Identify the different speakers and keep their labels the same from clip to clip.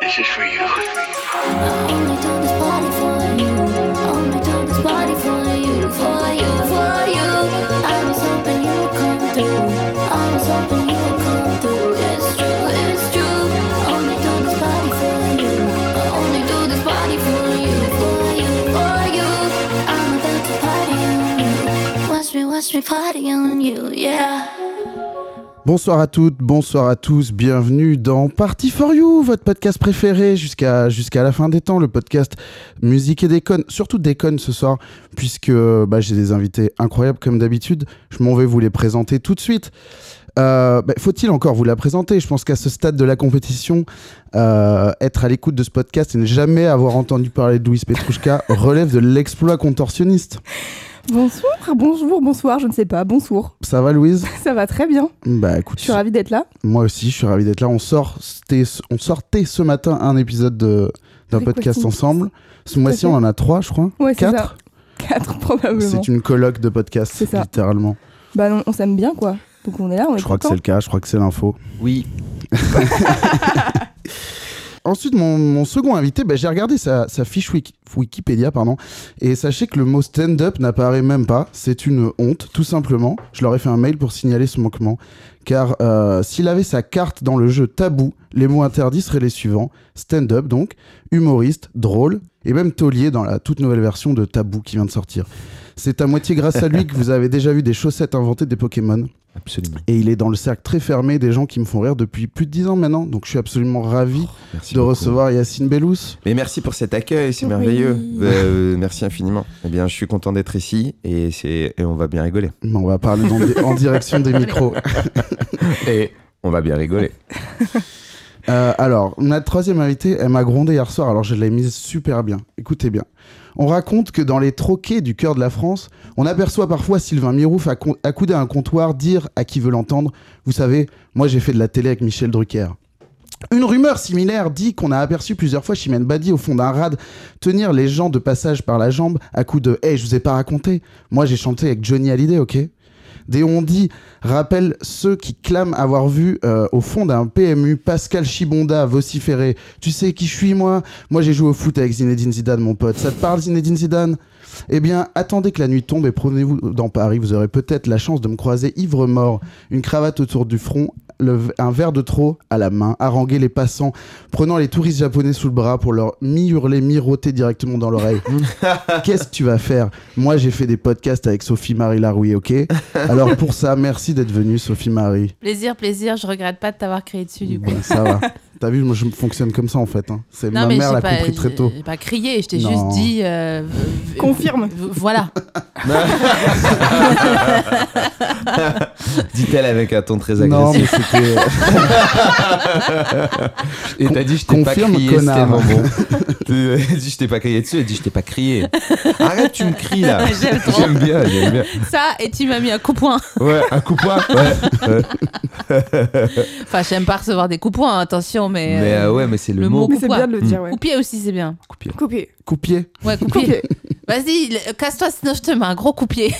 Speaker 1: this is for you.
Speaker 2: Only do this party for you. Only do this party for you, for you, for you. I was hoping you would come through. I was hoping you would come through. It's true, it's true. Only do this party for you. I only do this party for you, for you, for you. I'm about to party on you. Watch me, watch me party on you, yeah.
Speaker 3: Bonsoir à toutes, bonsoir à tous, bienvenue dans Party for You, votre podcast préféré jusqu'à jusqu'à la fin des temps, le podcast musique et déconne, surtout déconne ce soir, puisque bah, j'ai des invités incroyables comme d'habitude, je m'en vais vous les présenter tout de suite. Euh, bah, Faut-il encore vous la présenter Je pense qu'à ce stade de la compétition, euh, être à l'écoute de ce podcast et ne jamais avoir entendu parler de Louis Petrouchka relève de l'exploit contorsionniste.
Speaker 4: Bonsoir, bonjour, bonsoir, je ne sais pas, bonsour.
Speaker 3: Ça va Louise
Speaker 4: Ça va très bien,
Speaker 3: Bah écoute,
Speaker 4: je suis ravie d'être là.
Speaker 3: Moi aussi, je suis ravi d'être là. On, sort, c'était- on sortait ce matin un épisode de- d'un
Speaker 4: Request
Speaker 3: podcast
Speaker 4: in Peace.
Speaker 3: ensemble. Ce mois-ci,
Speaker 4: fait.
Speaker 3: on en a trois, je crois.
Speaker 4: Ouais, c'est
Speaker 3: Quatre.
Speaker 4: Quatre probablement.
Speaker 3: C'est une colloque de podcast,
Speaker 4: C'est ça.
Speaker 3: littéralement.
Speaker 4: Bah non, on s'aime bien quoi. Donc on est là, on est
Speaker 3: Je crois que c'est
Speaker 4: content.
Speaker 3: le cas, je crois que c'est l'info.
Speaker 5: Oui,
Speaker 3: Ensuite, mon, mon second invité, bah, j'ai regardé sa, sa fiche wiki- Wikipédia, pardon, et sachez que le mot stand-up n'apparaît même pas. C'est une honte, tout simplement. Je leur ai fait un mail pour signaler ce manquement, car euh, s'il avait sa carte dans le jeu tabou, les mots interdits seraient les suivants stand-up, donc, humoriste, drôle, et même taulier dans la toute nouvelle version de tabou qui vient de sortir. C'est à moitié grâce à lui que vous avez déjà vu des chaussettes inventées des Pokémon.
Speaker 5: absolument.
Speaker 3: Et il est dans le cercle très fermé des gens qui me font rire depuis plus de 10 ans maintenant. Donc je suis absolument ravi
Speaker 5: Merci
Speaker 3: de
Speaker 5: beaucoup.
Speaker 3: recevoir Yacine Bellous.
Speaker 5: Mais merci pour cet accueil, c'est
Speaker 4: Oui.
Speaker 5: merveilleux. Euh, merci infiniment. Eh bien, je suis content d'être ici et, c'est- et on va bien rigoler.
Speaker 3: Mais On va parler dans des- en direction des micros.
Speaker 5: Et on va bien rigoler.
Speaker 3: Euh, alors, notre troisième invitée, elle m'a grondé hier soir, alors je l'ai mise super bien. Écoutez bien. On raconte que dans les troquets du cœur de la France, on aperçoit parfois Sylvain Mirouf accou- accoudé à un comptoir dire à qui veut l'entendre Vous savez, moi j'ai fait de la télé avec Michel Drucker. Une rumeur similaire dit qu'on a aperçu plusieurs fois Chimène Badi au fond d'un rad tenir les gens de passage par la jambe à coups de Hey, je vous ai pas raconté, moi j'ai chanté avec Johnny Hallyday, ok Des on dit rappellent ceux qui clament avoir vu euh, au fond d'un PMU Pascal Chibonda vociférer Tu sais qui je suis moi Moi j'ai joué au foot avec Zinedine Zidane, mon pote. Ça te parle Zinedine Zidane Eh bien, attendez que la nuit tombe et promenez-vous dans Paris. Vous aurez peut-être la chance de me croiser ivre-mort, une cravate autour du front. le v- un verre de trop à la main, haranguer les passants, prenant les touristes japonais sous le bras pour leur mi-hurler, mi-roter directement dans l'oreille. Qu'est-ce que tu vas faire Moi, j'ai fait des podcasts avec Sophie Marie Larouille, ok alors pour ça, merci d'être venue, Sophie Marie.
Speaker 6: Plaisir, plaisir, je regrette pas de t'avoir créé dessus du coup.
Speaker 3: Bah, ça va. T'as vu, moi je fonctionne comme ça en fait. hein. C'est ma
Speaker 6: mais
Speaker 3: mère
Speaker 6: j'ai
Speaker 3: l'a
Speaker 6: pas-
Speaker 3: compris très
Speaker 6: j'ai-
Speaker 3: tôt.
Speaker 6: J'ai pas crié, je t'ai
Speaker 3: Non.
Speaker 6: juste dit. euh, v-
Speaker 4: Confirme.
Speaker 6: v- Voilà.
Speaker 5: Dit-elle avec un ton très
Speaker 3: Non, mais
Speaker 5: agressif.
Speaker 3: c'était. euh,
Speaker 5: Et t'as dit, je t'ai pas
Speaker 3: Confirme,
Speaker 5: crié, c'était
Speaker 3: connard.
Speaker 5: vraiment bon. T'as dit, je t'ai pas crié dessus, elle dit, je t'ai pas crié. Arrête, tu me cries là.
Speaker 6: J'aime trop.
Speaker 5: J'aime bien, j'aime bien.
Speaker 6: Ça, et tu m'as mis un coup de poing.
Speaker 5: Ouais, un coup de poing. Ouais.
Speaker 6: Euh, Enfin, j'aime pas recevoir des coups de poing, hein, attention, mais.
Speaker 5: Mais
Speaker 6: euh,
Speaker 5: euh, ouais, mais c'est le,
Speaker 6: le
Speaker 5: mot.
Speaker 6: mot.
Speaker 4: Mais c'est
Speaker 6: Pourquoi
Speaker 4: bien de le dire, ouais.
Speaker 6: Coup de pied aussi, c'est bien.
Speaker 4: Copier.
Speaker 3: Coupier.
Speaker 6: Ouais, coup de
Speaker 4: Copier.
Speaker 6: pied. Vas-y, le- casse-toi, sinon je te mets un gros coup de pied.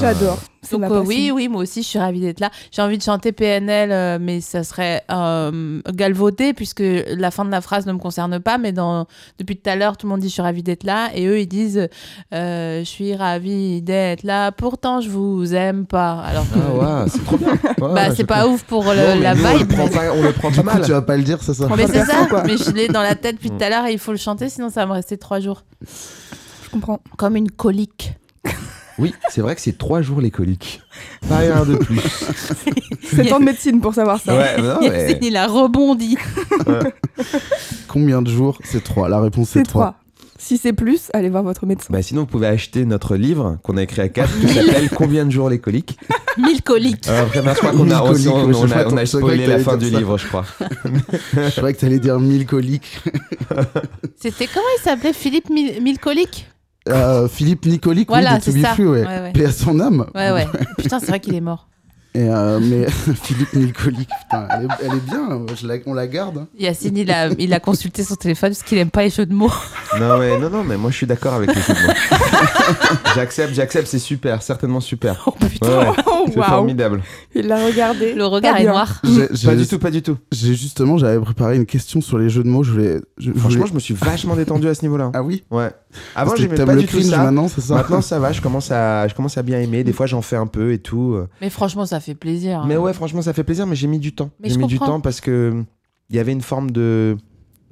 Speaker 4: J'adore. C'est
Speaker 6: Donc,
Speaker 4: ma
Speaker 6: euh,
Speaker 4: passion.
Speaker 6: oui, oui, moi aussi, je suis ravie d'être là. J'ai envie de chanter PNL, euh, mais ça serait euh, galvaudé, puisque la fin de la phrase ne me concerne pas. Mais dans... depuis tout à l'heure, tout le monde dit je suis ravie d'être là. Et eux, ils disent euh, je suis ravie d'être là, pourtant je vous aime pas. Alors que.
Speaker 5: Ah, ouais, c'est trop bien. Ah, Ouais,
Speaker 6: Bah,
Speaker 5: je-
Speaker 6: c'est pas ouf pour
Speaker 5: Non,
Speaker 6: le-
Speaker 5: mais
Speaker 6: la
Speaker 5: nous,
Speaker 6: vibe.
Speaker 5: On le prend
Speaker 6: mais-
Speaker 5: pas, on le prend
Speaker 3: Du
Speaker 5: pas
Speaker 3: coup,
Speaker 5: mal.
Speaker 3: tu vas pas le dire, ça sera.
Speaker 6: Mais c'est ça,
Speaker 4: quoi.
Speaker 6: mais je l'ai dans la tête depuis
Speaker 5: Mm.
Speaker 6: tout à l'heure et il faut le chanter, sinon ça va me rester trois jours.
Speaker 4: Je comprends.
Speaker 6: Comme une colique.
Speaker 5: Oui, c'est vrai que c'est trois jours les coliques. Pas rien de plus.
Speaker 4: C'est le temps de médecine pour savoir ça.
Speaker 5: Ah Ouais, non, mais...
Speaker 6: Yacine, il a rebondi.
Speaker 3: Combien de jours C'est trois. La réponse c'est
Speaker 4: C'est
Speaker 3: trois.
Speaker 4: trois. Si c'est plus, allez voir votre médecin.
Speaker 5: Bah sinon, vous pouvez acheter notre livre qu'on a écrit à 4 qui s'appelle Combien de jours les coliques
Speaker 6: Mille coliques.
Speaker 5: Euh, Après, ben, je crois qu'on a,
Speaker 3: Mille coliques,
Speaker 5: on, on-
Speaker 3: ouais,
Speaker 5: on
Speaker 3: je
Speaker 5: a,
Speaker 3: crois
Speaker 5: on a
Speaker 3: que- je crois
Speaker 5: spoilé
Speaker 3: que
Speaker 5: la
Speaker 3: t'allais
Speaker 5: fin
Speaker 3: dire
Speaker 5: du
Speaker 3: ça.
Speaker 5: livre, je crois.
Speaker 3: Je croyais que t'allais dire mille coliques.
Speaker 6: C'était comment il s'appelait Philippe Mille, Mille coliques
Speaker 3: Euh, Philippe Nicolique,
Speaker 6: Voilà,
Speaker 3: oui, de To
Speaker 6: c'est
Speaker 3: Be
Speaker 6: ça.
Speaker 3: Free, ouais.
Speaker 6: Ouais, ouais.
Speaker 3: Paix à son âme.
Speaker 6: Ouais, ouais. Putain, c'est vrai qu'il est mort.
Speaker 3: Et euh, mais Philippe Nilcolique, putain, elle est, elle est bien, hein, je la- on la garde. hein.
Speaker 6: Yacine, il a, il a consulté son téléphone parce qu'il aime pas les jeux de mots.
Speaker 7: Non, ouais, non, non, mais moi je suis d'accord avec les jeux de mots. j'accepte, j'accepte, c'est super, certainement super.
Speaker 6: Oh putain,
Speaker 7: Ouais, ouais,
Speaker 4: Oh,
Speaker 7: c'est
Speaker 4: waouh
Speaker 7: formidable.
Speaker 4: Il l'a regardé.
Speaker 6: le regard
Speaker 4: Pas
Speaker 6: est
Speaker 4: bien.
Speaker 6: noir.
Speaker 3: J'ai-
Speaker 7: Pas
Speaker 3: j'ai-
Speaker 7: du tout, pas du tout.
Speaker 3: J'ai justement, j'avais préparé une question sur les jeux de mots. Je voulais. je- je
Speaker 7: Franchement,
Speaker 3: voulais-
Speaker 7: je me suis vachement détendu à ce niveau-là. hein.
Speaker 3: ah oui.
Speaker 7: Ouais. Avant,
Speaker 3: Parce que
Speaker 7: j'aimais
Speaker 3: t'aimes
Speaker 7: pas
Speaker 3: le
Speaker 7: du tout
Speaker 3: cringe
Speaker 7: ça.
Speaker 3: Maintenant, c'est ça.
Speaker 7: Maintenant, ça va, je commence, à, je commence à bien aimer. Des fois, j'en fais un peu et tout.
Speaker 6: Mais franchement, ça fait plaisir. hein.
Speaker 7: Mais ouais, franchement, ça fait plaisir, mais j'ai mis du temps.
Speaker 6: Mais
Speaker 7: J'ai
Speaker 6: je
Speaker 7: mis du
Speaker 6: comprends.
Speaker 7: temps parce que il y avait une forme de.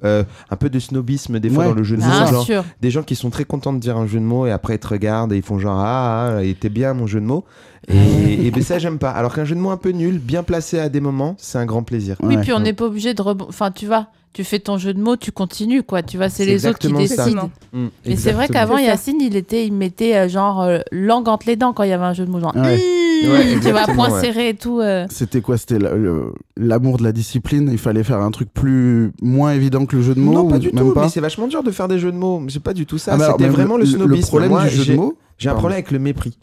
Speaker 7: euh, un peu de snobisme des fois
Speaker 3: Ouais.
Speaker 7: dans le jeu de mots.
Speaker 3: Ah,
Speaker 7: genre,
Speaker 6: Bien sûr.
Speaker 7: des gens qui sont très contents de dire un jeu de mots et après ils te regardent et ils font genre ah, ah, il était bien mon jeu de mots
Speaker 6: Ah.
Speaker 7: et, et ben ça j'aime pas alors qu'un jeu de mots un peu nul bien placé à des moments c'est un grand plaisir
Speaker 6: Oui,
Speaker 3: Ouais.
Speaker 6: puis on n'est pas obligé de rebondir. Enfin, tu vois, tu fais ton jeu de mots, tu continues, quoi. Tu vois, c'est
Speaker 7: C'est
Speaker 6: les autres qui
Speaker 7: exactement ça.
Speaker 6: décident.
Speaker 3: Mm.
Speaker 6: Mais c'est vrai
Speaker 7: Exactement.
Speaker 6: qu'avant,
Speaker 4: C'est ça.
Speaker 6: Yacine, il était, il mettait euh, genre euh, langue entre les dents quand il y avait un jeu de mots, genre.
Speaker 3: Ouais.
Speaker 7: Ouais,
Speaker 6: Mmh, tu vois,
Speaker 7: exactement,
Speaker 6: point
Speaker 7: ouais.
Speaker 6: serré et tout. euh.
Speaker 3: C'était quoi C'était la- le- l'amour de la discipline. Il fallait faire un truc plus moins évident que le jeu de mots.
Speaker 7: non pas
Speaker 3: ou
Speaker 7: du
Speaker 3: même
Speaker 7: tout
Speaker 3: pas
Speaker 7: mais c'est vachement dur de faire des jeux de mots c'est pas du tout ça
Speaker 3: Ah bah alors,
Speaker 7: c'était
Speaker 3: même
Speaker 7: vraiment le, snobisme
Speaker 3: Le problème
Speaker 7: Moi,
Speaker 3: du jeu
Speaker 7: j'ai-
Speaker 3: de mots.
Speaker 7: J'ai un
Speaker 3: Pardon.
Speaker 7: problème avec le mépris.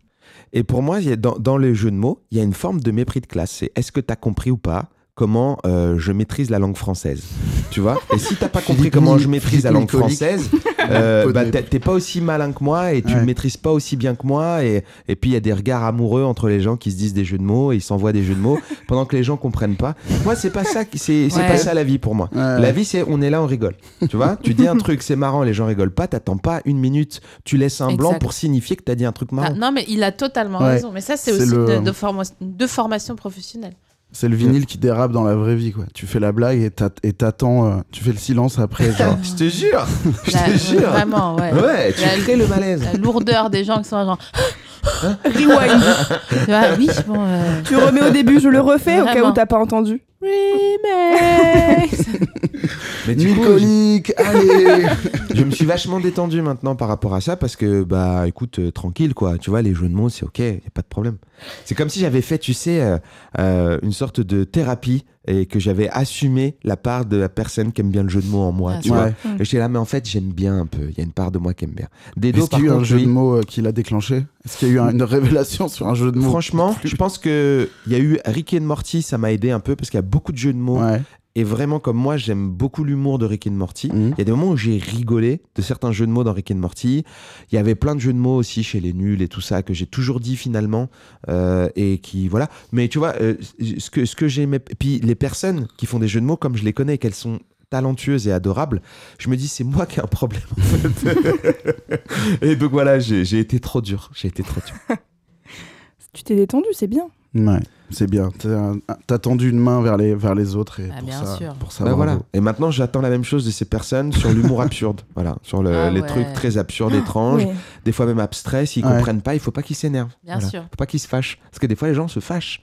Speaker 7: Et pour moi, il y a dans, dans les jeux de mots, il y a une forme de mépris de classe. C'est est-ce que t'as compris ou pas comment euh, je maîtrise la langue française Tu vois Et si t'as pas compris
Speaker 3: Philippe
Speaker 7: comment
Speaker 3: Nic-
Speaker 7: je maîtrise la
Speaker 3: Philippe
Speaker 7: langue
Speaker 3: Nicolique.
Speaker 7: française, euh,
Speaker 3: Peu de
Speaker 7: bah,
Speaker 3: mépris.
Speaker 7: t'es t'es pas aussi malin que moi et tu
Speaker 3: Ouais.
Speaker 7: le maîtrises pas aussi bien que moi. Et, et puis il y a des regards amoureux entre les gens qui se disent des jeux de mots et ils s'envoient des jeux de mots pendant que les gens comprennent pas. Moi, c'est pas ça, qui- c'est c'est
Speaker 6: Ouais.
Speaker 7: pas ça la vie pour moi.
Speaker 6: Ah
Speaker 3: Ouais.
Speaker 7: La vie, c'est on est là, on rigole. Tu vois, tu dis un truc, c'est marrant, les gens rigolent pas, t'attends pas une minute, tu laisses un blanc
Speaker 6: Exact.
Speaker 7: pour signifier que t'as dit un truc
Speaker 6: Ah,
Speaker 7: marrant.
Speaker 6: non, mais il a totalement
Speaker 3: Ouais.
Speaker 6: raison. Mais ça, c'est
Speaker 3: C'est
Speaker 6: aussi
Speaker 3: le-
Speaker 6: de, de forma- de formation professionnelle.
Speaker 3: C'est le vinyle qui dérape dans la vraie vie. Quoi. Tu fais la blague et t'at- et t'attends. euh, tu fais le silence après. Genre.
Speaker 7: Je te jure, je
Speaker 6: Ah. La-
Speaker 7: te jure.
Speaker 6: Vraiment, ouais.
Speaker 7: Ouais, tu
Speaker 6: La-
Speaker 7: crées le malaise.
Speaker 6: La lourdeur des gens qui sont genre.
Speaker 4: Rewind.
Speaker 6: tu vois, oui, bon. euh,
Speaker 4: tu remets au début, je le refais au cas
Speaker 6: Vraiment.
Speaker 4: où t'as pas entendu.
Speaker 6: Remake.
Speaker 7: Mais du coup, je,
Speaker 3: Nicolique, allez
Speaker 7: je me suis vachement détendu maintenant par rapport à ça parce que, bah, écoute, euh, tranquille, quoi. Tu vois, les jeux de mots, c'est ok, y a pas de problème. C'est comme si j'avais fait, tu sais, euh, euh, une sorte de thérapie et que j'avais assumé la part de la personne qui aime bien le jeu de mots en moi,
Speaker 6: Ah,
Speaker 7: tu
Speaker 6: ça.
Speaker 7: vois.
Speaker 3: Ouais.
Speaker 7: Et j'étais là, mais en fait, j'aime bien un peu. Il y a une part de moi qui aime bien. Dedo,
Speaker 3: Est-ce
Speaker 7: par
Speaker 3: qu'il y a eu un
Speaker 7: contre,
Speaker 3: jeu
Speaker 7: lui,
Speaker 3: de mots euh, qui l'a déclenché Est-ce qu'il y a eu un- une révélation sur un jeu de mots
Speaker 7: Franchement, je pense que il y a eu Rick and Morty, ça m'a aidé un peu parce qu'il y a beaucoup de jeux de mots.
Speaker 3: Ouais.
Speaker 7: Et vraiment, comme moi, j'aime beaucoup l'humour de Rick and Morty. Il
Speaker 3: Mhm.
Speaker 7: y a des moments où j'ai rigolé de certains jeux de mots dans Rick and Morty. Il y avait plein de jeux de mots aussi chez les nuls et tout ça que j'ai toujours dit finalement euh, et qui voilà. Mais tu vois, euh, ce que ce que j'aimais, et puis les personnes qui font des jeux de mots comme je les connais, et qu'elles sont talentueuses et adorables, je me dis c'est moi qui ai un problème. En fait. et donc voilà, j'ai j'ai été trop dur. J'ai été trop dur.
Speaker 4: Tu t'es détendu, c'est bien.
Speaker 3: Ouais, c'est bien. T'as t'as tendu une main vers les, vers les autres et
Speaker 6: Ah,
Speaker 3: pour,
Speaker 6: bien
Speaker 3: ça,
Speaker 6: sûr.
Speaker 3: pour ça,
Speaker 7: Bah
Speaker 3: bravo.
Speaker 7: voilà. Et maintenant, j'attends la même chose de ces personnes sur l'humour absurde. Voilà, sur le-
Speaker 6: Ah
Speaker 7: les
Speaker 6: ouais.
Speaker 7: trucs très absurdes, étranges,
Speaker 4: Ouais.
Speaker 7: des fois même abstraits. S'ils
Speaker 3: Ouais.
Speaker 7: comprennent pas, il faut pas qu'ils s'énervent.
Speaker 6: Bien
Speaker 7: Voilà.
Speaker 6: sûr.
Speaker 7: Faut pas qu'ils se fâchent. Parce que des fois, les gens se fâchent.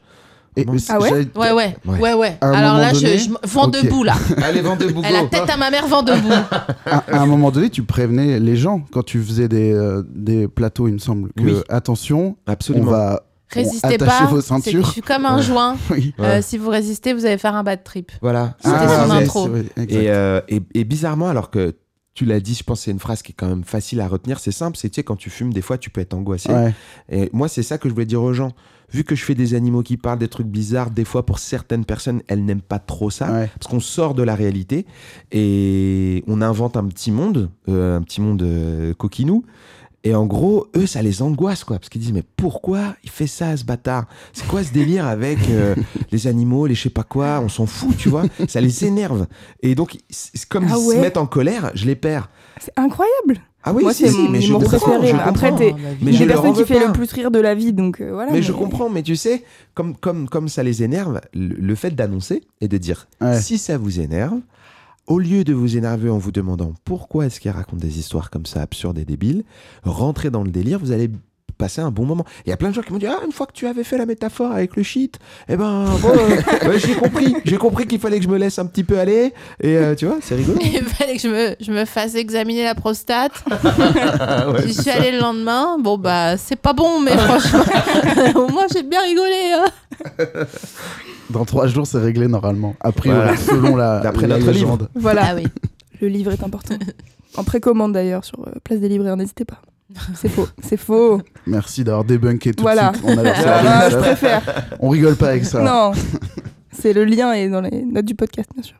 Speaker 3: Et-
Speaker 7: Bon.
Speaker 3: c'est-
Speaker 4: Ah ouais
Speaker 3: j'allais-
Speaker 6: Ouais, ouais,
Speaker 7: Ouais.
Speaker 6: ouais, ouais.
Speaker 3: À un
Speaker 6: Alors
Speaker 3: moment
Speaker 6: là,
Speaker 3: donné-
Speaker 6: je, je m- vends
Speaker 3: Ok.
Speaker 6: debout, là.
Speaker 7: Allez, vente de bougo.
Speaker 6: Elle a tête à ma mère, vend debout.
Speaker 3: à, à un moment donné, tu prévenais les gens quand tu faisais des, euh, des plateaux, il me semble. Que,
Speaker 7: Oui.
Speaker 3: Attention, on
Speaker 7: Absolument.
Speaker 3: va.
Speaker 6: Résistez
Speaker 3: Attachez
Speaker 6: pas.
Speaker 3: vos
Speaker 6: c'est-
Speaker 3: ceintures.
Speaker 6: Je suis comme un
Speaker 7: Ouais.
Speaker 6: joint.
Speaker 3: Oui.
Speaker 7: Ouais.
Speaker 6: Euh, si vous résistez, vous allez faire un bad trip.
Speaker 7: Voilà.
Speaker 6: C'était
Speaker 7: Ah, ouais.
Speaker 6: son
Speaker 3: c'est-
Speaker 6: intro.
Speaker 3: c'est vrai, exact.
Speaker 7: Et, euh, et- et bizarrement, alors que tu l'as dit, je pense que c'est une phrase qui est quand même facile à retenir. C'est simple, c'est tu sais, quand tu fumes, des fois, tu peux être angoissé.
Speaker 3: Ouais.
Speaker 7: Et moi, c'est ça que je voulais dire aux gens. Vu que je fais des animaux qui parlent, des trucs bizarres, des fois, pour certaines personnes, elles n'aiment pas trop ça.
Speaker 3: ouais.
Speaker 7: parce qu'on sort de la réalité et on invente un petit monde, euh, un petit monde euh, coquinou. Et en gros, eux, ça les angoisse, quoi, parce qu'ils disent mais pourquoi il fait ça, ce bâtard C'est quoi ce délire avec euh, les animaux, les je sais pas quoi On s'en fout, tu vois Ça les énerve. Et donc, c'est c'est comme
Speaker 4: Ah
Speaker 7: ils
Speaker 4: ouais.
Speaker 7: se mettent en colère, je les perds.
Speaker 4: C'est incroyable.
Speaker 7: Ah oui,
Speaker 4: Moi,
Speaker 7: si,
Speaker 4: c'est
Speaker 7: si,
Speaker 4: mon
Speaker 7: mais je
Speaker 4: humour
Speaker 7: comprends,
Speaker 4: préféré.
Speaker 7: je
Speaker 6: bah,
Speaker 4: Après,
Speaker 7: comprends.
Speaker 4: t'es-
Speaker 7: Mais
Speaker 4: Une
Speaker 7: je
Speaker 4: des
Speaker 7: leur en
Speaker 4: personnes qui
Speaker 7: veux
Speaker 4: fait
Speaker 7: pas.
Speaker 4: le plus rire de la vie, donc euh, voilà.
Speaker 7: mais, je comprends, mais tu sais, comme, comme, comme ça les énerve, le, le fait d'annoncer et de dire
Speaker 3: Ouais.
Speaker 7: si ça vous énerve, au lieu de vous énerver en vous demandant pourquoi est-ce qu'il raconte des histoires comme ça absurdes et débiles, rentrez dans le délire, vous allez passer un bon moment. Il y a plein de gens qui m'ont dit ah une fois que tu avais fait la métaphore avec le shit, eh ben bon, euh, ouais, j'ai compris, j'ai compris qu'il fallait que je me laisse un petit peu aller et euh, tu vois c'est rigolo.
Speaker 6: Il fallait que je me, je me fasse examiner la prostate. J'y suis allée le lendemain. Bon, bah, c'est pas bon, mais franchement, au moins, j'ai bien rigolé. hein.
Speaker 3: Dans trois jours, c'est réglé normalement. A priori,
Speaker 7: Voilà.
Speaker 3: selon la.
Speaker 7: D'après
Speaker 3: la
Speaker 7: notre
Speaker 3: légende.
Speaker 7: livre.
Speaker 4: Voilà.
Speaker 6: Ah oui.
Speaker 4: Le livre est important. En précommande d'ailleurs sur euh, Place des Libraires, n'hésitez pas. C'est faux, c'est faux.
Speaker 3: Merci d'avoir débunké tout
Speaker 4: Voilà.
Speaker 3: de suite. On, a l'air
Speaker 4: Ah,
Speaker 3: sérieux,
Speaker 4: je
Speaker 3: ça. Euh,
Speaker 4: préfère.
Speaker 3: On rigole pas avec ça.
Speaker 4: Non. C'est le lien est dans les notes du podcast, bien sûr.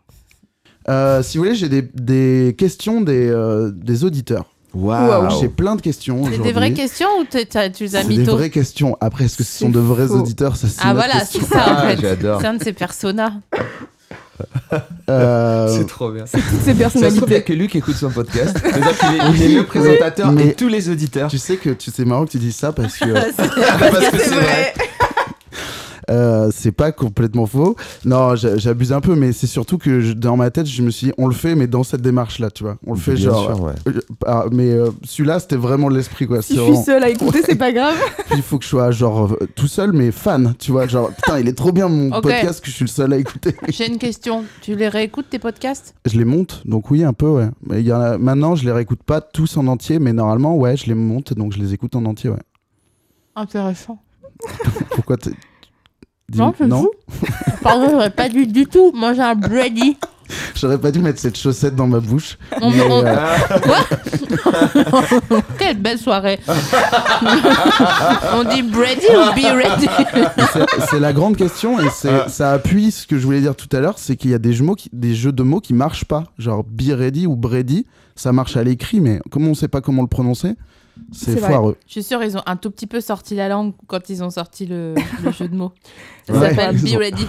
Speaker 3: Euh, si vous voulez, j'ai des, des questions des, euh, des auditeurs.
Speaker 7: Waouh.
Speaker 3: J'ai plein de questions
Speaker 6: C'est
Speaker 3: aujourd'hui.
Speaker 6: des vraies questions ou t'es- t'as- tu les as
Speaker 3: C'est des
Speaker 6: mis tôt
Speaker 3: vraies questions. Après, est-ce que ce
Speaker 4: C'est
Speaker 3: sont de vrais
Speaker 4: faux.
Speaker 3: auditeurs Ça, c'est
Speaker 6: Ah
Speaker 3: une autre
Speaker 6: voilà,
Speaker 3: question.
Speaker 6: c'est ça en
Speaker 7: Ah,
Speaker 6: fait.
Speaker 7: j'adore.
Speaker 6: C'est un de ses personas.
Speaker 3: Euh,
Speaker 8: C'est trop bien. Ça
Speaker 4: Toutes ces
Speaker 8: se trouve, il y a
Speaker 4: personnalités.
Speaker 8: que Luc écoute son podcast. C'est-à-dire qu'il est, il est le présentateur
Speaker 3: mais-
Speaker 8: et tous les auditeurs.
Speaker 3: tu sais que tu, c'est marrant que tu dises ça parce que euh,
Speaker 8: Parce que c'est vrai.
Speaker 3: euh, c'est pas complètement faux. Non, j'a- j'abuse un peu, mais c'est surtout que je- dans ma tête, je me suis dit, on le fait, mais dans cette démarche-là, tu vois. On le fait
Speaker 7: Bien
Speaker 3: genre.
Speaker 7: sûr, ouais.
Speaker 3: euh, ah, mais euh, celui-là, c'était vraiment l'esprit, quoi.
Speaker 4: Si
Speaker 3: C'est
Speaker 4: je
Speaker 3: vraiment-
Speaker 4: suis seule à écouter, c'est pas grave.
Speaker 3: Puis il faut que je sois genre euh, tout seul mais fan, tu vois, genre putain il est trop bien mon
Speaker 6: Ok.
Speaker 3: podcast que je suis le seul à écouter.
Speaker 6: J'ai une question. Tu les réécoutes tes podcasts
Speaker 3: Je les monte, donc oui un peu ouais. Mais il y en a... maintenant je les réécoute pas tous en entier, mais normalement ouais je les monte donc je les écoute en entier ouais.
Speaker 6: Intéressant.
Speaker 3: Pourquoi t'es... Dis-
Speaker 6: Non, je joue. Pardon, j'aurais pas dû du tout. Moi j'ai un Brady.
Speaker 3: j'aurais pas dû mettre cette chaussette dans ma bouche.
Speaker 6: On-
Speaker 3: mais,
Speaker 6: on-
Speaker 3: euh,
Speaker 6: Quelle belle soirée. On dit Brady ou Be Ready
Speaker 3: c'est- c'est la grande question et c'est ça appuie ce que je voulais dire tout à l'heure, c'est qu'il y a des jeux, mots qui... des jeux de mots qui marchent pas, genre be ready ou brady, ça marche à l'écrit mais comme on sait pas comment le prononcer, c'est
Speaker 4: C'est vrai.
Speaker 3: foireux.
Speaker 6: Je suis sûre, ils ont un tout petit peu sorti la langue quand ils ont sorti le, le jeu de mots. Ça
Speaker 3: Ouais,
Speaker 6: s'appelle
Speaker 3: ils
Speaker 6: Be
Speaker 3: ont-
Speaker 6: Ready.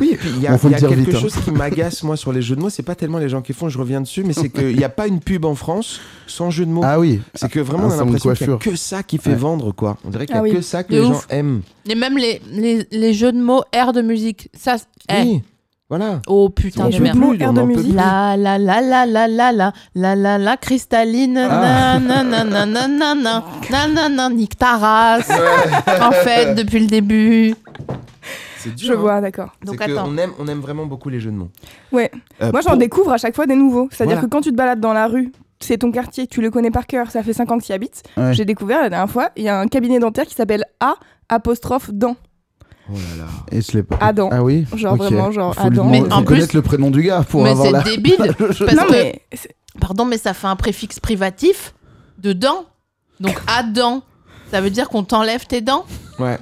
Speaker 7: Oui, et puis il y a,
Speaker 3: Bon, faut
Speaker 7: il y
Speaker 3: le
Speaker 7: a
Speaker 3: dire
Speaker 7: quelque
Speaker 3: vite, hein.
Speaker 7: chose qui m'agace, moi, sur les jeux de mots. C'est pas tellement les gens qui font, je reviens dessus, mais c'est qu'il n'y a pas une pub en France sans jeu de mots.
Speaker 3: Ah oui,
Speaker 7: c'est que vraiment,
Speaker 3: un
Speaker 7: on a
Speaker 3: salon de
Speaker 7: l'impression qu'il n'y a
Speaker 3: coiffure.
Speaker 7: que ça qui fait
Speaker 3: Ouais.
Speaker 7: vendre, quoi. On dirait qu'il n'y a
Speaker 4: Ah oui.
Speaker 7: que ça que
Speaker 6: De
Speaker 7: les gens
Speaker 6: ouf.
Speaker 7: aiment.
Speaker 6: Et même les, les, les jeux de mots air de musique. Ça, c'est- eh.
Speaker 7: Oui, voilà.
Speaker 6: Oh putain
Speaker 7: On
Speaker 6: de
Speaker 7: peut
Speaker 6: merde.
Speaker 4: mots,
Speaker 7: plus,
Speaker 4: air
Speaker 7: on
Speaker 4: de
Speaker 7: en peut
Speaker 4: musique.
Speaker 7: plus.
Speaker 6: La la la la la la la la la la cristalline
Speaker 7: Ah.
Speaker 6: nanana nanana nanana nique ta race en fait depuis le début
Speaker 7: C'est dur.
Speaker 4: Je
Speaker 7: hein.
Speaker 4: vois, d'accord.
Speaker 7: C'est
Speaker 6: donc
Speaker 7: que
Speaker 6: attends
Speaker 7: on aime, on aime vraiment beaucoup les jeux de mots.
Speaker 4: Ouais.
Speaker 3: Ah,
Speaker 7: Euh,
Speaker 4: Moi, j'en
Speaker 7: pour-
Speaker 4: découvre à chaque fois des nouveaux. C'est-à-dire
Speaker 7: Voilà.
Speaker 4: que quand tu te balades dans la rue, c'est ton quartier, tu le connais par cœur, ça fait 5 ans que tu y habites.
Speaker 3: Ouais.
Speaker 4: J'ai découvert la dernière fois, il y a un cabinet dentaire qui s'appelle A apostrophe dent.
Speaker 7: Oh là là.
Speaker 3: et je l'ai pas.
Speaker 4: Adam.
Speaker 3: Ah oui.
Speaker 4: Genre
Speaker 3: Ok.
Speaker 4: vraiment, genre
Speaker 3: Faut lui
Speaker 4: Adam.
Speaker 3: demander-
Speaker 6: Mais
Speaker 3: faut
Speaker 6: en plus-
Speaker 3: connaître le prénom du gars pour
Speaker 6: mais
Speaker 3: avoir
Speaker 6: c'est
Speaker 3: la.
Speaker 6: débile
Speaker 3: le jeu.
Speaker 6: parce
Speaker 4: non,
Speaker 6: que
Speaker 4: mais c'est-
Speaker 6: pardon mais ça fait un préfixe privatif de dents donc à dents ça veut dire qu'on t'enlève tes dents
Speaker 7: Ouais,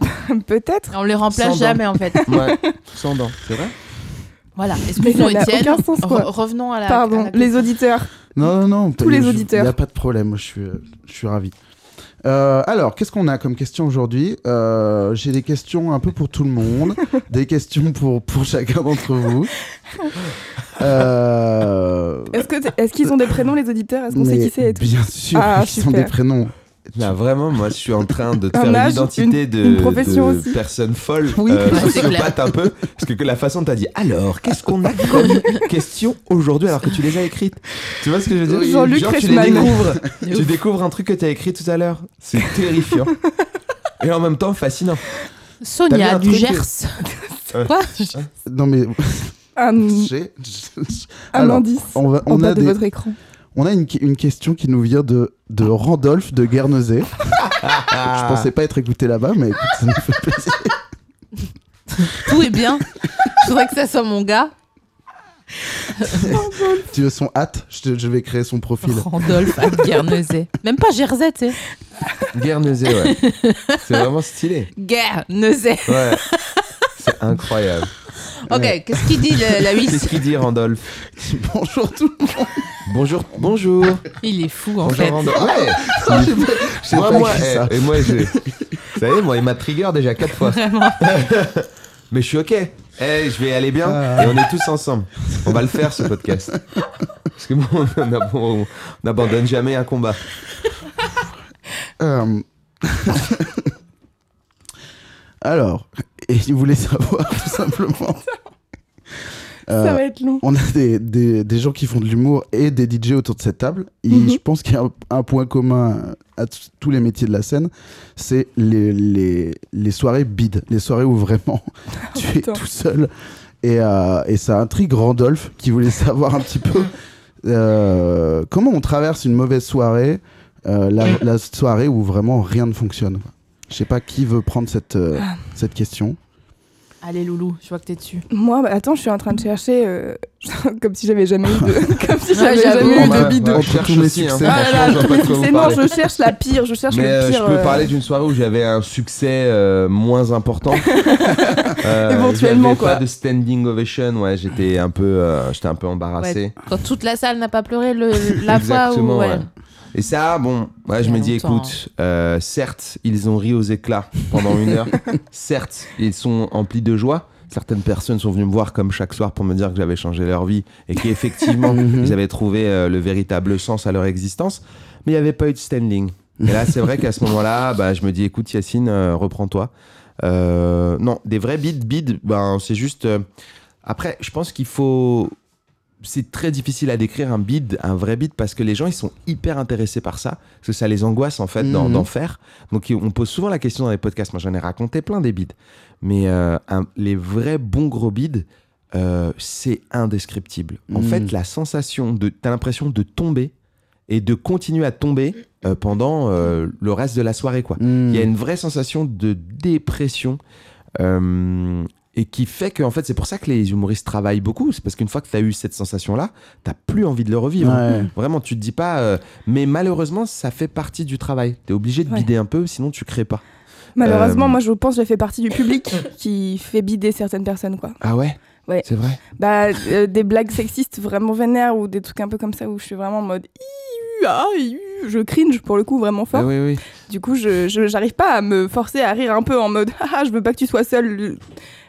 Speaker 4: peut-être.
Speaker 6: et on les
Speaker 7: Sans
Speaker 6: remplace
Speaker 7: dents.
Speaker 6: jamais en fait
Speaker 7: ouais. Sans dents, c'est vrai
Speaker 6: voilà
Speaker 4: Mais
Speaker 6: excusez-moi
Speaker 4: ça n'a
Speaker 6: Étienne Oh,
Speaker 4: aucun sens,
Speaker 6: Re-
Speaker 4: quoi.
Speaker 6: revenons à la à
Speaker 4: Pardon,
Speaker 6: la-
Speaker 4: les auditeurs.
Speaker 3: Non, non, non.
Speaker 4: Tous les auditeurs.
Speaker 3: Il n'y a pas de problème. Moi, je suis, euh, je suis ravi. Euh, alors, qu'est-ce qu'on a comme question aujourd'hui Euh, J'ai des questions un peu pour tout le monde, des questions pour, pour chacun d'entre vous. Euh,
Speaker 4: Est-ce que t'es- est-ce qu'ils ont des prénoms les auditeurs Est-ce qu'on sait
Speaker 3: mais
Speaker 4: qui c'est et tout
Speaker 3: Bien sûr,
Speaker 4: Ah,
Speaker 3: ils sont des
Speaker 4: super.
Speaker 3: prénoms.
Speaker 7: Là, Bah, vraiment, moi, je suis en train de te
Speaker 4: Un
Speaker 7: faire
Speaker 4: âge,
Speaker 7: une identité
Speaker 4: une-
Speaker 7: de,
Speaker 4: une profession
Speaker 7: de
Speaker 4: aussi.
Speaker 7: personne folle,
Speaker 3: Oui.
Speaker 7: euh,
Speaker 6: Ouais, c'est
Speaker 7: sociopathe un peu. Parce que, que la façon dont t'as dit, alors, qu'est-ce qu'on a comme question aujourd'hui alors que tu les as écrites Tu vois ce que je veux dire
Speaker 4: Oui. Jean-Luc
Speaker 7: Genre, tu les
Speaker 4: Reichmann.
Speaker 7: découvres. tu découvres un truc que t'as écrit tout à l'heure. C'est terrifiant. Et en même temps, fascinant. T'as vu
Speaker 6: Sonia
Speaker 7: un
Speaker 6: du
Speaker 7: truc-
Speaker 6: Gers
Speaker 7: Euh,
Speaker 6: quoi
Speaker 3: Non, mais
Speaker 4: Un,
Speaker 3: j'ai-
Speaker 4: un
Speaker 3: Alors,
Speaker 4: indice
Speaker 3: on, va-
Speaker 4: en
Speaker 3: on
Speaker 4: bas
Speaker 3: a
Speaker 4: de
Speaker 3: des,
Speaker 4: votre écran.
Speaker 3: On a une, une question qui nous vient de, de Randolph de Guernesey. Je pensais pas être écouté là-bas, mais écoute, ça nous fait plaisir.
Speaker 6: tout est bien je voudrais que ça soit mon gars
Speaker 3: Tu veux son hâte je, te- je vais créer son profil.
Speaker 6: Randolph à Guernesey. Même pas Jersey, tu sais.
Speaker 7: Guernesey, ouais. C'est vraiment stylé.
Speaker 6: Guernesey.
Speaker 7: Ouais. C'est incroyable.
Speaker 6: Ok,
Speaker 7: Ouais.
Speaker 6: qu'est-ce qu'il dit le- la
Speaker 7: Qu'est-ce
Speaker 6: huisse
Speaker 7: qu'il dit, Randolph
Speaker 3: Bonjour tout le monde.
Speaker 7: Bonjour, bonjour.
Speaker 6: Il est fou en
Speaker 7: Bonjour,
Speaker 6: fait.
Speaker 7: Randolph. Ouais.
Speaker 3: J'ai pas- j'ai
Speaker 7: Moi,
Speaker 3: pas
Speaker 7: moi,
Speaker 3: écrit
Speaker 7: eh,
Speaker 3: ça.
Speaker 7: et moi, je... Vous savez, moi, il m'a trigger déjà quatre fois. Mais je suis ok. Eh, je vais aller bien.
Speaker 3: Ah.
Speaker 7: Et on est tous ensemble. On va le faire, ce podcast. Parce que moi, on n'ab- on n'abandonne jamais un combat. eh.
Speaker 3: Euh, Alors, et il voulait savoir tout simplement. Euh,
Speaker 4: Ça va être long.
Speaker 3: on a des, des- des gens qui font de l'humour et des DJ autour de cette table. Et
Speaker 4: Mhm.
Speaker 3: Je pense qu'il y a un, un point commun à t- tous les métiers de la scène, c'est les, les, les soirées bides, les soirées où vraiment tu es
Speaker 4: putain.
Speaker 3: tout seul. Et, euh, et ça intrigue Randolph qui voulait savoir un petit peu euh, comment on traverse une mauvaise soirée, euh, la, la soirée où vraiment rien ne fonctionne. Je sais pas qui veut prendre cette, euh, cette question.
Speaker 6: Allez, Loulou, je vois que t'es dessus.
Speaker 4: Moi, bah, attends, je suis en train de chercher, euh, comme si j'avais jamais eu de, comme si
Speaker 6: Ouais,
Speaker 4: j'avais
Speaker 6: j'avoue.
Speaker 4: jamais eu
Speaker 6: Bon,
Speaker 4: de
Speaker 6: bah,
Speaker 4: bidou.
Speaker 3: ouais.
Speaker 7: je cherche
Speaker 3: Tous mes
Speaker 7: aussi, hein.
Speaker 3: succès.
Speaker 4: Ah là là,
Speaker 7: Je vois pas de quoi vous
Speaker 4: C'est bon,
Speaker 7: parlez.
Speaker 4: je cherche la pire, je cherche
Speaker 7: Mais
Speaker 4: le
Speaker 7: euh, je
Speaker 4: pire.
Speaker 7: peux
Speaker 4: euh,
Speaker 7: parler d'une soirée où j'avais un succès euh, moins important. Euh,
Speaker 4: Éventuellement,
Speaker 7: j'avais
Speaker 4: quoi.
Speaker 7: Pas de standing ovation, ouais, j'étais un peu, euh, j'étais un peu embarrassé.
Speaker 6: Quand toute la salle n'a pas pleuré le, la fois où.
Speaker 7: Exactement.
Speaker 6: ouais.
Speaker 7: ouais. Et ça, bon, ouais, je
Speaker 6: Il y a
Speaker 7: me dis,
Speaker 6: longtemps, hein.
Speaker 7: écoute, euh, certes, ils ont ri aux éclats pendant une heure. certes, ils sont emplis de joie. Certaines personnes sont venues me voir comme chaque soir pour me dire que j'avais changé leur vie et qu'effectivement,
Speaker 3: Mhm.
Speaker 7: ils avaient trouvé euh, le véritable sens à leur existence. Mais il n'y avait pas eu de standing. Et là, c'est vrai qu'à ce moment-là, bah, je me dis, écoute, Yacine, euh, reprends-toi. Euh, non, des vrais bids, bids, ben, c'est juste. euh, après, je pense qu'il faut. C'est très difficile à décrire un bid, un vrai bid, parce que les gens, ils sont hyper intéressés par ça, parce que ça les angoisse, en fait, d'en
Speaker 3: Mhm.
Speaker 7: d'en faire. Donc, ils- on pose souvent la question dans les podcasts. Moi, j'en ai raconté plein des bids. Mais euh, un- les vrais bons gros bids, euh, c'est indescriptible. En
Speaker 3: Mhm.
Speaker 7: fait, la sensation de. T'as l'impression de tomber et de continuer à tomber euh, pendant euh, le reste de la soirée,
Speaker 3: Mm.
Speaker 7: quoi. Il y
Speaker 3: Hmm.
Speaker 7: a une vraie sensation de dépression. euh, et qui fait que, en fait, c'est pour ça que les humoristes travaillent beaucoup. C'est parce qu'une fois que tu as eu cette sensation-là, t'as plus envie de le revivre.
Speaker 3: Ouais.
Speaker 7: Vraiment, tu te dis pas. euh, mais malheureusement, ça fait partie du travail. Tu es obligé de
Speaker 4: Ouais.
Speaker 7: bider un peu, sinon tu crées pas.
Speaker 4: Malheureusement,
Speaker 7: Euh,
Speaker 4: moi, je pense que j'ai fait partie du public qui fait bider certaines personnes, quoi.
Speaker 7: Ah ouais
Speaker 4: Ouais.
Speaker 7: C'est vrai.
Speaker 4: Bah, euh, des blagues sexistes vraiment vénères ou des trucs un peu comme ça où je suis vraiment en mode Iiii, ah, iiii je cringe pour le coup vraiment fort.
Speaker 7: Ah oui, oui.
Speaker 4: Du coup, je je- j'arrive pas à me forcer à rire un peu en mode ah, ah, je veux pas que tu sois seul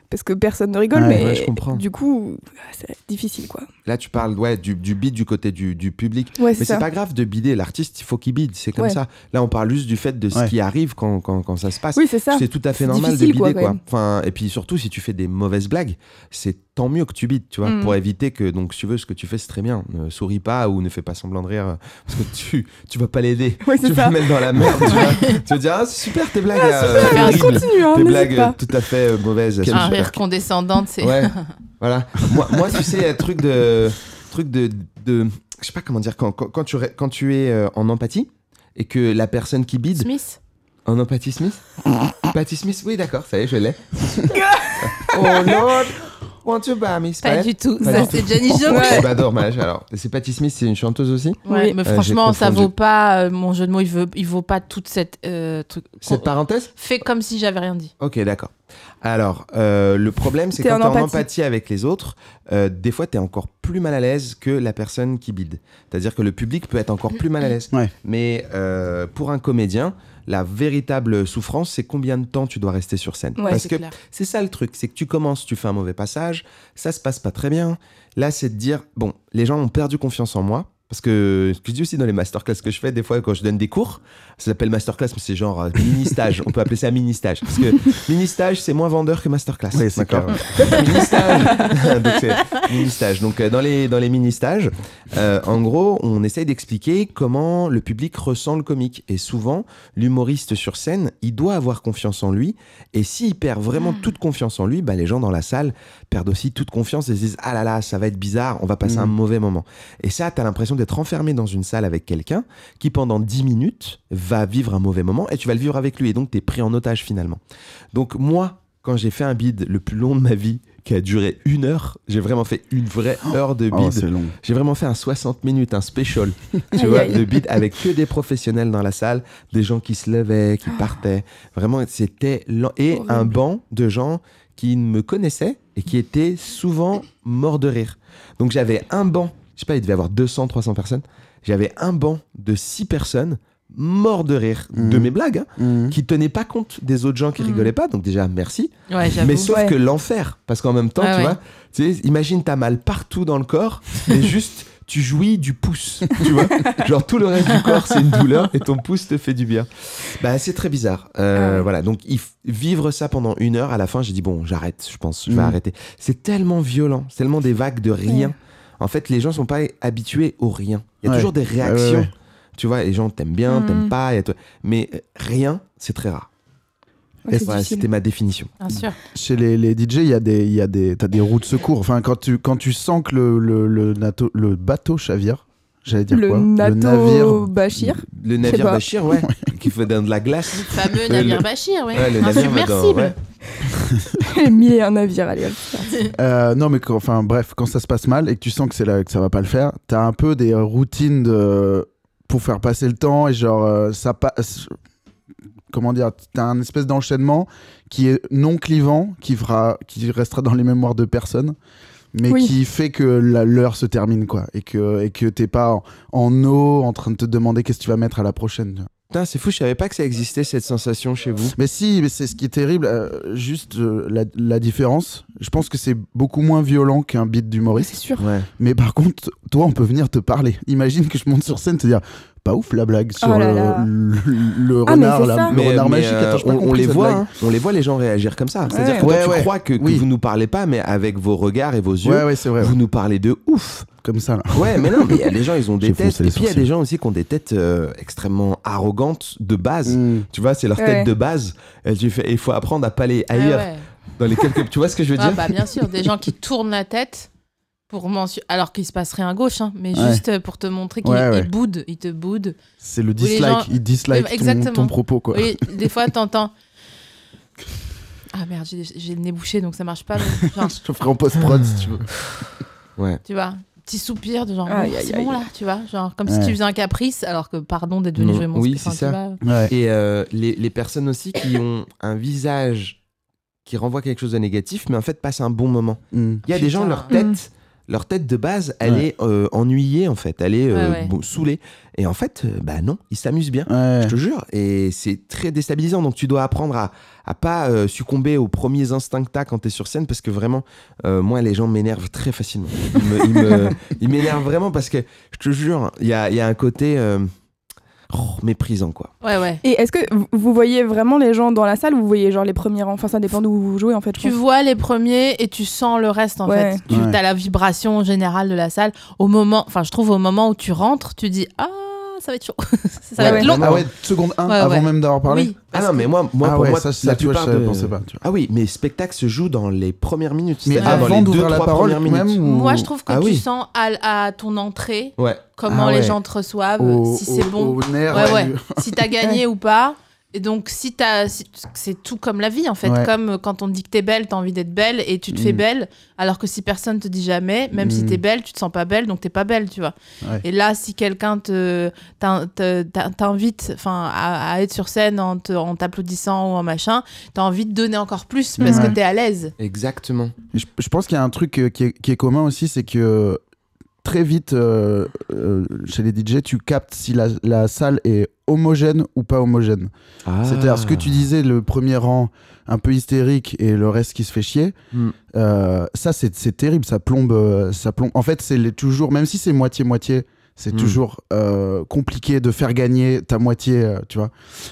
Speaker 4: parce que personne ne rigole,
Speaker 3: Ouais,
Speaker 4: mais
Speaker 7: ouais, je comprends.
Speaker 4: du coup, ah, c'est difficile quoi.
Speaker 7: Là, tu parles ouais, du, du bid du côté du, du public.
Speaker 4: Ouais,
Speaker 7: Mais
Speaker 4: c'est
Speaker 7: c'est
Speaker 4: ça.
Speaker 7: pas grave de bider. L'artiste, il faut qu'il bide. C'est comme
Speaker 4: Ouais.
Speaker 7: ça. Là, on parle juste du fait de ce
Speaker 3: Ouais.
Speaker 7: qui arrive quand, quand, quand ça se passe.
Speaker 4: Oui, c'est ça.
Speaker 7: C'est tout à fait
Speaker 4: C'est
Speaker 7: normal de
Speaker 4: difficile, quoi,
Speaker 7: bider, quoi.
Speaker 4: quand même.
Speaker 7: Enfin, et puis surtout, si tu fais des mauvaises blagues, c'est tant mieux que tu bides, tu vois,
Speaker 4: Mm.
Speaker 7: pour éviter que, donc, si tu veux, ce que tu fais, c'est très bien. Ne souris pas ou ne fais pas semblant de rire, euh, parce que tu, tu vas pas l'aider.
Speaker 4: Ouais,
Speaker 7: tu
Speaker 4: c'est
Speaker 7: vas
Speaker 4: ça.
Speaker 7: le mettre dans la merde, tu vois. Tu vas dire, ah, c'est super tes blagues, euh,
Speaker 4: Ah,
Speaker 7: horribles.
Speaker 4: continue, hein,
Speaker 7: tes
Speaker 4: n'hésite
Speaker 7: blagues euh,
Speaker 4: pas.
Speaker 7: tout à fait euh, mauvaises. elles sont
Speaker 6: Un
Speaker 7: super.
Speaker 6: rire condescendant, c'est.
Speaker 7: Ouais, voilà. Moi, moi, tu sais, un truc de. Truc de. de je sais pas comment dire, quand, quand, quand tu, ré- quand tu es euh, en empathie et que la personne qui bide.
Speaker 6: Smith
Speaker 7: En nom Patty Smith Patty Smith, oui, d'accord, ça y est, je l'ai. oh Lord, want you buy me
Speaker 6: Pas
Speaker 7: Spade?
Speaker 6: du tout.
Speaker 7: Pas
Speaker 6: ça,
Speaker 7: du
Speaker 6: c'est Jenny Joplin.
Speaker 7: Ouais, bah, dommage, alors. C'est Patty Smith, c'est une chanteuse aussi
Speaker 6: Ouais,
Speaker 4: Oui.
Speaker 6: mais
Speaker 7: j'ai
Speaker 6: franchement, ça
Speaker 7: confondu.
Speaker 6: vaut pas. euh, mon jeu de mots, il, veut, il vaut pas toute cette. euh, truc.
Speaker 7: Cette parenthèse
Speaker 6: Fais comme si j'avais rien dit.
Speaker 7: Ok, d'accord. Alors, euh, le problème, c'est
Speaker 4: T'es
Speaker 7: quand
Speaker 4: en
Speaker 7: t'es en
Speaker 4: empathie.
Speaker 7: empathie avec les autres, euh, des fois, t'es encore plus mal à l'aise que la personne qui bide. C'est-à-dire que le public peut être encore plus mal à l'aise.
Speaker 3: Ouais.
Speaker 7: Mais euh, pour un comédien, la véritable souffrance, c'est combien de temps tu dois rester sur scène.
Speaker 4: Ouais,
Speaker 7: Parce
Speaker 6: c'est
Speaker 7: que
Speaker 6: clair.
Speaker 7: C'est ça le truc, c'est que tu commences, tu fais un mauvais passage, ça se passe pas très bien. Là, c'est de dire, bon, les gens ont perdu confiance en moi. Parce que ce que je dis aussi dans les masterclass que je fais, des fois, quand je donne des cours, ça s'appelle masterclass, mais c'est genre euh, mini-stage. On peut appeler ça mini-stage. Parce que mini-stage, c'est moins vendeur que masterclass.
Speaker 3: Oui, c'est
Speaker 7: D'accord.
Speaker 3: clair.
Speaker 7: Mini-stage. Donc, c'est mini-stage. Donc, euh, dans les, dans les mini-stages, euh, en gros, on essaye d'expliquer comment le public ressent le comique. Et souvent, l'humoriste sur scène, il doit avoir confiance en lui. Et s'il perd vraiment toute confiance en lui, bah, les gens dans la salle perdent aussi toute confiance et se disent Ah là là, ça va être bizarre, on va passer
Speaker 3: Mm.
Speaker 7: un mauvais moment. Et ça, t'as l'impression d'être enfermé dans une salle avec quelqu'un qui, pendant 10 minutes, va vivre un mauvais moment et tu vas le vivre avec lui. Et donc, t'es pris en otage finalement. Donc, moi, quand j'ai fait un bid le plus long de ma vie, qui a duré une heure, j'ai vraiment fait une vraie heure de bid.
Speaker 3: Oh, c'est long.
Speaker 7: J'ai vraiment fait un 60 minutes, un special, tu
Speaker 4: Aïe,
Speaker 7: vois,
Speaker 4: aïe.
Speaker 7: de beat avec que des professionnels dans la salle, des gens qui se levaient, qui partaient. Vraiment, c'était lent. Et
Speaker 4: Ah. Horrible.
Speaker 7: un banc de gens qui me connaissaient et qui étaient souvent morts de rire. Donc j'avais un banc, je sais pas, il devait y avoir 200, 300 personnes. J'avais un banc de 6 personnes morts de rire de
Speaker 3: Mhm.
Speaker 7: mes blagues, hein,
Speaker 3: Mhm.
Speaker 7: qui tenaient pas compte des autres gens qui
Speaker 4: Mmh.
Speaker 6: Mhm.
Speaker 7: rigolaient pas. Donc déjà, merci.
Speaker 6: Ouais, j'avoue.
Speaker 7: Mais sauf
Speaker 4: Ouais.
Speaker 7: que l'enfer, parce qu'en même temps,
Speaker 6: Ah
Speaker 7: tu
Speaker 6: ouais.
Speaker 7: vois, tu sais, imagine t'as mal partout dans le corps, mais juste tu jouis du pouce, tu vois. Genre tout le reste du corps c'est une douleur et ton pouce te fait du bien. Bah c'est très bizarre. Euh,
Speaker 4: Ah ouais.
Speaker 7: Voilà, donc il f- vivre ça pendant une heure, à la fin j'ai dit bon j'arrête, je pense, je vais
Speaker 3: Mhm.
Speaker 7: arrêter. C'est tellement violent, c'est tellement des vagues de rien.
Speaker 4: Mm. Ouais.
Speaker 7: En fait, les gens sont pas habitués au rien. Il y a
Speaker 3: Ouais.
Speaker 7: toujours des réactions.
Speaker 3: ouais.
Speaker 7: Tu vois, les gens t'aiment bien,
Speaker 6: Mhm.
Speaker 4: Mm.
Speaker 7: t'aiment pas, il y a tout- mais euh, rien, c'est très rare.
Speaker 4: Ouais, c'est
Speaker 7: Voilà,
Speaker 4: difficile.
Speaker 7: eh, C'était ma définition.
Speaker 6: Bien sûr.
Speaker 3: Chez les, les DJ, il y a des, il y a des, t'as des roues de secours. Enfin, quand tu, quand tu sens que le, le, le, nato- le bateau chavire, j'allais dire
Speaker 4: le
Speaker 3: quoi
Speaker 4: Nato
Speaker 3: Le navire.
Speaker 4: Bachir.
Speaker 7: Le
Speaker 4: Je sais
Speaker 7: navire
Speaker 4: pas.
Speaker 7: Bachir, ouais, qui fait dans de la glace.
Speaker 6: Le fameux
Speaker 7: Le-
Speaker 6: Navir
Speaker 7: le-
Speaker 6: Bachir, oui.
Speaker 7: Ouais, le navire, mais dans-
Speaker 6: Insubmersible.
Speaker 7: ouais.
Speaker 4: Mille et un navire, allez. hop, c'est parti.
Speaker 3: Euh, non, mais quand- enfin bref, quand ça se passe mal et que tu sens que c'est là que ça va pas le faire, t'as un peu des euh, routines de pour faire passer le temps et genre euh, ça passe. Comment dire T'as un espèce d'enchaînement qui est non clivant, qui fera, qui restera dans les mémoires de personne, mais
Speaker 4: Oui.
Speaker 3: qui fait que la- l'heure se termine quoi, et que et que t'es pas en, en eau en train de te demander qu'est-ce que tu vas mettre à la prochaine. tu vois.
Speaker 7: Putain, c'est fou, je savais pas que ça existait cette sensation chez vous.
Speaker 3: Mais si, mais c'est ce qui est terrible. euh, juste euh, la, la différence, je pense que c'est beaucoup moins violent qu'un beat d'humoriste.
Speaker 4: C'est sûr.
Speaker 7: Ouais.
Speaker 3: Mais par contre, toi, on peut venir te parler. Imagine que je monte sur scène te dire pas ouf la blague sur
Speaker 4: Oh là
Speaker 3: le,
Speaker 4: là.
Speaker 3: le- le
Speaker 4: Ah, mais
Speaker 3: renard,
Speaker 4: c'est
Speaker 3: là,
Speaker 4: ça.
Speaker 3: le renard magique.
Speaker 7: euh,
Speaker 3: Attends, j'ai pas
Speaker 7: on, on
Speaker 3: compris
Speaker 7: les
Speaker 3: cette
Speaker 7: voit,
Speaker 3: blague.
Speaker 7: hein. on les voit les gens réagir comme ça. C'est-à-dire que
Speaker 3: Ouais,
Speaker 7: toi,
Speaker 3: ouais.
Speaker 7: tu crois que, que
Speaker 3: Oui.
Speaker 7: vous nous parlez pas, mais avec vos regards et vos yeux,
Speaker 3: Ouais, ouais, c'est vrai.
Speaker 7: vous nous parlez de ouf.
Speaker 3: Comme ça, là.
Speaker 7: Ouais, mais non, mais il y a des gens, ils ont des
Speaker 3: J'ai
Speaker 7: têtes.
Speaker 3: froncé
Speaker 7: Et
Speaker 3: les
Speaker 7: puis il y a
Speaker 3: sourcils.
Speaker 7: des gens aussi qui ont des têtes euh, extrêmement arrogantes de
Speaker 3: Mm.
Speaker 7: base. Tu vois, c'est leur
Speaker 4: Ouais.
Speaker 7: tête de base. Et tu fais, il faut apprendre à pas aller ailleurs.
Speaker 6: Ah ouais.
Speaker 7: Dans les quelques, tu vois ce que je veux
Speaker 6: Ah
Speaker 7: dire
Speaker 6: bah bien sûr, des gens qui tournent la tête pour mentionner, alors qu'il se passe rien gauche, hein, mais
Speaker 3: Ouais.
Speaker 6: juste euh, pour te montrer qu'il
Speaker 3: Ouais, ouais.
Speaker 6: il boude, il te boude.
Speaker 3: C'est le
Speaker 6: les
Speaker 3: dislike.
Speaker 6: gens-
Speaker 3: Il dislike
Speaker 6: Mais
Speaker 3: ton,
Speaker 6: exactement.
Speaker 3: ton propos, quoi.
Speaker 6: Oui, des fois t'entends. Ah merde, j'ai j'ai le nez bouché donc ça marche pas. mais genre,
Speaker 3: Je te ferai en post-prod si tu veux.
Speaker 6: tu vois, petit soupir de genre
Speaker 4: Aïe,
Speaker 6: bon,
Speaker 4: aïe,
Speaker 6: c'est
Speaker 4: aïe.
Speaker 6: bon là, tu vois, genre comme
Speaker 3: Ouais. Mm,
Speaker 6: si tu faisais un caprice alors que pardon d'être venu
Speaker 7: Non,
Speaker 6: jouer mon
Speaker 7: oui,
Speaker 6: enfin,
Speaker 7: c'est ça.
Speaker 6: tu vois.
Speaker 3: Ouais.
Speaker 7: Et euh, les, les personnes aussi qui ont un visage qui renvoie quelque chose de négatif, mais en fait passent un bon moment.
Speaker 3: Mm.
Speaker 7: Il y a des gens,
Speaker 6: Putain.
Speaker 7: leur tête,
Speaker 4: Mm.
Speaker 7: leur tête de base, elle
Speaker 3: Ouais.
Speaker 7: est euh, ennuyée en fait, elle est euh,
Speaker 6: Ouais, ouais.
Speaker 7: bon, saoulée. Et en fait, euh, bah non, ils s'amusent bien.
Speaker 3: Ouais.
Speaker 7: Je te jure, et c'est très déstabilisant. Donc, tu dois apprendre à, à pas euh, succomber aux premiers instincts que t'as quand t'es sur scène, parce que vraiment, euh, moi, les gens m'énervent très facilement. Ils me- ils me- ils m'énervent vraiment parce que, je te jure, il y a, il y a un côté euh, oh, méprisant, quoi.
Speaker 6: Ouais ouais.
Speaker 4: Et est-ce que vous- vous voyez vraiment les gens dans la salle ou vous voyez genre les premiers rangs Enfin, ça dépend d'où vous jouez en fait. je
Speaker 6: Tu
Speaker 4: pense.
Speaker 6: vois les premiers et tu sens le reste en
Speaker 4: Ouais.
Speaker 6: fait. Tu
Speaker 3: Ouais.
Speaker 6: as la vibration générale de la salle au moment, enfin je trouve au moment où tu rentres, tu dis ah ça va être chaud, ça va
Speaker 3: Ouais.
Speaker 6: être long.
Speaker 3: Ah ouais, seconde 1
Speaker 6: Ouais,
Speaker 3: avant
Speaker 6: ouais.
Speaker 3: même d'avoir parlé.
Speaker 6: Oui,
Speaker 7: Ah
Speaker 6: parce
Speaker 7: non, mais moi, moi
Speaker 3: ah
Speaker 7: pour
Speaker 3: ouais,
Speaker 7: moi,
Speaker 3: ça, ça,
Speaker 7: la
Speaker 3: tu vois,
Speaker 7: plupart
Speaker 3: je
Speaker 7: de-
Speaker 3: pensais pas. tu vois.
Speaker 7: Ah oui, mais spectacle se joue dans les premières minutes.
Speaker 3: Mais
Speaker 7: c'est-à-dire dans
Speaker 3: avant
Speaker 7: les
Speaker 3: d'ouvrir
Speaker 7: deux,
Speaker 3: la
Speaker 7: trois
Speaker 3: parole,
Speaker 7: premières minutes.
Speaker 3: même ou...
Speaker 6: Moi, je trouve que
Speaker 7: Ah
Speaker 6: tu
Speaker 7: oui.
Speaker 6: sens à, à ton entrée
Speaker 7: Ouais.
Speaker 6: comment
Speaker 3: Ah ouais.
Speaker 6: les gens te reçoivent,
Speaker 3: Au-
Speaker 6: bah, si c'est
Speaker 3: au-
Speaker 6: bon,
Speaker 3: au nerf,
Speaker 6: Ouais, ouais.
Speaker 3: du-
Speaker 6: si t'as gagné ou pas. Et donc, si t'as, si- c'est tout comme la vie en fait.
Speaker 3: Ouais.
Speaker 6: Comme euh, quand on te dit que t'es belle, t'as envie d'être belle et tu te fais
Speaker 3: Mm.
Speaker 6: belle. Alors que si personne te dit jamais, même si
Speaker 3: Mm.
Speaker 6: t'es belle, tu te sens pas belle, donc t'es pas belle, tu vois.
Speaker 3: Ouais.
Speaker 6: Et là, si quelqu'un te t'in- te- t'in- t'invite, enfin, à, à être sur scène en te- en t'applaudissant ou en machin, t'as envie de donner encore plus parce
Speaker 3: Ouais.
Speaker 6: que t'es à l'aise.
Speaker 7: Exactement.
Speaker 3: Je, je pense qu'il y a un truc euh, qui est, qui est commun aussi, c'est que euh, très vite, euh, euh, chez les DJ, tu captes si la, la salle est homogène ou pas homogène. C'est-à-dire
Speaker 7: Ah.
Speaker 3: ce que tu disais, le premier rang un peu hystérique et le reste qui se fait chier,
Speaker 7: Mm.
Speaker 3: euh, ça c'est c'est terrible, ça plombe, euh, ça plombe. En fait, c'est les- toujours, même si c'est moitié-moitié, c'est
Speaker 7: Mm.
Speaker 3: toujours euh, compliqué de faire gagner ta moitié, euh, tu vois.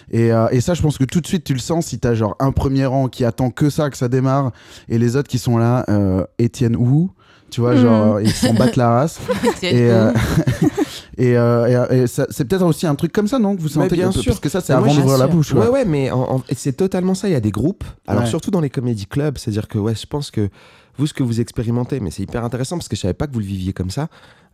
Speaker 3: Et, euh, et ça, je pense que tout de suite, tu le sens si t'as genre un premier rang qui attend que ça, que ça démarre, et les autres qui sont là, euh, Étienne ou tu vois, genre, euh, ils s'en battent la race. Et, euh, et, euh, et, euh, et ça- c'est peut-être aussi un truc comme ça, non Que vous
Speaker 7: Mais
Speaker 3: sentez
Speaker 7: bien
Speaker 3: que-
Speaker 7: sûr.
Speaker 3: Parce que ça, c'est
Speaker 7: Mais moi,
Speaker 3: avant
Speaker 7: j'ai-
Speaker 3: d'ouvrir la bouche.
Speaker 7: Ouais, ouais, mais en- en- c'est totalement ça. Il y a des groupes. Alors,
Speaker 3: Ouais.
Speaker 7: surtout dans les comédie clubs, c'est-à-dire que ouais, je pense que vous, ce que vous expérimentez, mais c'est hyper intéressant parce que je savais pas que vous le viviez comme ça.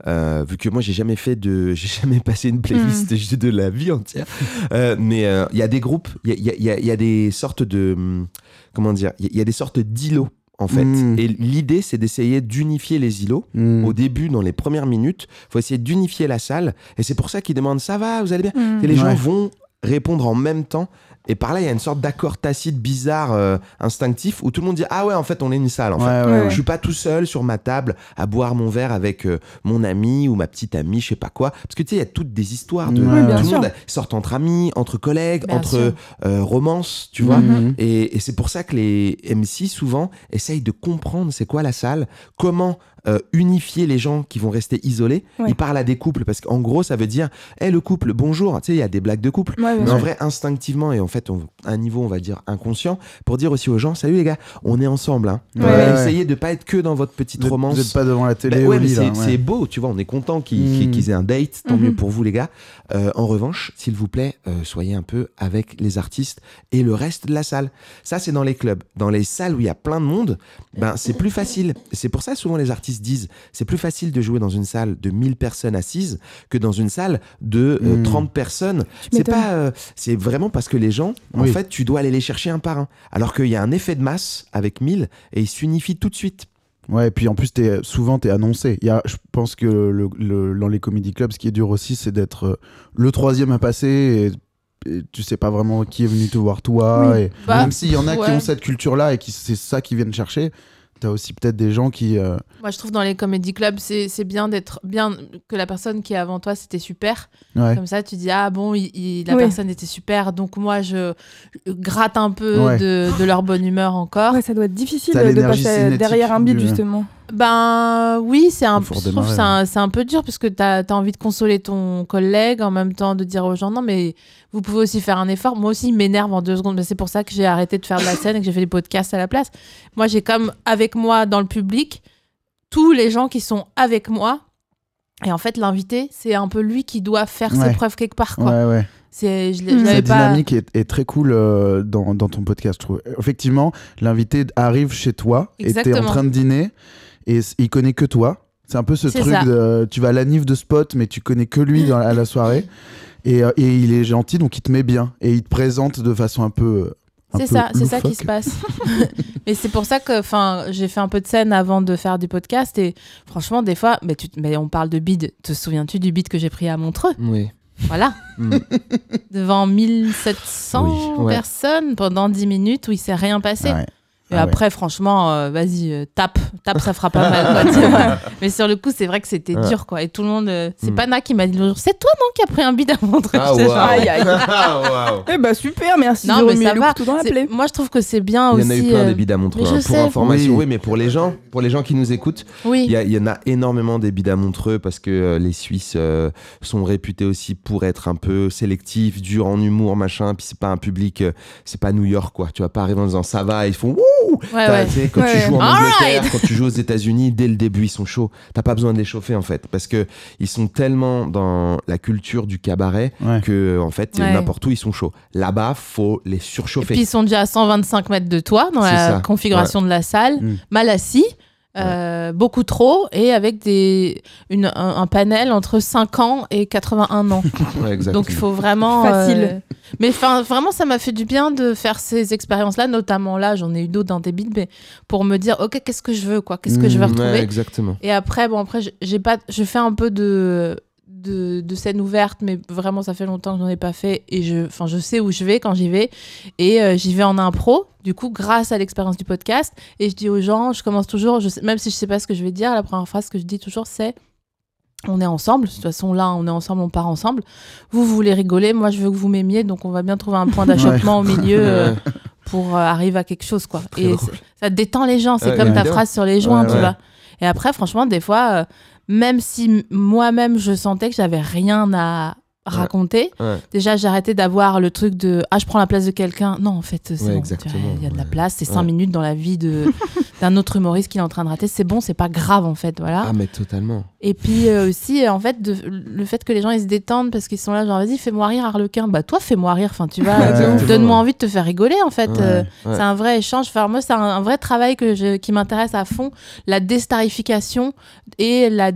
Speaker 7: euh, vu que moi, j'ai jamais fait de. J'ai jamais passé une playlist de la vie entière. Euh, mais euh, il y a des groupes, il y a, il y a- il y a- il y a des sortes de. hum, Comment dire Il y a- il y a des sortes d'îlots, en fait.
Speaker 3: Mm.
Speaker 7: Et l'idée, c'est d'essayer d'unifier les îlots
Speaker 3: Hmm.
Speaker 7: au début, dans les premières minutes. faut essayer d'unifier la salle. Et c'est pour ça qu'ils demandent ça va, vous allez bien.
Speaker 6: hmm.
Speaker 4: Mm.
Speaker 7: Et les gens
Speaker 3: Ouais.
Speaker 7: vont répondre en même temps. Et par là, il y a une sorte d'accord tacite bizarre, euh, instinctif, où tout le monde dit Ah ouais, en fait, on est une salle. En fait.
Speaker 3: Ouais, ouais,
Speaker 4: Ouais.
Speaker 7: Je suis pas tout seul sur ma table à boire mon verre avec euh, mon ami ou ma petite amie, je sais pas quoi. Parce que tu sais, il y a toutes des histoires de
Speaker 3: Ouais,
Speaker 7: tout
Speaker 3: bien
Speaker 7: le
Speaker 4: sûr.
Speaker 7: monde sort entre amis, entre collègues,
Speaker 6: Bien
Speaker 7: entre
Speaker 6: sûr.
Speaker 7: euh, romances, tu
Speaker 3: Mhm.
Speaker 7: vois.
Speaker 3: Mhm.
Speaker 7: Et, et c'est pour ça que les MC souvent essayent de comprendre c'est quoi la salle, comment euh, unifier les gens qui vont rester isolés.
Speaker 4: Ouais.
Speaker 7: Ils parlent à des couples parce qu'en gros ça veut dire, hé le couple, bonjour, tu sais il y a des blagues de couple.
Speaker 4: Ouais, bien
Speaker 7: Mais
Speaker 4: sûr.
Speaker 7: en vrai, instinctivement et en fait, on- à un niveau, on va dire inconscient, pour dire aussi aux gens, salut les gars, on est ensemble. Hein.
Speaker 3: Ouais,
Speaker 7: Euh,
Speaker 3: ouais.
Speaker 7: Essayez de pas être que dans votre petite
Speaker 3: Vous êtes-
Speaker 7: romance.
Speaker 3: Vous êtes pas devant la
Speaker 7: Bah
Speaker 3: télé
Speaker 7: ouais,
Speaker 3: au
Speaker 7: mais
Speaker 3: lit,
Speaker 7: c'est,
Speaker 3: là,
Speaker 7: c'est
Speaker 3: ouais.
Speaker 7: beau, tu vois, on est content qu'ils,
Speaker 3: Mm.
Speaker 7: qu'ils aient un date, tant
Speaker 4: Mhm.
Speaker 7: mieux pour vous les gars. Euh, en revanche, s'il vous plaît, euh, soyez un peu avec les artistes et le reste de la salle. Ça, c'est dans les clubs. Dans les salles où il y a plein de monde, ben, c'est plus facile. C'est pour ça souvent les artistes
Speaker 5: artistes disent c'est plus facile de jouer dans une salle de 1000 personnes assises que dans une salle de euh,
Speaker 3: Mm.
Speaker 5: 30 personnes. C'est
Speaker 4: m'étonnes.
Speaker 5: pas, euh, c'est vraiment parce que les gens, en
Speaker 3: Oui.
Speaker 5: fait, tu dois aller les chercher un par un. Alors qu'il y a un effet de masse avec 1000 et ils s'unifient tout de suite.
Speaker 3: Ouais, et puis en plus, es, souvent, t'es annoncé. Il Y a, je pense que le- le- dans les comedy clubs, ce qui est dur aussi, c'est d'être euh, le troisième à passer et, et tu sais pas vraiment qui est venu te voir toi.
Speaker 4: Oui.
Speaker 3: et
Speaker 6: Bah,
Speaker 3: même s'il y en a qui
Speaker 6: ouais.
Speaker 3: ont cette culture-là et qui c'est ça qu'ils viennent chercher, t'as aussi peut-être des gens qui. euh,
Speaker 6: Moi, je trouve dans les comédie clubs, c'est c'est bien d'être bien que la personne qui est avant toi, c'était super.
Speaker 3: ouais.
Speaker 6: Comme ça, tu dis ah bon, il- il- la
Speaker 4: Oui.
Speaker 6: personne était super, donc moi je, je gratte un peu
Speaker 3: Ouais.
Speaker 6: de, de leur bonne humeur encore.
Speaker 4: Ouais, ça doit être difficile
Speaker 3: T'as
Speaker 4: de
Speaker 3: l'énergie
Speaker 4: passer
Speaker 3: cinétique
Speaker 4: derrière un beat,
Speaker 3: du-
Speaker 4: justement.
Speaker 6: Ben oui, c'est un,
Speaker 3: Faut
Speaker 6: je trouve
Speaker 3: redémarrer,
Speaker 6: c'est un, c'est un peu dur parce que t'as as envie de consoler ton collègue en même temps de dire aux gens non mais vous pouvez aussi faire un effort. Moi aussi, il m'énerve en deux secondes. mais c'est pour ça que j'ai arrêté de faire de la scène et que j'ai fait des podcasts à la place. Moi, j'ai comme avec moi dans le public tous les gens qui sont avec moi. Et en fait, l'invité, c'est un peu lui qui doit faire
Speaker 3: Ouais.
Speaker 6: ses preuves quelque part. Quoi.
Speaker 3: Ouais, ouais.
Speaker 6: C'est, je l'ai- je
Speaker 4: Cette
Speaker 6: l'avais
Speaker 3: Cette
Speaker 6: pas.
Speaker 3: dynamique est, est très cool euh, dans, dans ton podcast, je trouve. Effectivement, l'invité arrive chez toi et t'es en
Speaker 6: Exactement.
Speaker 3: train de dîner et s- il connaît que toi. C'est un peu ce
Speaker 6: C'est
Speaker 3: truc
Speaker 6: ça.
Speaker 3: de tu vas à la nif de spot, mais tu connais que lui dans, à la soirée. Et, euh, et il est gentil, donc il te met bien. Et il te présente de façon un peu. euh, un
Speaker 6: C'est
Speaker 3: peu
Speaker 6: ça, c'est ça qui se
Speaker 3: loufoque.
Speaker 6: passe. mais c'est pour ça que enfin, j'ai fait un peu de scène avant de faire du podcast et franchement des fois mais tu mais on parle de bide, te souviens-tu du bide que j'ai pris à Montreux
Speaker 7: Oui.
Speaker 6: Voilà.
Speaker 7: Mm.
Speaker 6: Devant 1700
Speaker 7: Oui, ouais.
Speaker 6: personnes pendant 10 minutes où il s'est rien passé.
Speaker 3: Ouais.
Speaker 6: Et
Speaker 3: Ah ouais.
Speaker 6: après, franchement, euh, vas-y, euh, tape, tape, ça fera pas mal. quoi, tu vois. Mais sur le coup, c'est vrai que c'était
Speaker 7: Ouais.
Speaker 6: dur, quoi. Et tout le monde, euh, c'est
Speaker 7: Mm.
Speaker 6: Pana qui m'a dit, le jour, c'est toi, non, qui a pris un bide à Montreux
Speaker 7: Ah,
Speaker 6: J'étais genre,
Speaker 7: waouh.
Speaker 4: Aïe, aïe.
Speaker 7: Ah, waouh.
Speaker 4: Eh bah super, merci
Speaker 6: Non,
Speaker 4: de
Speaker 6: mais
Speaker 4: remuer
Speaker 6: ça
Speaker 4: le
Speaker 6: va.
Speaker 4: couteau dans la
Speaker 6: C'est- hmm.
Speaker 4: plaie.
Speaker 6: Moi, je trouve que c'est bien
Speaker 7: Il y
Speaker 6: aussi.
Speaker 7: en a eu plein
Speaker 6: euh,
Speaker 7: des bides à Montreux.
Speaker 6: mais je
Speaker 7: hein. Pour
Speaker 6: sais.
Speaker 7: information,
Speaker 3: Oui.
Speaker 7: oui. mais pour les gens, pour les gens qui nous écoutent,
Speaker 6: Oui.
Speaker 7: il y, a- il y en a énormément des bides à Montreux parce que euh, les Suisses euh, sont réputés aussi pour être un peu sélectifs, durs en humour, machin. Puis c'est pas un public, euh, c'est pas New York quoi. Tu vas pas arriver en disant ça va, ils font wouh.
Speaker 6: Ouais,
Speaker 7: T'as-
Speaker 6: ouais.
Speaker 7: tu sais, Quand tu
Speaker 4: Ouais.
Speaker 7: joues en
Speaker 6: All
Speaker 7: Angleterre,
Speaker 6: right.
Speaker 7: quand tu joues aux États-Unis, dès le début ils sont chauds. T'as pas besoin de les chauffer en fait parce que ils sont tellement dans la culture du cabaret
Speaker 3: Ouais.
Speaker 7: que en fait
Speaker 6: Ouais.
Speaker 7: n'importe où ils sont chauds. Là-bas, faut les surchauffer.
Speaker 6: Puis ils sont déjà à 125 mètres de toi dans
Speaker 7: C'est
Speaker 6: la
Speaker 7: ça,
Speaker 6: configuration de la salle,
Speaker 3: Mm.
Speaker 6: mal assis, euh, beaucoup trop, et avec des, une, un, un panel entre 5 ans et 81 ans.
Speaker 7: Ouais, exactement.
Speaker 6: Donc il faut vraiment.
Speaker 4: Facile.
Speaker 6: euh, Mais enfin, vraiment, ça m'a fait du bien de faire ces expériences-là, notamment là, j'en ai eu d'autres dans des bides, mais pour me dire, ok, qu'est-ce que je veux, quoi, qu'est-ce que je veux
Speaker 7: Hmm, Ouais,
Speaker 6: retrouver.
Speaker 7: exactement.
Speaker 6: Et après, bon, après, j'ai- j'ai pas, je fais un peu de, de, de scène ouverte, mais vraiment, ça fait longtemps que j'en ai pas fait. Et je, enfin, je sais où je vais quand j'y vais. Et euh, j'y vais en impro, du coup, grâce à l'expérience du podcast. Et je dis aux gens, je commence toujours, je sais- même si je sais pas ce que je vais dire, la première phrase que je dis toujours, c'est. On est ensemble, de toute façon là on est ensemble, on part ensemble. Vous, vous voulez rigoler, moi je veux que vous m'aimiez, donc on va bien trouver un point d'achoppement au milieu euh, pour euh, arriver à quelque chose quoi.
Speaker 7: Très
Speaker 6: Et
Speaker 7: drôle.
Speaker 6: ça détend les gens, c'est
Speaker 7: Ouais,
Speaker 6: comme ta
Speaker 7: évidemment.
Speaker 6: phrase sur les joints,
Speaker 7: Ouais,
Speaker 6: tu
Speaker 7: ouais.
Speaker 6: vois. Et après, franchement, des fois, euh, même si m- moi-même je sentais que j'avais rien à raconter,
Speaker 7: Ouais.
Speaker 6: déjà j'arrêtais d'avoir le truc de ah je prends la place de quelqu'un. Non, en fait, c'est
Speaker 7: Ouais,
Speaker 6: bon, tu vois,
Speaker 7: exactement,
Speaker 6: il y a de la
Speaker 7: ouais.
Speaker 6: place, c'est cinq
Speaker 7: Ouais.
Speaker 6: minutes dans la vie de d'un autre humoriste qu'il est en train de rater, c'est bon, c'est pas grave en fait, voilà.
Speaker 7: Ah, mais totalement.
Speaker 6: Et puis euh, aussi, euh, en fait, de- le fait que les gens ils se détendent parce qu'ils sont là, genre vas-y, fais-moi rire, Harlequin. Bah, toi, fais-moi rire. Enfin, tu vois,
Speaker 3: Ouais,
Speaker 6: euh,
Speaker 3: exactement.
Speaker 6: donne-moi envie de te faire rigoler, en fait.
Speaker 7: Ouais,
Speaker 6: Euh,
Speaker 7: ouais.
Speaker 6: C'est un vrai échange. Enfin, moi, c'est un, un vrai travail que je- qui m'intéresse à fond. La déstarification et la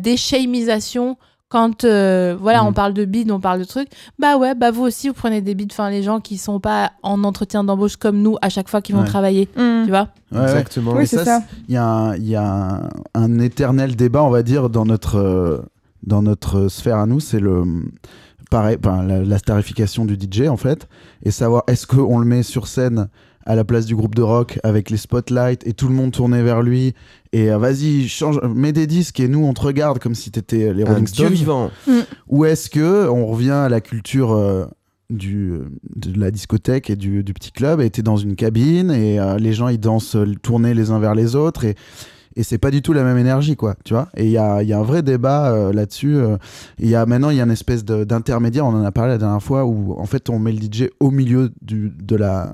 Speaker 6: déchaimisation. Quand euh, voilà,
Speaker 7: Mhm.
Speaker 3: Mm.
Speaker 6: on parle de bides, on parle de trucs, bah ouais, bah vous aussi, vous prenez des bides. Enfin, les gens qui sont pas en entretien d'embauche comme nous à chaque fois qu'ils vont
Speaker 3: Ouais.
Speaker 6: travailler,
Speaker 4: Mm.
Speaker 6: tu vois.
Speaker 3: Ouais, ouais.
Speaker 7: Exactement.
Speaker 4: Oui,
Speaker 3: Mais
Speaker 4: c'est
Speaker 3: ça,
Speaker 4: ça.
Speaker 3: c'est- Il y a, un, il y a un, un éternel débat, on va dire, dans notre, euh, dans notre sphère à nous, c'est le pareil, enfin, la, la starification du DJ en fait, et savoir est-ce qu'on le met sur scène à la place du groupe de rock avec les spotlights et tout le monde tourné vers lui et euh, vas-y change mets des disques et nous on te regarde comme si t'étais euh, les
Speaker 7: Un
Speaker 3: Rolling
Speaker 7: dieu
Speaker 3: Stones
Speaker 7: vivant.
Speaker 3: ou est-ce que on revient à la culture euh, du, de la discothèque et du, du petit club et t'es dans une cabine et euh, les gens ils dansent euh, tournés les uns vers les autres et et c'est pas du tout la même énergie quoi tu vois et il y a, il y a un vrai débat euh, là-dessus euh, il y a maintenant il y a une espèce de- d'intermédiaire on en a parlé la dernière fois où en fait on met le DJ au milieu du, de la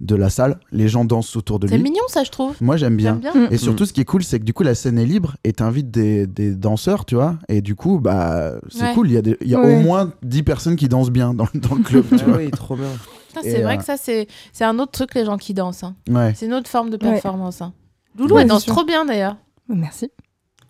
Speaker 3: de la salle les gens dansent autour de
Speaker 6: C'est
Speaker 3: lui
Speaker 6: mignon, ça, je trouve.
Speaker 3: moi j'aime bien
Speaker 6: J'aime bien.
Speaker 4: Mm.
Speaker 3: et surtout, ce qui est cool, c'est que du coup, la scène est libre et t'invites des, des danseurs, tu vois. Et du coup, bah, c'est
Speaker 6: Ouais.
Speaker 3: cool. Il y a, des- il y a
Speaker 4: Ouais.
Speaker 3: au moins 10 personnes qui dansent bien dans, le- dans le club, tu vois.
Speaker 7: oui, trop bien.
Speaker 6: Putain,
Speaker 3: Et,
Speaker 6: C'est vrai
Speaker 3: euh,
Speaker 6: que ça, c'est c'est un autre truc, les gens qui dansent. hein.
Speaker 3: Ouais.
Speaker 6: C'est une autre forme de
Speaker 4: Ouais.
Speaker 6: performance. hein. Loulou,
Speaker 4: Ouais,
Speaker 6: elle
Speaker 4: bien
Speaker 6: danse
Speaker 4: sûr.
Speaker 6: trop bien d'ailleurs.
Speaker 4: Merci.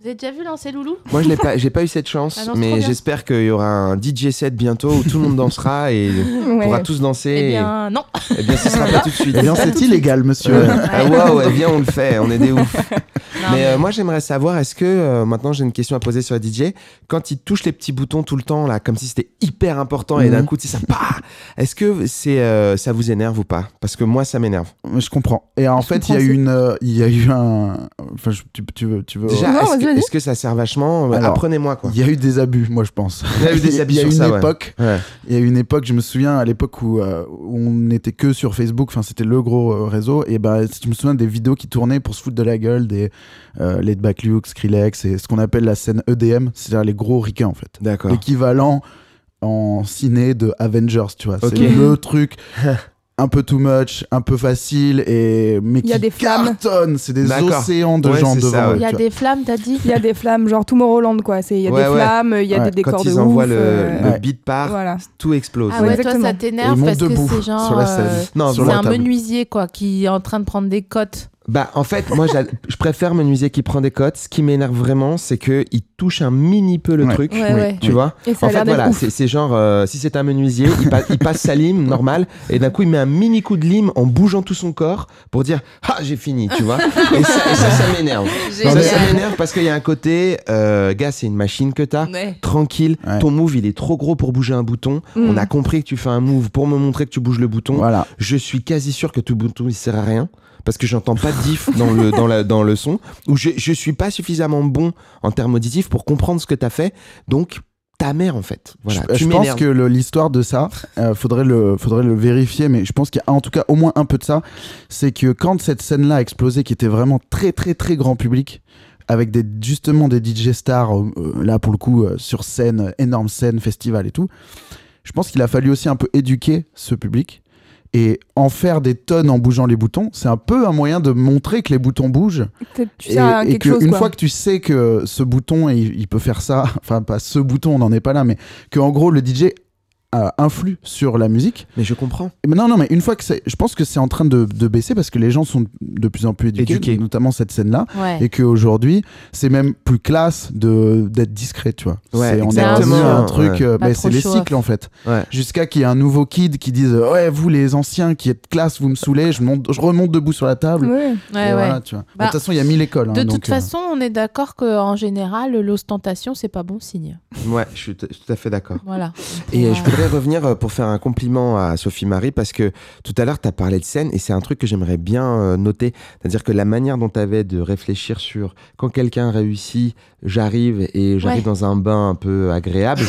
Speaker 6: Vous avez déjà vu lancer Loulou
Speaker 7: Moi, je n'ai pas, j'ai pas eu cette chance,
Speaker 6: Ah non, c'est trop
Speaker 7: mais
Speaker 6: bien.
Speaker 7: j'espère qu'il y aura un DJ set bientôt où tout le monde dansera et on pourra tous danser.
Speaker 6: Eh bien, non.
Speaker 7: et- eh bien, ce sera pas tout de suite.
Speaker 3: Eh bien, c'est illégal, monsieur.
Speaker 7: Ouais. Ah, waouh, eh bien, on le fait, on est des ouf.
Speaker 6: Non,
Speaker 7: mais euh, moi, j'aimerais savoir, est-ce que euh, maintenant j'ai une question à poser sur la DJ Quand il touche les petits boutons tout le temps, là, comme si c'était hyper important et d'un
Speaker 3: Mhm.
Speaker 7: coup, tu sais, ça bah Est-ce que c'est, euh, ça vous énerve ou pas Parce que moi, ça m'énerve.
Speaker 3: Mais Je comprends. Et en fait, il y a eu une, euh, il y a eu un, enfin, je- tu, tu veux, tu veux.
Speaker 7: Déjà,
Speaker 4: Non,
Speaker 7: est-ce
Speaker 4: vas-y,
Speaker 7: que,
Speaker 4: vas-y.
Speaker 7: est-ce que ça sert vachement
Speaker 3: Oh.
Speaker 7: Euh,
Speaker 3: Alors,
Speaker 7: Apprenez-moi, quoi.
Speaker 3: Il y a eu des abus, moi, je pense.
Speaker 7: Il y a eu des abus
Speaker 3: Il y a
Speaker 7: sur
Speaker 3: une
Speaker 7: ça, ouais.
Speaker 3: époque.
Speaker 7: Ouais.
Speaker 3: Il y a une époque, je me souviens, à l'époque où, euh, où on n'était que sur Facebook, enfin c'était le gros euh, réseau, et ben je me souviens des vidéos qui tournaient pour se foutre de la gueule des euh, les Back Luke, Skrillex, et ce qu'on appelle la scène EDM, c'est-à-dire les gros ricains en fait.
Speaker 7: D'accord.
Speaker 3: L'équivalent en ciné de Avengers, tu vois.
Speaker 7: Ok.
Speaker 3: C'est le truc un peu too much, un peu facile, et mais
Speaker 4: Il
Speaker 3: qui
Speaker 4: y a des flammes.
Speaker 3: cartonne, c'est des
Speaker 7: D'accord.
Speaker 3: océans de
Speaker 7: Ouais,
Speaker 3: gens
Speaker 7: c'est
Speaker 3: devant
Speaker 7: ça,
Speaker 3: eux,
Speaker 7: ouais.
Speaker 6: Il y a
Speaker 3: tu vois.
Speaker 6: des flammes, t'as dit
Speaker 4: Il y a des flammes, genre Tomorrowland, quoi. C'est- Il y a
Speaker 7: Ouais,
Speaker 4: des
Speaker 7: ouais.
Speaker 4: flammes, il y a
Speaker 3: Ouais,
Speaker 4: des décors
Speaker 7: Quand
Speaker 4: de
Speaker 7: ils
Speaker 4: ouf.
Speaker 7: envoient le,
Speaker 4: euh,
Speaker 7: le
Speaker 3: ouais.
Speaker 7: beat part,
Speaker 4: Voilà.
Speaker 7: tout explose.
Speaker 6: Ah ouais, toi, ça
Speaker 4: Exactement.
Speaker 3: Et ils
Speaker 6: t'énerve
Speaker 3: montent
Speaker 6: parce que
Speaker 3: debout
Speaker 6: c'est genre.
Speaker 3: sur la scène.
Speaker 6: euh,
Speaker 7: Non,
Speaker 3: Sur
Speaker 6: C'est
Speaker 3: la
Speaker 6: un
Speaker 3: table.
Speaker 6: menuisier quoi qui est en train de prendre des cotes.
Speaker 7: Bah en fait, moi j'a- je préfère menuisier qui prend des cotes. Ce qui m'énerve vraiment, c'est que il touche un mini peu le
Speaker 3: Ouais.
Speaker 7: truc.
Speaker 6: Ouais, ouais.
Speaker 7: Tu vois
Speaker 4: Eh Et ça
Speaker 7: En
Speaker 4: a
Speaker 7: fait,
Speaker 4: l'air d'être
Speaker 7: voilà,
Speaker 4: ouf.
Speaker 7: c'est c'est genre, euh, si c'est un menuisier, il, pa- il passe sa lime normale et d'un coup il met un mini coup de lime en bougeant tout son corps pour dire Ah, j'ai fini, tu vois Et ça, et ça, ça m'énerve. Ça, ça m'énerve parce qu'il y a un côté, euh, gars, c'est une machine que t'as.
Speaker 6: Ouais.
Speaker 7: Tranquille,
Speaker 3: Ouais.
Speaker 7: ton move il est trop gros pour bouger un bouton.
Speaker 4: Mm.
Speaker 7: On a compris que tu fais un move pour me montrer que tu bouges le bouton.
Speaker 3: Voilà.
Speaker 7: Je suis quasi sûr que tout bouton il sert à rien parce que j'entends pas de diff dans le, dans la, dans le son ou je, je suis pas suffisamment bon en termes auditifs pour comprendre ce que t'as fait. Donc ta mère en fait. Voilà,
Speaker 3: je,
Speaker 7: tu
Speaker 3: je pense
Speaker 7: m'énerves.
Speaker 3: que le- l'histoire de ça, euh, faudrait, le, faudrait le vérifier, mais je pense qu'il y a en tout cas au moins un peu de ça. C'est que quand cette scène-là a explosé, qui était vraiment très très très grand public, avec des, justement des DJ stars, euh, euh, là pour le coup, euh, sur scène, euh, énorme scène, festival et tout, je pense qu'il a fallu aussi un peu éduquer ce public. Et en faire des tonnes en bougeant les boutons, c'est un peu un moyen de montrer que les boutons bougent.
Speaker 4: Peut-être Tu
Speaker 3: et
Speaker 4: sais, hein,
Speaker 3: et
Speaker 4: quelque
Speaker 3: que
Speaker 4: chose.
Speaker 3: une
Speaker 4: quoi.
Speaker 3: fois que tu sais que ce bouton, il, il peut faire ça, enfin pas ce bouton, on n'en est pas là, mais que en gros le DJ euh, influe sur la musique.
Speaker 7: Mais je comprends.
Speaker 3: Mais non, non, mais une fois que c'est, je pense que c'est en train de, de baisser parce que les gens sont de plus en plus éduqués,
Speaker 7: Éduqués.
Speaker 3: notamment cette scène-là,
Speaker 6: Ouais.
Speaker 3: et qu'aujourd'hui c'est même plus classe de d'être discret, tu vois.
Speaker 7: Ouais,
Speaker 3: c'est, on est
Speaker 6: exactement.
Speaker 3: revenu à un
Speaker 7: Ouais.
Speaker 3: truc, euh,
Speaker 6: Pas
Speaker 3: mais
Speaker 6: trop
Speaker 3: c'est les
Speaker 6: chaud.
Speaker 3: cycles en fait.
Speaker 7: Ouais.
Speaker 3: Jusqu'à qu'il y ait un nouveau kid qui dise euh, ouais vous les anciens qui êtes classe vous me saoulez, je monte, je remonte debout sur la table.
Speaker 4: Ouais.
Speaker 6: Ouais,
Speaker 3: Et
Speaker 6: ouais.
Speaker 3: voilà, tu vois. Bon,
Speaker 6: Bah,
Speaker 3: de toute façon, il y a mille écoles. hein,
Speaker 6: De
Speaker 3: donc,
Speaker 6: toute
Speaker 3: euh,
Speaker 6: façon, on est d'accord qu'en général, l'ostentation, c'est pas bon signe.
Speaker 7: Ouais, je suis t- tout à fait d'accord.
Speaker 6: Voilà.
Speaker 7: Et
Speaker 6: Ouais.
Speaker 7: je voudrais revenir euh, pour faire un compliment à Sophie Marie parce que tout à l'heure, tu as parlé de scène et c'est un truc que j'aimerais bien euh, noter. C'est-à-dire que la manière dont tu avais de réfléchir sur quand quelqu'un réussit, j'arrive et j'arrive
Speaker 6: Ouais.
Speaker 7: dans un bain un peu agréable.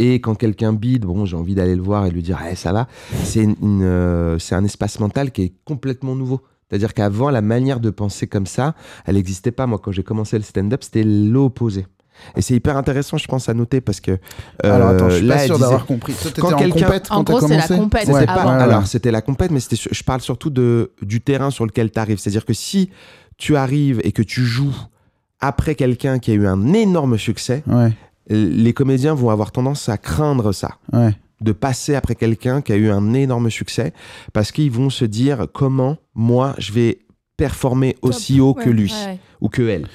Speaker 7: Et quand quelqu'un bide, bon, j'ai envie d'aller le voir et lui dire, Eh, ça va. C'est une- une, euh, c'est un espace mental qui est complètement nouveau. C'est-à-dire qu'avant, la manière de penser comme ça, elle n'existait pas. Moi, quand j'ai commencé le stand-up, c'était l'opposé. Et c'est hyper intéressant, je pense, à noter parce que. euh,
Speaker 3: Alors attends, je suis
Speaker 7: là,
Speaker 3: pas
Speaker 7: elle
Speaker 3: sûr
Speaker 7: disait-
Speaker 3: d'avoir compris. Toi, t'étais
Speaker 7: Quand
Speaker 3: en
Speaker 7: quelqu'un-
Speaker 3: compète
Speaker 6: En
Speaker 3: quand t'as
Speaker 6: gros, c'est la
Speaker 3: commencé
Speaker 6: compète
Speaker 7: C'était
Speaker 3: Ouais,
Speaker 7: pas-
Speaker 6: avant.
Speaker 3: ouais, ouais.
Speaker 7: alors, c'était la compète, mais c'était sur- je parle surtout de, du terrain sur lequel tu arrives. C'est-à-dire que si tu arrives et que tu joues après quelqu'un qui a eu un énorme succès,
Speaker 3: Ouais,
Speaker 7: l- les comédiens vont avoir tendance à craindre ça
Speaker 3: ouais.
Speaker 7: de passer après quelqu'un qui a eu un énorme succès parce qu'ils vont se dire comment moi je vais performer aussi haut que
Speaker 4: ouais,
Speaker 7: lui
Speaker 6: Ouais, ouais.
Speaker 7: ou que elle.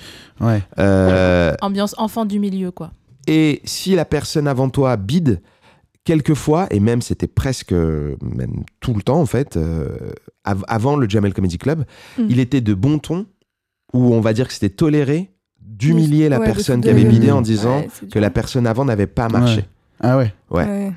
Speaker 3: Ouais.
Speaker 7: Euh,
Speaker 6: Ambiance enfant du milieu, quoi.
Speaker 7: et si la personne avant toi bide, quelquefois, et même c'était presque euh, même tout le temps en fait, euh, av- avant le Jamel Comedy Club,
Speaker 4: Mm.
Speaker 7: il était de bon ton, ou on va dire que c'était toléré, d'humilier la
Speaker 4: Ouais, de
Speaker 7: personne
Speaker 4: se
Speaker 7: qui avait
Speaker 4: donner-
Speaker 7: bidé en
Speaker 3: Ouais,
Speaker 7: disant
Speaker 4: Ouais, c'est
Speaker 7: que
Speaker 4: dur.
Speaker 7: la personne avant n'avait pas marché.
Speaker 3: Ah ouais.
Speaker 7: ouais.
Speaker 4: Ouais.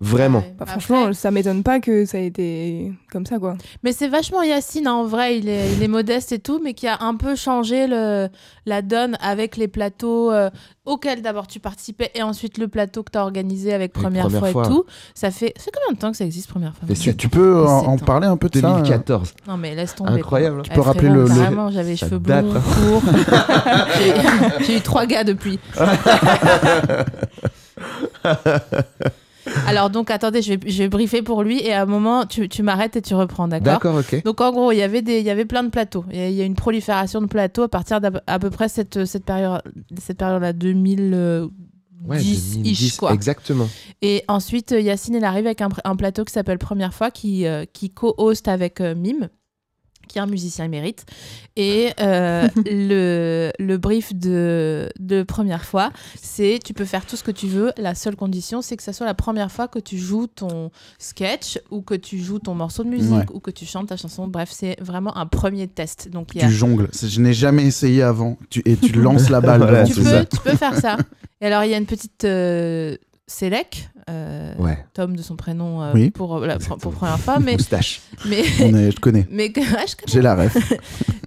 Speaker 7: Vraiment.
Speaker 6: Ouais.
Speaker 4: Bah,
Speaker 6: Après-
Speaker 4: franchement, ça m'étonne pas que ça ait été comme ça, quoi.
Speaker 6: euh, Mais c'est vachement Yacine, hein, en vrai, il est, il est modeste et tout, mais qui a un peu changé le, la donne avec les plateaux euh, auxquels d'abord tu participais et ensuite le plateau que tu as organisé
Speaker 7: Avec
Speaker 6: avec Première,
Speaker 7: Première
Speaker 6: fois,
Speaker 7: fois.
Speaker 6: et tout. Ça fait... ça fait combien de temps que ça existe, Première fois
Speaker 7: Et
Speaker 3: Tu,
Speaker 7: c'est
Speaker 3: tu peux en,
Speaker 6: c'est
Speaker 3: en
Speaker 6: temps.
Speaker 3: parler un peu de ça euh
Speaker 7: 2014.
Speaker 6: Non, mais laisse tomber.
Speaker 7: Incroyable.
Speaker 3: Tu peux rappeler le- le-
Speaker 6: Vraiment, j'avais les
Speaker 7: Ça
Speaker 6: cheveux
Speaker 7: date,
Speaker 6: blonds,
Speaker 7: hein.
Speaker 6: courts. J'ai- J'ai eu trois gars depuis. Alors donc, attendez, je vais, je vais briefer pour lui et à un moment, tu, tu m'arrêtes et tu reprends, d'accord
Speaker 7: D'accord, ok.
Speaker 6: donc en gros, il y avait des, il y avait plein de plateaux. Il y a- il y a une prolifération de plateaux à partir d'à peu- à peu près cette cette période, cette période-là 2010
Speaker 7: Ouais,
Speaker 6: 10 quoi.
Speaker 7: Exactement.
Speaker 6: Et ensuite, euh, Yacine, elle arrive avec un, pr- un plateau qui s'appelle Première fois, qui, euh, qui co-host avec euh, Mime. qui est un musicien émérite. Et euh, le, le brief de, de première fois, c'est tu peux faire tout ce que tu veux. La seule condition, c'est que ça soit la première fois que tu joues ton sketch ou que tu joues ton morceau de musique
Speaker 3: Ouais.
Speaker 6: ou que tu chantes ta chanson. Bref, c'est vraiment un premier test. Donc, il y a-
Speaker 3: Tu jongles. C'est- Je n'ai jamais essayé avant. Tu, et tu lances la balle.
Speaker 7: Voilà,
Speaker 3: devant,
Speaker 6: tu,
Speaker 3: c'est
Speaker 6: peux,
Speaker 3: ça.
Speaker 6: tu peux faire ça. Et alors, il y a une petite euh, Selec, euh,
Speaker 7: Ouais.
Speaker 6: Tom de son prénom euh,
Speaker 3: Oui.
Speaker 6: pour, la- pour,
Speaker 7: Exactement.
Speaker 6: première fois, mais,
Speaker 7: Moustache.
Speaker 6: mais,
Speaker 3: On est- je te connais.
Speaker 6: mais, que- ah, je connais.
Speaker 3: J'ai la ref.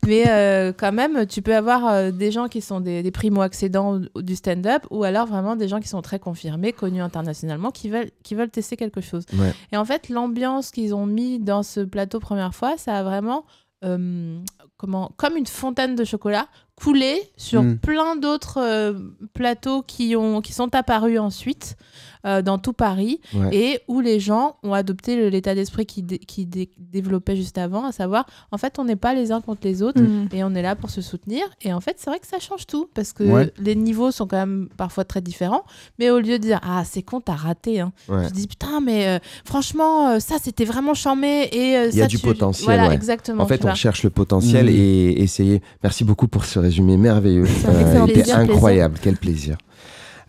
Speaker 6: mais euh, quand même, tu peux avoir euh, des gens qui sont des, des primo-accédants au- du stand-up ou alors vraiment des gens qui sont très confirmés, connus internationalement, qui veulent, qui veulent tester quelque chose.
Speaker 7: Ouais.
Speaker 6: Et en fait, l'ambiance qu'ils ont mis dans ce plateau première fois, ça a vraiment, euh, comment, comme une fontaine de chocolat, coulé sur
Speaker 7: Hmm.
Speaker 3: Mm.
Speaker 6: plein d'autres euh, plateaux qui, ont, qui sont apparus ensuite euh, dans tout Paris
Speaker 7: Ouais.
Speaker 6: et où les gens ont adopté le- l'état d'esprit qui, dé- qui dé- développait juste avant, à savoir, en fait, on n'est pas les uns contre les autres.
Speaker 4: Mm.
Speaker 6: Et on est là pour se soutenir. Et en fait, c'est vrai que ça change tout parce que
Speaker 3: Ouais.
Speaker 6: les niveaux sont quand même parfois très différents. Mais au lieu de dire ah c'est con, t'as raté, hein,
Speaker 7: Ouais.
Speaker 6: tu te dis putain mais euh, franchement euh, ça c'était vraiment charmé et euh,
Speaker 7: Il y a
Speaker 6: ça,
Speaker 7: du
Speaker 6: tu-
Speaker 7: potentiel,
Speaker 6: Voilà
Speaker 7: ouais.
Speaker 6: exactement.
Speaker 7: En
Speaker 6: tu
Speaker 7: fait, on
Speaker 6: vois.
Speaker 7: cherche le potentiel
Speaker 3: Mhm.
Speaker 7: et essayer. Merci beaucoup pour ce résumé merveilleux. Euh,
Speaker 6: un excellent
Speaker 7: il était
Speaker 6: plaisir.
Speaker 7: incroyable, quel plaisir.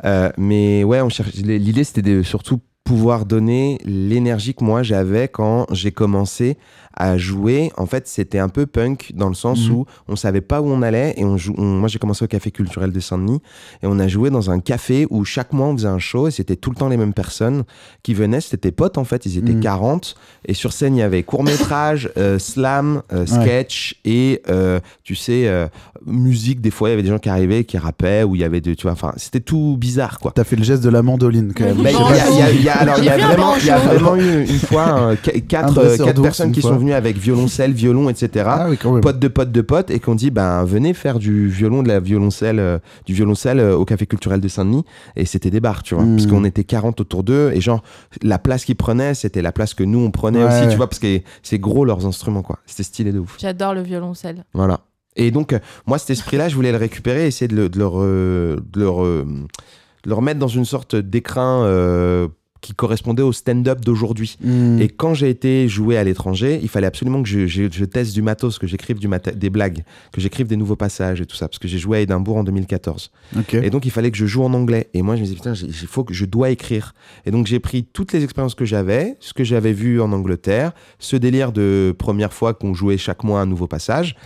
Speaker 7: Euh, mais ouais, on cherche. L'idée, c'était de surtout pouvoir donner l'énergie que moi j'avais quand j'ai commencé à jouer. En fait, c'était un peu punk dans le sens
Speaker 3: Mhm.
Speaker 7: où on savait pas où on allait et on jou- on- moi, j'ai commencé au café culturel de Saint-Denis et on a joué dans un café où chaque mois on faisait un show et c'était tout le temps les mêmes personnes qui venaient. C'était tes potes en fait. Ils étaient
Speaker 3: Mhm.
Speaker 7: 40 et sur scène, il y avait court-métrage, euh, slam, euh, sketch et, euh, tu sais, euh, musique. Des fois, il y avait des gens qui arrivaient, qui rappaient, ou il y avait des. Tu vois, enfin, c'était tout bizarre, quoi.
Speaker 3: T'as fait le geste de la mandoline quand même.
Speaker 7: Bah,
Speaker 3: Je sais
Speaker 7: Il y,
Speaker 3: pas
Speaker 7: a-
Speaker 3: si-
Speaker 7: il y a- il y a- alors, il y a
Speaker 6: J'ai vu un
Speaker 7: vraiment, il y a
Speaker 6: branchot.
Speaker 7: vraiment eu une fois euh, qu- quatre,
Speaker 3: Un
Speaker 7: euh,
Speaker 3: dresseur
Speaker 7: quatre
Speaker 3: d'ours,
Speaker 7: personnes
Speaker 3: une
Speaker 7: qui
Speaker 3: fois.
Speaker 7: sont venues avec violoncelle, violon, etc.
Speaker 3: Ah oui, quand même.
Speaker 7: Potes de potes de potes et qu'on dit ben venez faire du violon de la violoncelle euh, du violoncelle euh, au café culturel de Saint-Denis et c'était des bars tu vois
Speaker 3: Mm.
Speaker 7: parce qu'on était 40 autour d'eux et genre la place qu'ils prenaient c'était la place que nous on prenait
Speaker 3: Ouais.
Speaker 7: aussi tu vois parce que c'est gros leurs instruments quoi c'était stylé de ouf
Speaker 6: J'adore le violoncelle.
Speaker 7: voilà et donc euh, moi cet esprit là je voulais le récupérer essayer de le, de le, re- de le re- de le remettre dans une sorte d'écrin euh, qui correspondait au stand-up d'aujourd'hui
Speaker 3: Mm.
Speaker 7: et quand j'ai été jouer à l'étranger, il fallait absolument que je, je- je teste du matos, que j'écrive du mat- des blagues, que j'écrive des nouveaux passages et tout ça, parce que j'ai joué à Édimbourg en 2014.
Speaker 3: Ok.
Speaker 7: Et donc il fallait que je joue en anglais. Et moi je me disais putain, j'ai- il faut que je dois écrire. Et donc j'ai pris toutes les expériences que j'avais, ce que j'avais vu en Angleterre, ce délire de première fois qu'on jouait chaque mois un nouveau passage,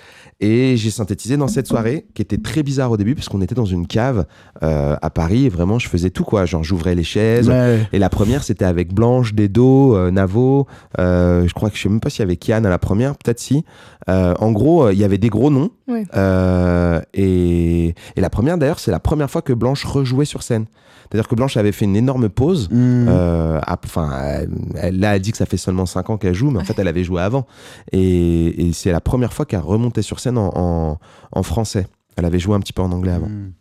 Speaker 7: et j'ai synthétisé dans cette soirée qui était très bizarre au début parce qu'on était dans une cave euh, à Paris. Et vraiment, je faisais tout quoi. Genre j'ouvrais les chaises,
Speaker 3: Ouais.
Speaker 7: et la première, c'était avec Blanche, Dedo, euh, Navo. euh, je crois que je sais même pas s'il y avait Kian à la première, peut-être si. Euh, en gros, euh, il y avait des gros noms.
Speaker 4: Ouais.
Speaker 7: Euh, et, et la première, d'ailleurs, c'est la première fois que Blanche rejouait sur scène. C'est-à-dire que Blanche avait fait une énorme pause.
Speaker 3: Mm.
Speaker 7: Euh, ap- Enfin, elle- elle, là, elle dit que ça fait seulement 5 ans qu'elle joue, mais en fait, elle avait joué avant. Et, et c'est la première fois qu'elle remontait sur scène en, en- en français. Elle avait joué un petit peu en anglais avant.
Speaker 3: Mm.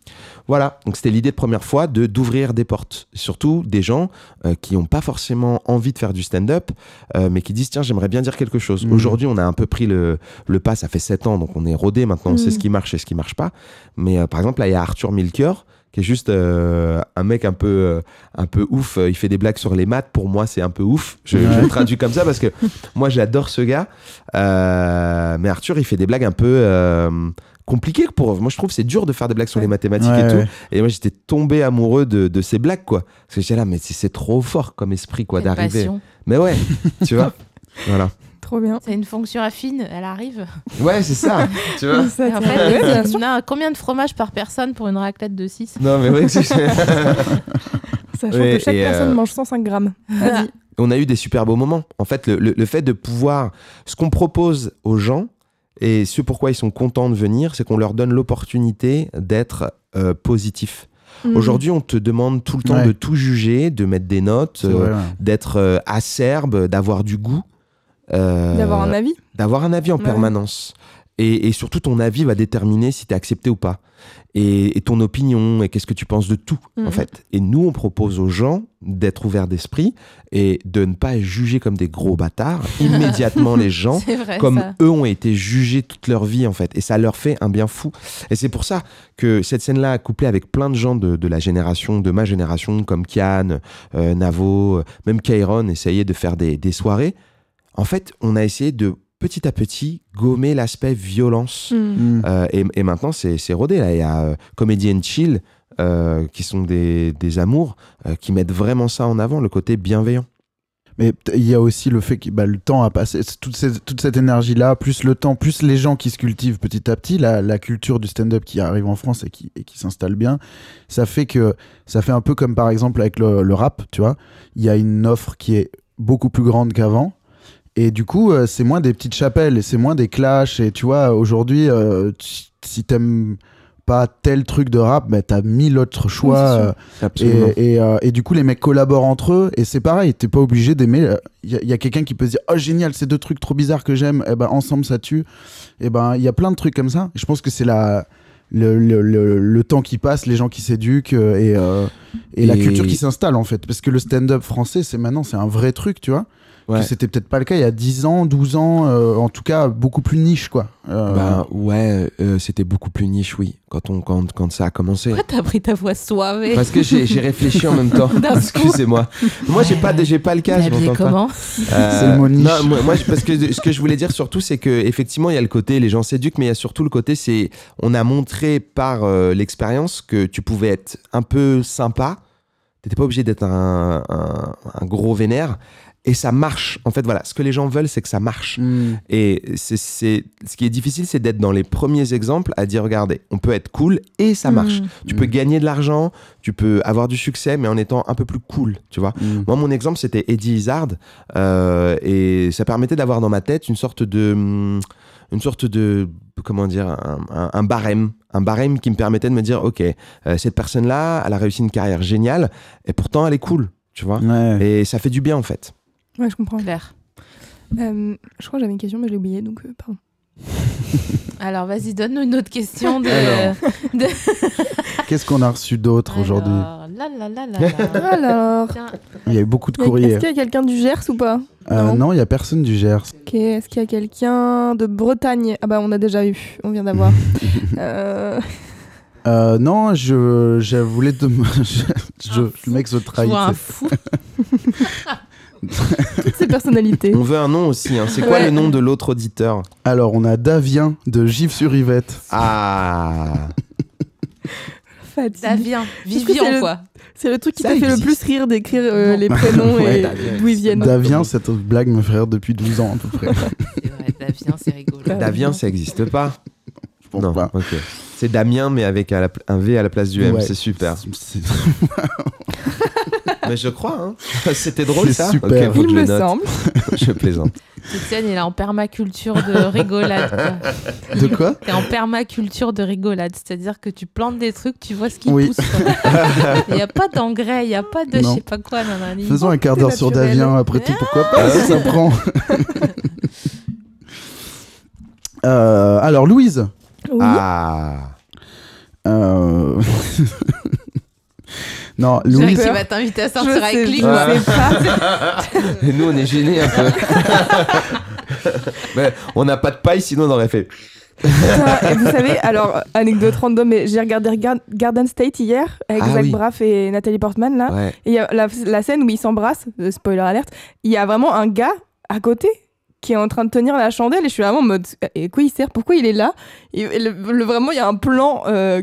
Speaker 7: Voilà, donc c'était l'idée de première fois de d'ouvrir des portes, surtout des gens euh, qui n'ont pas forcément envie de faire du stand-up, euh, mais qui disent tiens j'aimerais bien dire quelque chose.
Speaker 3: Mhm.
Speaker 7: Aujourd'hui on a un peu pris le, le pas, ça fait 7 ans donc on est rodé maintenant, on sait
Speaker 4: Mhm.
Speaker 7: ce qui marche et ce qui marche pas. Mais euh, par exemple là il y a Arthur Milker qui est juste euh, un mec un peu euh, un peu ouf, euh, il fait des blagues sur les maths, pour moi c'est un peu ouf, je, je le traduis comme ça parce que moi j'adore ce gars, Euh, mais Arthur il fait des blagues un peu euh, compliquées pour moi je trouve c'est dur de faire des blagues sur les mathématiques et
Speaker 3: Ouais,
Speaker 7: tout.
Speaker 3: ouais.
Speaker 7: Et moi, j'étais tombé amoureux de, de ces blagues, quoi. Parce que j'étais là, mais c'est- c'est trop fort comme esprit, quoi,
Speaker 6: Quelle
Speaker 7: d'arriver.
Speaker 6: passion.
Speaker 7: Mais ouais, tu vois. Voilà.
Speaker 4: Trop bien.
Speaker 6: C'est une fonction affine, elle arrive.
Speaker 7: Ouais, c'est ça. tu vois.
Speaker 4: Ça,
Speaker 6: Et en
Speaker 4: ça-
Speaker 6: fait,
Speaker 4: Ouais, bien
Speaker 6: on
Speaker 4: sûr.
Speaker 6: a combien de fromages par personne pour une raclette de 6
Speaker 7: Non, mais ouais, c'est-
Speaker 4: Sachant
Speaker 7: Ouais,
Speaker 4: que chaque
Speaker 7: et, euh,
Speaker 4: personne mange 105 grammes. Vas-y.
Speaker 7: on a eu des super beaux moments. En fait, le, le- le fait de pouvoir. Ce qu'on propose aux gens, et ce pourquoi ils sont contents de venir, c'est qu'on leur donne l'opportunité d'être euh, positif.
Speaker 4: Mm.
Speaker 7: Aujourd'hui, on te demande tout le temps
Speaker 3: Ouais.
Speaker 7: de tout juger, de mettre des notes,
Speaker 3: C'est
Speaker 7: euh,
Speaker 3: vrai, ouais.
Speaker 7: d'être euh, acerbe, d'avoir du goût. euh,
Speaker 4: D'avoir un avis.
Speaker 7: d'avoir un avis en
Speaker 4: Ouais.
Speaker 7: permanence. Et, et surtout, ton avis va déterminer si t'es accepté ou pas. Et, et ton opinion, et qu'est-ce que tu penses de tout, en
Speaker 6: Mhm.
Speaker 7: fait. Et nous, on propose aux gens d'être ouverts d'esprit et de ne pas juger comme des gros bâtards immédiatement les gens
Speaker 6: C'est vrai
Speaker 7: comme
Speaker 6: ça.
Speaker 7: eux ont été jugés toute leur vie en fait et ça leur fait un bien fou et c'est pour ça que cette scène là couplée avec plein de gens de, de la génération de ma génération comme Kian euh, Navo euh, même Kairon essayait de faire des, des soirées en fait on a essayé de petit à petit gommer l'aspect violence.
Speaker 6: Mm.
Speaker 3: Mm.
Speaker 7: Euh, et, et maintenant, c'est c'est rodé. Là. Il y a euh, Comedy and Chill, euh, qui sont des, des amours, euh, qui mettent vraiment ça en avant, le côté bienveillant.
Speaker 3: Mais p- il y a aussi le fait que bah, le temps a passé, c'est toute, cette- toute cette énergie-là, plus le temps, plus les gens qui se cultivent petit à petit, la, la culture du stand-up qui arrive en France et qui, et qui s'installe bien, ça fait que ça fait un peu comme par exemple avec le, le rap, tu vois, il y a une offre qui est beaucoup plus grande qu'avant. Et du coup, euh, c'est moins des petites chapelles et c'est moins des clashs. Et tu vois, aujourd'hui, euh, tu- si t'aimes pas tel truc de rap, bah, t'as mille autres choix.
Speaker 4: Oui, c'est sûr.
Speaker 3: euh, et, et, euh, et du coup, les mecs collaborent entre eux et c'est pareil, t'es pas obligé d'aimer. Il y a, quelqu'un qui peut se dire Oh génial, ces deux trucs trop bizarres que j'aime, eh ben, ensemble ça tue. Et ben, il y a plein de trucs comme ça. Je pense que c'est la. Le, le, le- le temps qui passe, les gens qui s'éduquent euh, et, euh, et, la
Speaker 7: Et-
Speaker 3: culture qui s'installe en fait. Parce que le stand-up français, c'est maintenant, c'est un vrai truc, tu vois.
Speaker 7: Ouais.
Speaker 3: Que C'était peut-être pas le cas il y a 10 ans, 12 ans, euh, en tout cas beaucoup plus niche quoi. Euh,
Speaker 7: Ben ouais, euh, c'était beaucoup plus niche, oui, quand, on, quand, quand ça a commencé.
Speaker 6: Pourquoi t'as pris ta voix soivée
Speaker 7: Parce que j'ai j'ai réfléchi en même temps.
Speaker 6: D'un coup.
Speaker 7: Excusez-moi. Moi, j'ai pas, de- j'ai pas le cas.
Speaker 6: T'es
Speaker 7: je
Speaker 6: habillé
Speaker 7: m'entends pas.
Speaker 6: comment
Speaker 7: Euh,
Speaker 3: C'est le mot niche.
Speaker 7: non, moi, moi, je- parce que ce que je voulais dire surtout, c'est que effectivement, il y a le côté les gens s'éduquent, mais il y a surtout le côté c'est on a montré par euh, l'expérience que tu pouvais être un peu sympa. T'étais pas obligé d'être un, un- un gros vénère. Et ça marche. En fait, voilà, ce que les gens veulent, c'est que ça marche.
Speaker 3: hmm.
Speaker 7: Et c'est- c'est ce qui est difficile, c'est d'être dans les premiers exemples à dire regardez, on peut être cool et ça marche.
Speaker 6: Mm.
Speaker 7: Tu peux gagner de l'argent, tu peux avoir du succès, mais en étant un peu plus cool, tu vois.
Speaker 3: Hmm.
Speaker 7: Moi, mon exemple, c'était Eddie Izzard, euh, et ça permettait d'avoir dans ma tête une sorte de, hum, une sorte de, comment dire, un, un- un barème, un barème qui me permettait de me dire, ok, euh, cette personne-là, elle a réussi une carrière géniale, et pourtant, elle est cool, tu vois.
Speaker 3: Ouais.
Speaker 7: hein. Et ça fait du bien en fait.
Speaker 4: Ouais, je comprends.
Speaker 6: Claire.
Speaker 4: Euh, je crois que j'avais une question, mais je l'ai oubliée, donc euh, pardon.
Speaker 6: Alors vas-y, donne-nous une autre question de.
Speaker 3: Alors. Qu'est-ce qu'on a reçu d'autre aujourd'hui
Speaker 6: Alors, là, là, là, là, là.
Speaker 4: Alors,
Speaker 6: Tiens,
Speaker 3: Il y a eu beaucoup de
Speaker 4: est-ce
Speaker 3: courriers.
Speaker 4: qu'il y a quelqu'un du Gers ou pas
Speaker 3: Euh, non, il y a personne du Gers.
Speaker 4: Ok, est-ce qu'il y a quelqu'un de Bretagne Ah bah on a déjà eu, on vient d'avoir. Euh,
Speaker 3: Euh, non, je, je voulais te. je- je- le mec se
Speaker 6: Ah.
Speaker 4: Ah,
Speaker 6: je
Speaker 3: trahit.
Speaker 6: vois un fou.
Speaker 4: toutes ces personnalités.
Speaker 7: On veut un nom aussi. hein. C'est quoi
Speaker 4: Ouais.
Speaker 7: le nom de l'autre auditeur
Speaker 3: Alors, on a Davien de Gif-sur-Yvette.
Speaker 7: Ah,
Speaker 4: Fatigue.
Speaker 6: Davien,
Speaker 4: Est-ce que c'est
Speaker 6: Vivian,
Speaker 4: le-
Speaker 6: quoi.
Speaker 4: C'est le truc qui
Speaker 7: Ça
Speaker 4: t'a fait le
Speaker 7: existe.
Speaker 4: plus rire d'écrire euh, les prénoms
Speaker 3: Ouais,
Speaker 4: et
Speaker 7: Davien.
Speaker 4: d'où ils viennent.
Speaker 3: Davien, cette blague me fait rire depuis 12 ans à peu près.
Speaker 6: C'est vrai, Davien, c'est rigolo.
Speaker 7: Davien, ça existe pas.
Speaker 3: Je pense pas.
Speaker 7: ok. C'est Damien, mais avec à la pl- un V à la place du M.
Speaker 3: Ouais.
Speaker 7: C'est super.
Speaker 3: C'est-
Speaker 7: Mais je crois, hein. C'était drôle
Speaker 3: C'est
Speaker 7: ça.
Speaker 3: super.
Speaker 7: Ok, faut que
Speaker 4: Il
Speaker 7: je
Speaker 4: me
Speaker 7: note.
Speaker 4: semble.
Speaker 7: Je plaisante.
Speaker 6: Titiane, il est en permaculture de rigolade. quoi.
Speaker 3: c'est- De quoi
Speaker 6: T'es en permaculture de rigolade, c'est-à-dire que tu plantes des trucs, tu vois ce qui
Speaker 3: Oui.
Speaker 6: pousse. quoi. Il n'y a pas d'engrais, il n'y a pas de je
Speaker 3: Non.
Speaker 6: sais pas quoi. nanani.
Speaker 3: Faisons un quart
Speaker 4: c'est
Speaker 3: d'heure sur
Speaker 4: naturel.
Speaker 3: Davien, après tout, pourquoi
Speaker 6: Ah.
Speaker 3: pas si Ça prend. Euh, alors, Louise.
Speaker 4: Oui.
Speaker 7: Ah.
Speaker 3: euh, non,
Speaker 6: Je dirais
Speaker 3: Louise.
Speaker 6: qu'il va t'inviter à
Speaker 4: Je
Speaker 6: sortir
Speaker 4: sais,
Speaker 6: avec lui.
Speaker 4: je
Speaker 6: quoi.
Speaker 4: sais pas.
Speaker 7: Et nous, on est gênés un peu. Mais on n'a pas de paille, sinon on aurait fait.
Speaker 4: Putain, et vous savez, alors, anecdote random, mais j'ai regardé Gar- Garden State hier avec
Speaker 7: Ah
Speaker 4: Zach
Speaker 7: oui.
Speaker 4: Braff et Nathalie Portman, là.
Speaker 7: Ouais.
Speaker 4: Et il y a la, la scène où ils s'embrassent, euh, spoiler alerte, il y a vraiment un gars à côté qui est en train de tenir la chandelle et je suis vraiment en mode et quoi il sert pourquoi il est là et, et le- le- vraiment il y a un plan euh,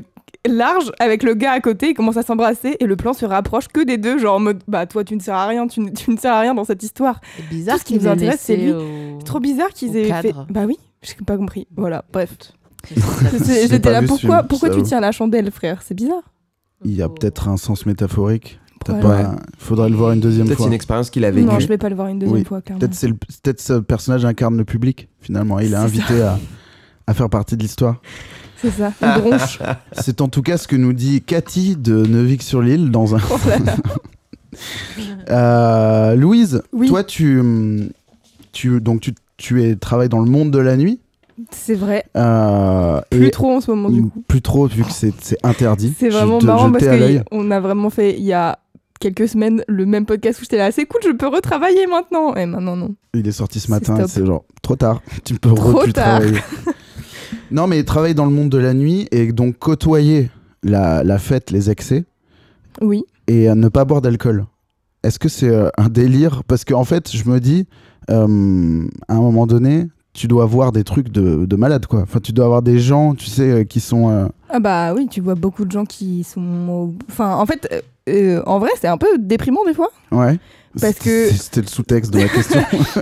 Speaker 4: large avec le gars à côté il commence à s'embrasser et le plan se rapproche que des deux genre en mode bah toi tu ne sers à rien tu, ne- tu ne sers à rien dans cette histoire
Speaker 6: C'est bizarre
Speaker 4: Tout ce qui nous
Speaker 6: ait
Speaker 4: intéresse, c'est
Speaker 6: laissé
Speaker 4: lui.
Speaker 6: au-
Speaker 4: c'est trop bizarre qu'ils
Speaker 6: Au
Speaker 4: aient
Speaker 6: cadre.
Speaker 4: fait bah oui j'ai pas compris voilà bref
Speaker 3: J'ai
Speaker 4: C'est- j'étais
Speaker 3: pas
Speaker 4: là
Speaker 3: vu ce
Speaker 4: pourquoi
Speaker 3: film,
Speaker 4: pourquoi
Speaker 3: ça
Speaker 4: tu
Speaker 3: va.
Speaker 4: tiens la chandelle frère c'est bizarre
Speaker 3: Il y a peut-être un sens métaphorique. T'as
Speaker 4: Ouais.
Speaker 3: pas- Faudrait le voir une deuxième
Speaker 7: Peut-être
Speaker 3: fois.
Speaker 7: c'est une expérience qu'il a vécue.
Speaker 4: non je vais pas le voir une deuxième
Speaker 3: Oui,
Speaker 4: fois clairement
Speaker 3: Peut-être c'est le- peut-être ce personnage incarne le public, finalement. Il est
Speaker 4: C'est
Speaker 3: invité à, à faire partie de l'histoire.
Speaker 4: c'est ça une bronche
Speaker 3: C'est en tout cas ce que nous dit Cathy de Neuvik-sur-Lille dans un.
Speaker 4: Oh là là.
Speaker 3: Euh, Louise,
Speaker 4: Oui.
Speaker 3: toi, tu, hum, tu, donc tu, tu es, travailles dans le monde de la nuit.
Speaker 4: c'est vrai
Speaker 3: euh,
Speaker 4: plus
Speaker 3: et-
Speaker 4: trop en ce moment du coup
Speaker 3: Plus trop, vu que c'est c'est interdit.
Speaker 4: C'est
Speaker 3: Je
Speaker 4: vraiment
Speaker 3: te
Speaker 4: marrant
Speaker 3: jetais
Speaker 4: parce
Speaker 3: à l'œil.
Speaker 4: qu'on a vraiment fait il y a quelques semaines le même podcast où j'étais là, c'est cool, je peux retravailler maintenant. Et maintenant, non.
Speaker 3: Il est sorti ce
Speaker 4: C'est
Speaker 3: matin, et
Speaker 4: stop.
Speaker 3: c'est genre trop tard. Tu peux
Speaker 4: Trop
Speaker 3: re- plus
Speaker 4: tard.
Speaker 3: travailler. non, mais travailler dans le monde de la nuit et donc côtoyer la, la fête, les excès
Speaker 4: Oui.
Speaker 3: et euh, ne pas boire d'alcool. Est-ce que c'est euh, un délire Parce qu'en fait, je me dis, euh, à un moment donné, tu dois voir des trucs de, de malade, quoi. Enfin, tu dois avoir des gens, tu sais, euh, qui sont. euh,
Speaker 4: Ah bah oui, tu vois beaucoup de gens qui sont. au- Enfin, en fait, euh, euh, en vrai, c'est un peu déprimant des fois.
Speaker 3: Ouais.
Speaker 4: Parce
Speaker 3: C'était-
Speaker 4: que-
Speaker 3: C'était le sous-texte de la question.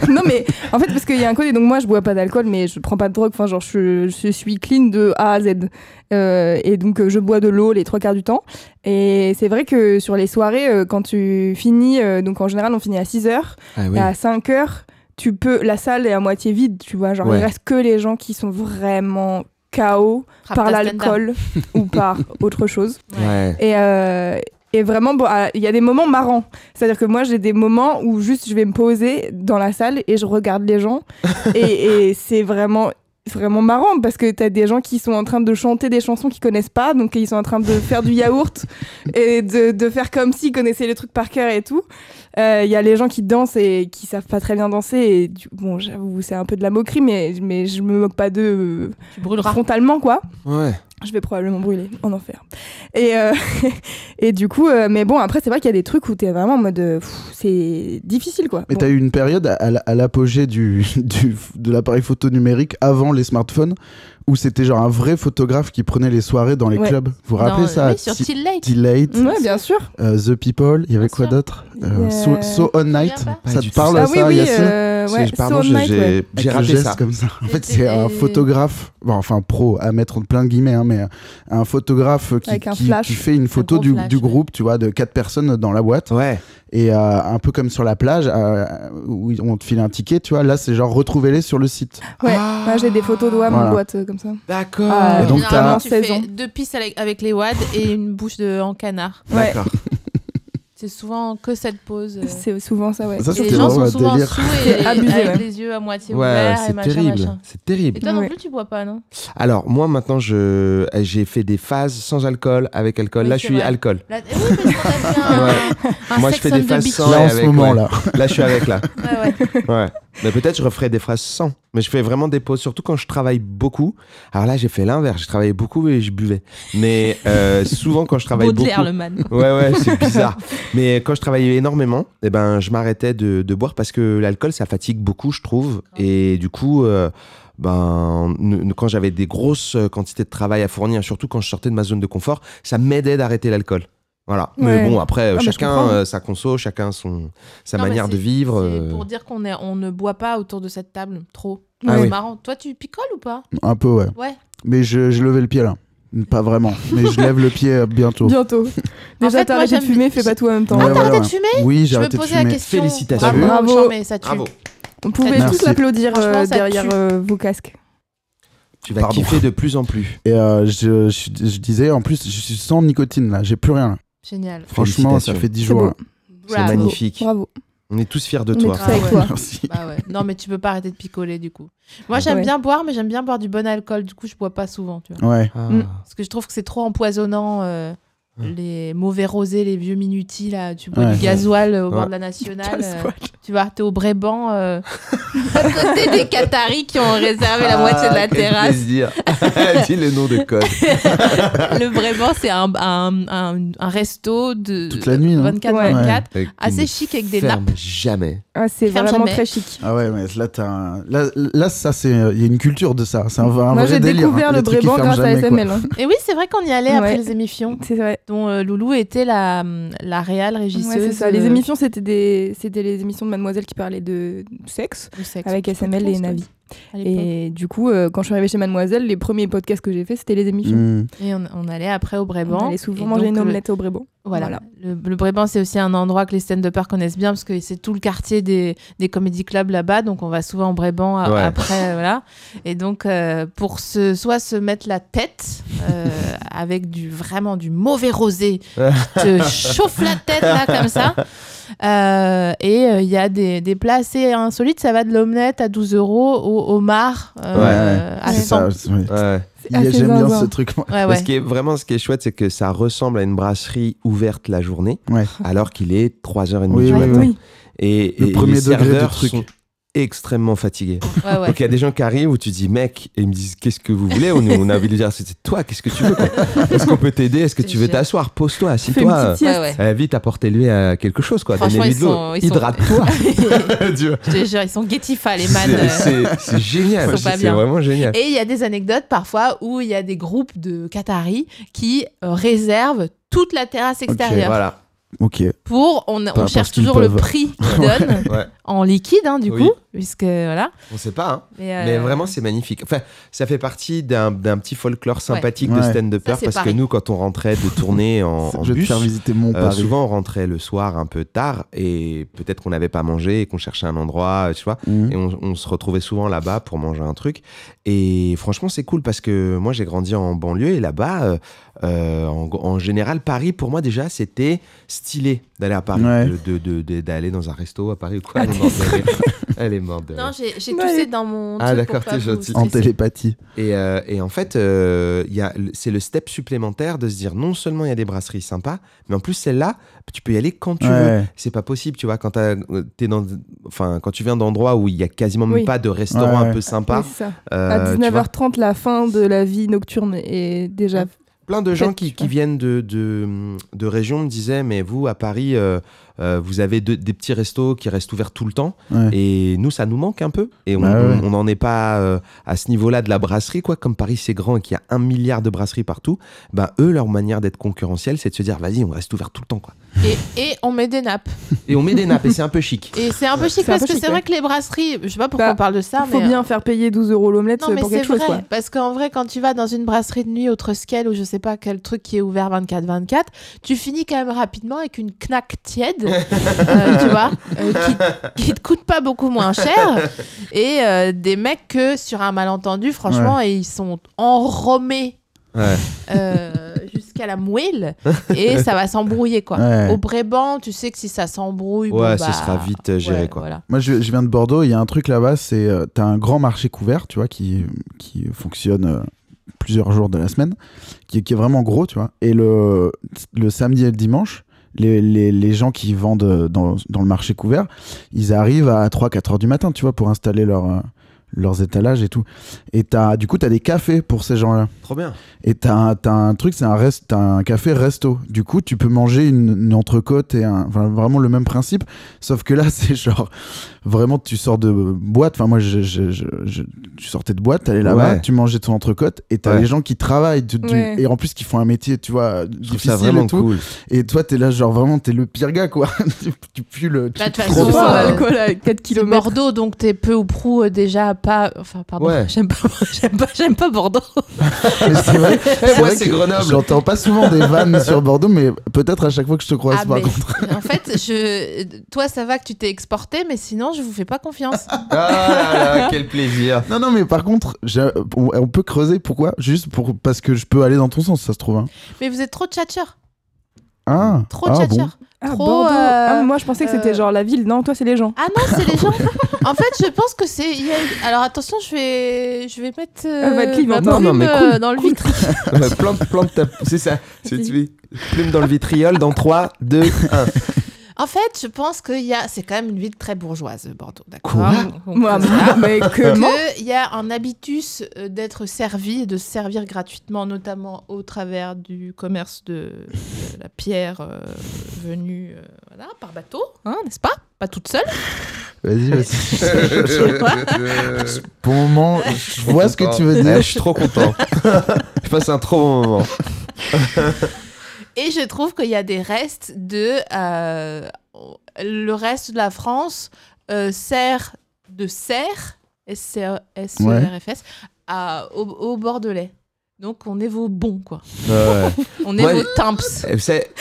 Speaker 4: non mais en fait parce qu'il y a un côté donc moi je bois pas d'alcool mais je prends pas de drogue. Enfin genre je, je suis clean de A à Z Euh, et donc euh, je bois de l'eau les trois quarts du temps. Et c'est vrai que sur les soirées euh, quand tu finis euh, donc en général on finit à 6 heures
Speaker 7: Ah oui.
Speaker 4: et à 5 heures, tu peux. La salle est à moitié vide, tu vois. Genre,
Speaker 7: Ouais.
Speaker 4: il reste que les gens qui sont vraiment KO par l'alcool ou par autre chose.
Speaker 7: Ouais.
Speaker 4: Et. euh, et vraiment, bon, ah, il y a des moments marrants. C'est-à-dire que moi, j'ai des moments où juste je vais me poser dans la salle et je regarde les gens. et et c'est vraiment, vraiment marrant parce que t'as des gens qui sont en train de chanter des chansons qu'ils connaissent pas. Donc, ils sont en train de faire du yaourt et de, de faire comme s'ils connaissaient les trucs par cœur et tout. Euh, Il y a les gens qui dansent et qui savent pas très bien danser. Et du- bon, j'avoue, c'est un peu de la moquerie, mais, mais je me moque pas d'eux euh,
Speaker 6: Tu brûleras.
Speaker 4: frontalement, quoi.
Speaker 7: Ouais.
Speaker 4: Je vais probablement brûler en enfer. Et, euh, et du coup, euh, mais bon, après, c'est vrai qu'il y a des trucs où t'es vraiment en mode. euh, pff, c'est difficile, quoi.
Speaker 3: Mais
Speaker 4: Bon.
Speaker 3: t'as eu une période à, à la- à l'apogée du, du- de l'appareil photo numérique avant les smartphones où c'était genre un vrai photographe qui prenait les soirées dans les
Speaker 4: Ouais.
Speaker 3: clubs. Vous vous rappelez ça
Speaker 6: sur
Speaker 3: T-
Speaker 6: Till Lake.
Speaker 3: T-Late,
Speaker 4: Ouais, bien sûr.
Speaker 3: euh, The People, il y avait
Speaker 6: Bien
Speaker 3: quoi
Speaker 6: sûr.
Speaker 3: d'autre Euh,
Speaker 4: Euh,
Speaker 3: so, So On Night,
Speaker 6: souviens
Speaker 7: pas
Speaker 3: ça
Speaker 7: du
Speaker 3: te
Speaker 7: tout.
Speaker 3: parle
Speaker 7: Là,
Speaker 4: ah
Speaker 3: ça,
Speaker 4: oui, oui.
Speaker 3: Yacine
Speaker 4: euh, ouais,
Speaker 7: C'est- Pardon,
Speaker 4: So
Speaker 7: j'ai-
Speaker 4: Night, ouais.
Speaker 7: j'ai j'ai
Speaker 3: Avec le
Speaker 7: raté
Speaker 3: geste
Speaker 7: ça.
Speaker 3: Bah, comme ça. En fait, c'est
Speaker 6: Et-
Speaker 3: un photographe, bon, enfin pro à mettre plein de guillemets, hein, mais euh, un photographe qui,
Speaker 4: Avec un
Speaker 3: qui-
Speaker 4: flash.
Speaker 3: qui fait une photo
Speaker 6: gros
Speaker 3: du,
Speaker 6: flash,
Speaker 3: du
Speaker 6: ouais.
Speaker 3: groupe, tu vois, de quatre personnes dans la boîte.
Speaker 7: Ouais.
Speaker 3: Et euh, un peu comme sur la plage, euh, où on te file un ticket, tu vois, là c'est genre retrouvez-les sur le site.
Speaker 4: Ouais,
Speaker 7: Ah.
Speaker 4: moi, j'ai des photos de WAM
Speaker 3: Voilà.
Speaker 4: en boîte euh, comme ça.
Speaker 7: D'accord.
Speaker 4: Ah,
Speaker 3: Et donc, t'as-
Speaker 6: Généralement, tu
Speaker 4: 16
Speaker 6: fais
Speaker 4: ans.
Speaker 6: deux pistes avec, avec les wads et une bouche de, en canard.
Speaker 4: Ouais,
Speaker 7: D'accord.
Speaker 6: C'est souvent que cette pose. euh.
Speaker 4: c'est souvent ça, ouais.
Speaker 3: Ça,
Speaker 6: Et
Speaker 3: c'était
Speaker 6: les gens
Speaker 3: vraiment
Speaker 6: sont
Speaker 3: un
Speaker 6: souvent
Speaker 3: délire.
Speaker 6: sous
Speaker 4: C'est
Speaker 6: et
Speaker 4: abusé,
Speaker 6: avec
Speaker 4: ouais.
Speaker 6: les yeux à moitié
Speaker 7: Ouais,
Speaker 6: ouverts et
Speaker 7: c'est
Speaker 6: machin,
Speaker 7: terrible.
Speaker 6: machin.
Speaker 7: C'est terrible.
Speaker 6: Et toi non
Speaker 4: Ouais.
Speaker 6: plus, tu bois pas, non
Speaker 7: Alors, moi, maintenant, je... eh, j'ai fait des phases sans alcool, avec alcool.
Speaker 6: Oui,
Speaker 7: Là, je
Speaker 6: c'est
Speaker 7: suis
Speaker 6: vrai.
Speaker 7: alcool.
Speaker 6: Là- eh Oui, parce que t'as fait un, un
Speaker 7: Moi, je
Speaker 6: sex
Speaker 7: fais des
Speaker 6: on the
Speaker 7: faces
Speaker 6: beach.
Speaker 7: sans-
Speaker 3: Là en ce
Speaker 7: avec,
Speaker 3: moment
Speaker 7: ouais.
Speaker 3: là.
Speaker 7: Là, je suis avec, là.
Speaker 6: Ouais, ouais.
Speaker 7: Ouais. Mais peut-être je referai des phrases sans. Mais je fais vraiment des pauses, surtout quand je travaille beaucoup. Alors là, j'ai fait l'inverse. Je travaillais beaucoup et je buvais. Mais euh, souvent, quand je travaille
Speaker 6: Baudelaire,
Speaker 7: beaucoup.
Speaker 6: le man.
Speaker 7: Ouais, ouais, c'est bizarre. Mais quand je travaillais énormément, eh ben, je m'arrêtais de, de boire parce que l'alcool, ça fatigue beaucoup, je trouve. Et du coup, euh, ben, ne- ne- quand j'avais des grosses euh, quantités de travail à fournir, surtout quand je sortais de ma zone de confort, ça m'aidait d'arrêter l'alcool. Voilà. Mais
Speaker 4: Ouais.
Speaker 7: bon, après,
Speaker 4: mais je
Speaker 7: chacun
Speaker 4: comprends.
Speaker 7: euh, sa conso, chacun son, sa
Speaker 6: Non, mais
Speaker 7: manière de
Speaker 6: c'est-
Speaker 7: vivre.
Speaker 6: C'est
Speaker 7: euh.
Speaker 6: pour dire qu'on est, on ne boit pas autour de cette table trop.
Speaker 7: Ah
Speaker 6: c'est
Speaker 7: oui.
Speaker 6: marrant. Toi, tu picoles ou pas
Speaker 3: Un peu, ouais.
Speaker 6: Ouais.
Speaker 3: Mais je, je levais le pied là. Pas vraiment. Mais je lève le pied euh, bientôt.
Speaker 4: Bientôt. Déjà,
Speaker 6: fait,
Speaker 4: t'as
Speaker 6: moi,
Speaker 4: arrêté de
Speaker 6: j'aime-
Speaker 4: fumer, fais pas tout en même temps.
Speaker 3: Ouais,
Speaker 6: ah, t'as
Speaker 3: voilà,
Speaker 6: arrêté de
Speaker 3: ouais.
Speaker 6: fumer
Speaker 3: Oui, j'ai
Speaker 6: Je me
Speaker 3: arrêté de
Speaker 6: posais la
Speaker 3: fumer.
Speaker 6: question.
Speaker 7: Félicitations.
Speaker 6: Bravo,
Speaker 4: Bravo.
Speaker 6: Jean, mais ça tue.
Speaker 7: Bravo.
Speaker 4: On pouvait
Speaker 3: Merci.
Speaker 4: tous l'applaudir euh,
Speaker 6: Franchement, ça
Speaker 4: derrière
Speaker 6: tue.
Speaker 4: euh, vos casques.
Speaker 7: Tu vas
Speaker 3: Pardon.
Speaker 7: kiffer de plus en plus.
Speaker 3: Et euh, je, je- je disais, en plus, je suis sans nicotine là. J'ai plus rien. là.
Speaker 6: Génial.
Speaker 3: Franchement, ça
Speaker 7: Félicitations.
Speaker 3: fait 10
Speaker 4: C'est
Speaker 3: jours.
Speaker 4: beau.
Speaker 3: là.
Speaker 7: C'est
Speaker 6: Bravo.
Speaker 7: magnifique.
Speaker 4: Bravo.
Speaker 7: On est tous fiers de
Speaker 4: On est
Speaker 7: toi.
Speaker 4: tous avec
Speaker 6: Ah ouais.
Speaker 4: toi.
Speaker 3: Merci.
Speaker 6: Bah ouais. Non, mais tu peux pas arrêter de picoler du coup. Moi, j'aime
Speaker 4: Ouais.
Speaker 6: bien boire, mais j'aime bien boire du bon alcool. Du coup, je bois pas souvent, tu vois.
Speaker 3: Ouais.
Speaker 7: Ah.
Speaker 4: Mm.
Speaker 6: Parce que je trouve que c'est trop empoisonnant. euh,
Speaker 7: Ouais.
Speaker 6: Les mauvais rosés, les vieux minutis, là, tu bois
Speaker 3: Ouais.
Speaker 6: du gasoil euh, au bord
Speaker 7: Ouais.
Speaker 6: de la nationale. euh,
Speaker 4: Gasoil.
Speaker 6: tu vas t'es au Bréban, euh, à côté des Qataris qui ont réservé la moitié de la
Speaker 7: Ah, quel
Speaker 6: terrasse.
Speaker 7: plaisir. Dis le nom de code.
Speaker 6: Le Bréban, c'est un, un, un, un resto de
Speaker 3: Toute la nuit, non
Speaker 6: 24-24,
Speaker 4: Ouais.
Speaker 6: assez chic avec des nappes.
Speaker 7: hein. Ferme jamais.
Speaker 4: Ah, c'est
Speaker 6: Ferme
Speaker 4: vraiment
Speaker 6: jamais.
Speaker 4: très chic.
Speaker 3: Ah ouais, mais là, t'as un- là, là, ça, c'est. Il y a une culture de ça. C'est un, un
Speaker 4: Moi,
Speaker 3: vrai
Speaker 4: j'ai
Speaker 3: délire.
Speaker 4: découvert
Speaker 3: hein.
Speaker 4: le
Speaker 3: Les trucs qui
Speaker 4: Brébant
Speaker 3: ferment
Speaker 4: grâce à
Speaker 3: jamais, quoi.
Speaker 4: SML. hein.
Speaker 6: Et oui, c'est vrai qu'on y allait après
Speaker 4: Ouais.
Speaker 6: les émissions,
Speaker 4: C'est vrai.
Speaker 6: dont euh, Loulou était la, la réal régisseuse.
Speaker 4: Ouais, c'est ça. Les
Speaker 6: euh,
Speaker 4: émissions, c'était des, c'était les émissions de Mademoiselle qui parlaient de sexe
Speaker 6: du sexe,
Speaker 4: avec
Speaker 6: je sais pas
Speaker 4: SML
Speaker 6: trop,
Speaker 4: et
Speaker 6: ça,
Speaker 4: Navi.
Speaker 6: à l'époque.
Speaker 4: Et du coup, euh, quand je suis arrivée chez Mademoiselle, les premiers podcasts que j'ai fait, c'était les émissions.
Speaker 3: Mm.
Speaker 6: Et, on, on allait après au Bréban.
Speaker 4: On allait souvent
Speaker 6: Mmh. Et
Speaker 4: manger
Speaker 6: donc, euh,
Speaker 4: une
Speaker 6: le-
Speaker 4: omelette au Brébant.
Speaker 6: Voilà.
Speaker 4: Voilà.
Speaker 6: Le, le Brébant, c'est aussi un endroit que les stand-uppers connaissent bien parce que c'est tout le quartier des, des comédie clubs là-bas. Donc, on va souvent au Brébant a-
Speaker 7: Ouais.
Speaker 6: après. euh, voilà. Et donc, euh, pour se, soit se mettre la tête euh, avec du, vraiment du mauvais rosé qui te chauffe la tête là comme ça. Euh, et euh, il y a des, des plats assez insolites. Ça va de l'omelette à 12 euros au homard euh,
Speaker 4: Ah,
Speaker 6: à
Speaker 3: C'est
Speaker 6: 100.
Speaker 3: ça. c'est- ouais.
Speaker 7: Ouais.
Speaker 4: C'est
Speaker 3: Il y a-
Speaker 4: assez
Speaker 3: J'aime bien
Speaker 4: zinzin.
Speaker 3: ce truc. moi.
Speaker 6: Ouais,
Speaker 7: Mais
Speaker 6: Ah ouais.
Speaker 7: Ce qui est vraiment ce qui est chouette, c'est que ça ressemble à une brasserie ouverte la journée,
Speaker 3: Ouais.
Speaker 7: alors qu'il est 3h30
Speaker 3: Oui,
Speaker 7: du
Speaker 3: oui,
Speaker 7: matin.
Speaker 4: Oui.
Speaker 7: Et,
Speaker 3: Le
Speaker 7: et
Speaker 3: premier
Speaker 7: les
Speaker 3: degré du
Speaker 7: serveurs
Speaker 3: truc.
Speaker 7: sont extrêmement fatigué.
Speaker 6: Ouais, ouais.
Speaker 7: Donc il y a des gens qui arrivent où tu dis mec, et ils me disent qu'est-ce que vous voulez On, on a envie de dire c'était toi, qu'est-ce que tu veux quoi Est-ce qu'on peut t'aider Est-ce que tu veux
Speaker 6: Génial.
Speaker 7: t'asseoir Pose-toi,
Speaker 4: Fais une
Speaker 7: assis-toi.
Speaker 4: petite sieste.
Speaker 6: Ouais, ouais.
Speaker 7: Euh, vite, apportez-lui euh, quelque chose, quoi.
Speaker 6: Franchement,
Speaker 7: Donnez-lui
Speaker 6: ils
Speaker 7: de l'eau.
Speaker 6: sont- ils sont-
Speaker 7: Hydrate-toi. Dieu.
Speaker 6: Je te jure, ils sont guettifas, les man.
Speaker 7: C'est-
Speaker 6: euh.
Speaker 7: C'est c'est
Speaker 6: Ils sont
Speaker 7: génial.
Speaker 6: pas
Speaker 7: C'est
Speaker 6: bien.
Speaker 7: vraiment génial.
Speaker 6: Et il y a des anecdotes parfois où il y a des groupes de Qataris qui euh, réservent toute la terrasse extérieure
Speaker 7: Voilà.
Speaker 3: Ok.
Speaker 6: pour on, on
Speaker 3: parce
Speaker 6: cherche
Speaker 3: qu'ils
Speaker 6: toujours le
Speaker 3: peuvent.
Speaker 6: prix qu'ils donnent
Speaker 7: Ouais.
Speaker 6: en liquide hein, du
Speaker 7: Oui.
Speaker 6: coup puisque voilà
Speaker 7: On sait pas, hein.
Speaker 6: mais, euh,
Speaker 7: Mais vraiment, c'est magnifique. Enfin, ça fait partie d'un d'un petit folklore sympathique de
Speaker 3: Ouais.
Speaker 7: stand-upper
Speaker 6: Ça,
Speaker 7: parce
Speaker 6: c'est
Speaker 7: que
Speaker 6: Paris.
Speaker 7: nous, quand on rentrait de tournée en, en
Speaker 3: je vais te
Speaker 7: bus,
Speaker 3: faire visiter mon
Speaker 7: euh,
Speaker 3: Paris.
Speaker 7: souvent on rentrait le soir un peu tard et peut-être qu'on n'avait pas mangé et qu'on cherchait un endroit, euh, tu vois.
Speaker 3: Mhm.
Speaker 7: Et on, on se retrouvait souvent là-bas pour manger un truc. Et franchement, c'est cool parce que moi, j'ai grandi en banlieue et là-bas, euh, euh, en, en général, Paris, pour moi, déjà, c'était stylé d'aller à Paris,
Speaker 3: Ouais.
Speaker 7: de- de- de- de- d'aller dans un resto à Paris ou quoi. Elle est morte de rire. Elle est morte de rire.
Speaker 6: Ah, non j'ai j'ai
Speaker 4: Ouais.
Speaker 6: toussé dans mon
Speaker 7: euh, Ah,
Speaker 6: truc
Speaker 7: d'accord,
Speaker 6: pour
Speaker 7: t'es
Speaker 6: pas vous
Speaker 7: gentil.
Speaker 6: stresser.
Speaker 3: En télépathie.
Speaker 7: Et, euh, et en fait, euh, il y a le- c'est le step supplémentaire de se dire non seulement il y a des brasseries sympas, mais en plus celle-là, tu peux y aller quand tu veux.
Speaker 3: Ouais.
Speaker 7: C'est pas possible, tu vois, quand, t'as- euh, t'es dans, enfin, quand tu viens d'endroits où il y a quasiment même
Speaker 4: Oui.
Speaker 7: pas de restaurant
Speaker 3: Ouais,
Speaker 7: un peu
Speaker 3: ouais.
Speaker 7: sympa.
Speaker 4: Oui, c'est ça.
Speaker 7: euh,
Speaker 4: à
Speaker 7: tu vois,
Speaker 4: 19h30, la fin de la vie nocturne est déjà.
Speaker 7: plein de gens
Speaker 4: Peut-être,
Speaker 7: qui,
Speaker 4: tu
Speaker 7: qui
Speaker 4: vois.
Speaker 7: viennent de, de, de régions me disaient mais vous à Paris euh, euh, vous avez de- des petits restos qui restent ouverts tout le temps
Speaker 3: Ouais.
Speaker 7: et nous ça nous manque un peu et on
Speaker 3: Bah ouais.
Speaker 7: on n'en est pas euh, à ce niveau là de la brasserie quoi comme Paris c'est grand et qu'il y a un milliard de brasseries partout bah eux leur manière d'être concurrentielle c'est de se dire vas-y on reste ouvert tout le temps quoi
Speaker 6: et, et on met des nappes
Speaker 7: et on met des nappes et c'est un peu chic
Speaker 6: et c'est un peu chic
Speaker 4: C'est un
Speaker 6: parce
Speaker 4: peu
Speaker 6: que
Speaker 4: chic,
Speaker 6: c'est vrai
Speaker 4: ouais.
Speaker 6: que les brasseries je sais pas pourquoi
Speaker 4: Bah,
Speaker 6: on parle de ça
Speaker 4: Il faut
Speaker 6: mais euh,
Speaker 4: bien faire payer 12 euros l'omelette
Speaker 7: euh,
Speaker 6: non mais
Speaker 4: pour
Speaker 6: c'est
Speaker 4: quelque chose,
Speaker 6: vrai
Speaker 4: quoi.
Speaker 6: parce qu'en vrai quand tu vas dans une brasserie de nuit au Truskel ou je sais pas quel truc qui est ouvert 24-24 tu finis quand même rapidement avec une knack tiède euh, tu vois euh, qui, qui te coûte pas beaucoup moins cher et euh, des mecs que sur un malentendu franchement et ils sont enromés
Speaker 7: Ouais.
Speaker 6: euh, jusqu'à la moelle et ça va s'embrouiller quoi
Speaker 3: Ouais.
Speaker 6: au Brébant tu sais que si ça s'embrouille bon,
Speaker 7: ouais
Speaker 6: bah,
Speaker 7: ce sera vite euh, géré
Speaker 6: ouais,
Speaker 7: quoi
Speaker 6: voilà.
Speaker 3: Moi, je, je viens de Bordeaux. Il y a un truc là-bas, c'est euh, t'as un grand marché couvert, tu vois, qui qui fonctionne euh, plusieurs jours de la semaine, qui, qui est vraiment gros, tu vois. Et le le samedi et le dimanche, les, les, les gens qui vendent euh, dans, dans le marché couvert, ils arrivent à 3-4 heures du matin, tu vois, pour installer leur, euh, leurs étalages et tout. Et t'as du coup t'as des cafés pour ces gens-là.
Speaker 7: trop bien
Speaker 3: Et t'as un, t'as un truc, c'est un, rest, t'as un café resto. Du coup, tu peux manger une, une entrecôte et un, enfin, vraiment le même principe. Sauf que là, c'est genre vraiment, tu sors de boîte. Enfin, moi, je, je, je, je- tu sortais de boîte, t'allais là-bas,
Speaker 7: Ouais.
Speaker 3: tu mangeais ton entrecôte et t'as
Speaker 7: Ouais.
Speaker 3: les gens qui travaillent du- du-
Speaker 4: Ouais.
Speaker 3: et en plus qui font un métier, tu vois, euh,
Speaker 7: je trouve
Speaker 3: difficile
Speaker 7: ça vraiment
Speaker 3: et tout.
Speaker 7: cool
Speaker 3: Et toi, t'es là, genre vraiment, t'es le pire gars, quoi. tu, tu pues le. tu
Speaker 6: Bah, de
Speaker 3: te
Speaker 6: toute
Speaker 3: prends
Speaker 6: façon,
Speaker 3: pas.
Speaker 6: euh,
Speaker 4: Alcool à 4
Speaker 6: C'est
Speaker 4: km.
Speaker 6: Bordeaux, donc t'es peu ou prou euh, déjà pas. Enfin, pardon,
Speaker 7: Ouais.
Speaker 6: j'aime pas, j'aime pas, j'aime pas Bordeaux. euh,
Speaker 3: Mais c'est vrai, Eh, c'est
Speaker 7: moi,
Speaker 3: vrai que
Speaker 7: c'est Grenoble.
Speaker 3: J'entends pas souvent des vannes sur Bordeaux, mais peut-être à chaque fois que je te croise,
Speaker 6: Ah,
Speaker 3: par
Speaker 6: mais-
Speaker 3: contre.
Speaker 6: en fait, je, toi, ça va que tu t'es exporté, mais sinon, je vous fais pas confiance.
Speaker 7: ah là là quel plaisir
Speaker 3: Non, non, mais par contre, j'ai- on, on peut creuser. Pourquoi Juste pour, parce que je peux aller dans ton sens, ça se trouve. Hein.
Speaker 6: Mais vous êtes trop tchatcheurs.
Speaker 3: Ah,
Speaker 6: Trop
Speaker 3: ah, bon.
Speaker 6: tchatcheurs.
Speaker 4: Ah,
Speaker 6: Trop,
Speaker 4: Bordeaux.
Speaker 6: euh,
Speaker 4: Ah, moi, je pensais que c'était
Speaker 6: euh,
Speaker 4: genre la ville. Non, toi, c'est les gens.
Speaker 6: Ah non, c'est les gens. En fait, je pense que c'est. il y a- Alors attention, je vais, je vais mettre euh,
Speaker 4: Elle va être libre
Speaker 6: ma
Speaker 4: maintenant.
Speaker 6: plume
Speaker 7: Non, non, mais
Speaker 6: euh,
Speaker 7: cool,
Speaker 6: dans le vitre.
Speaker 7: Ouais, euh, plante, plante ta. C'est ça. C'est
Speaker 4: Vas-y.
Speaker 7: oui. Plume dans le vitriol dans 3, 2, 1.
Speaker 6: En fait, je pense qu'il y a. C'est quand même une ville très bourgeoise, Bordeaux. D'accord.
Speaker 7: Quoi
Speaker 6: On- on-
Speaker 4: Moi, mais
Speaker 6: Ah,
Speaker 4: comment
Speaker 6: qu'il y a un habitus euh, d'être servi et de se servir gratuitement, notamment au travers du commerce de, de la pierre euh, venue euh, voilà, par bateau, hein, n'est-ce pas Pas toute seule.
Speaker 3: Vas-y, vas-y.
Speaker 7: Je
Speaker 3: Pour le moment, Euh, je vois ce que tu veux dire.
Speaker 7: suis trop content. Je passe un trop bon moment.
Speaker 6: Et je trouve qu'il y a des restes de... euh, le reste de la France euh, sert de serre, S-E-R-F-S, à- au, au Bordelais. Donc on est vos bons, quoi.
Speaker 7: Ouais.
Speaker 6: On est
Speaker 7: Ouais.
Speaker 6: vos timps.
Speaker 7: Et C'est.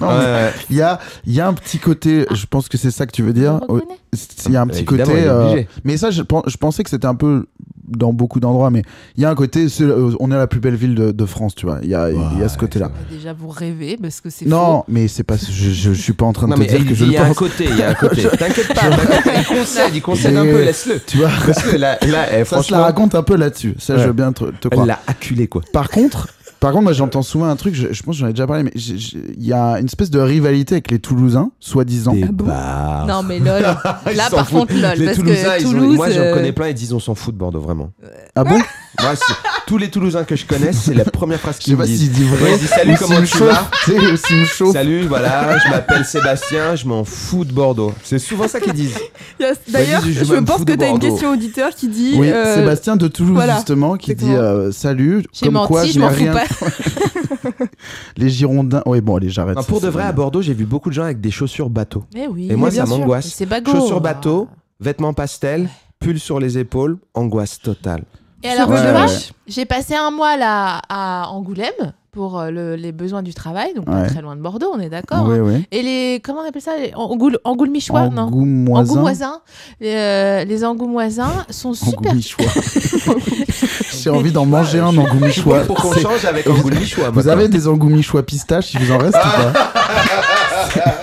Speaker 3: Non, mais Il y, a, il y a un petit côté, je pense que c'est ça que tu veux dire.
Speaker 6: On reconnaît.
Speaker 3: Il y a un petit
Speaker 7: Évidemment, il
Speaker 3: côté.
Speaker 7: est
Speaker 3: euh,
Speaker 7: obligé.
Speaker 3: mais ça, je, pen- je pensais que c'était un peu dans beaucoup d'endroits, mais il y a un côté, c'est- euh, on est la plus belle ville de, de France, tu vois. Il y a, il y a ce côté-là.
Speaker 6: Déjà, vous rêvez, parce que c'est
Speaker 3: Non, mais c'est pas, je, je, je suis pas en train de
Speaker 7: Non,
Speaker 3: te
Speaker 7: mais
Speaker 3: dire
Speaker 7: il
Speaker 3: que je
Speaker 7: il
Speaker 3: le
Speaker 7: y a un
Speaker 3: pense.
Speaker 7: côté. Il y a un côté. T'inquiète pas. t'inquiète, Il concède. Il concède un
Speaker 3: Mais-
Speaker 7: peu. Laisse-le.
Speaker 3: Tu vois,
Speaker 7: Parce que là, là
Speaker 3: ça
Speaker 7: eh,
Speaker 3: se la
Speaker 7: franchement,
Speaker 3: raconte un peu là-dessus. Ça,
Speaker 7: Ouais.
Speaker 3: je veux bien te, te
Speaker 7: elle
Speaker 3: croire.
Speaker 7: l'a acculé, quoi.
Speaker 3: Par contre, Par contre, moi, j'entends souvent un truc, je, je pense que j'en ai déjà parlé, mais j'ai- j'ai- il y a une espèce de rivalité avec les Toulousains, soi-disant.
Speaker 7: Des
Speaker 4: Ah bon
Speaker 7: barres.
Speaker 6: Non, mais lol.
Speaker 7: Ils
Speaker 6: Là,
Speaker 7: s'en
Speaker 6: par
Speaker 7: foutent.
Speaker 6: contre, lol.
Speaker 7: Les
Speaker 6: parce
Speaker 7: Toulousains,
Speaker 6: que
Speaker 7: ils ont-
Speaker 6: Toulouse.
Speaker 7: moi
Speaker 6: euh,
Speaker 7: j'en connais plein, ils disent on s'en fout de Bordeaux, vraiment.
Speaker 3: Ah bon
Speaker 7: Moi, c'est- tous les Toulousains que je connais, c'est la première phrase
Speaker 3: Je sais
Speaker 7: qu'ils me
Speaker 3: pas
Speaker 7: disent.
Speaker 3: s'il dit
Speaker 7: Ouais,
Speaker 3: vrai.
Speaker 7: ils disent, salut,
Speaker 3: ou
Speaker 7: comment
Speaker 3: s'il me
Speaker 7: tu
Speaker 3: chauffe,
Speaker 7: vas
Speaker 3: tu sais, ou s'il me chauffe.
Speaker 7: Salut, euh, voilà, je m'appelle Sébastien, je m'en fous de Bordeaux. C'est souvent ça qu'ils disent.
Speaker 4: Yes. D'ailleurs,
Speaker 7: Vas-y, je
Speaker 4: je,
Speaker 7: vais me
Speaker 4: pense
Speaker 7: foutre
Speaker 4: que
Speaker 7: de
Speaker 4: t'as une
Speaker 7: Bordeaux.
Speaker 4: question auditeur qui dit.
Speaker 3: Oui,
Speaker 4: euh,
Speaker 3: Sébastien de Toulouse,
Speaker 4: voilà.
Speaker 3: justement, qui dit
Speaker 4: Exactement.
Speaker 3: euh, Salut,
Speaker 6: J'ai
Speaker 3: comme
Speaker 6: menti,
Speaker 3: quoi
Speaker 6: je
Speaker 3: n'ai
Speaker 6: m'en fous
Speaker 3: rien.
Speaker 6: pas.
Speaker 3: Les Girondins. Oui, bon, allez, j'arrête.
Speaker 7: Non,
Speaker 3: ça,
Speaker 7: Bah, pour
Speaker 3: c'est
Speaker 7: de vrai, à
Speaker 3: vraiment-
Speaker 7: Bordeaux, j'ai vu beaucoup de gens avec des chaussures bateau.
Speaker 6: Mais oui.
Speaker 7: Et moi,
Speaker 4: Mais bien
Speaker 7: ça
Speaker 4: sûr.
Speaker 7: m'angoisse.
Speaker 6: C'est hein. bagot.
Speaker 7: Chaussures bateau, vêtements pastel, pull sur les épaules, angoisse totale.
Speaker 6: Et alors,
Speaker 3: Ouais,
Speaker 6: tu vois,
Speaker 7: Ah,
Speaker 3: ouais.
Speaker 6: j'ai passé un mois là à Angoulême pour euh, le- les besoins du travail, donc pas
Speaker 3: Ouais.
Speaker 6: très loin de Bordeaux, on est d'accord.
Speaker 3: Oui,
Speaker 6: hein.
Speaker 3: oui.
Speaker 6: Et les. Comment on appelle ça les Angoul, Angoulemichois, non
Speaker 3: Angoumoisin.
Speaker 6: Angoumoisins. Les, euh, les Angoumoisins sont super.
Speaker 3: Angoumichois. J'ai envie d'en manger un angoumichois.
Speaker 7: Pour qu'on
Speaker 3: C'est-
Speaker 7: change avec Angoulichois.
Speaker 3: Vous avez des angoumichois pistaches, il vous en reste ou pas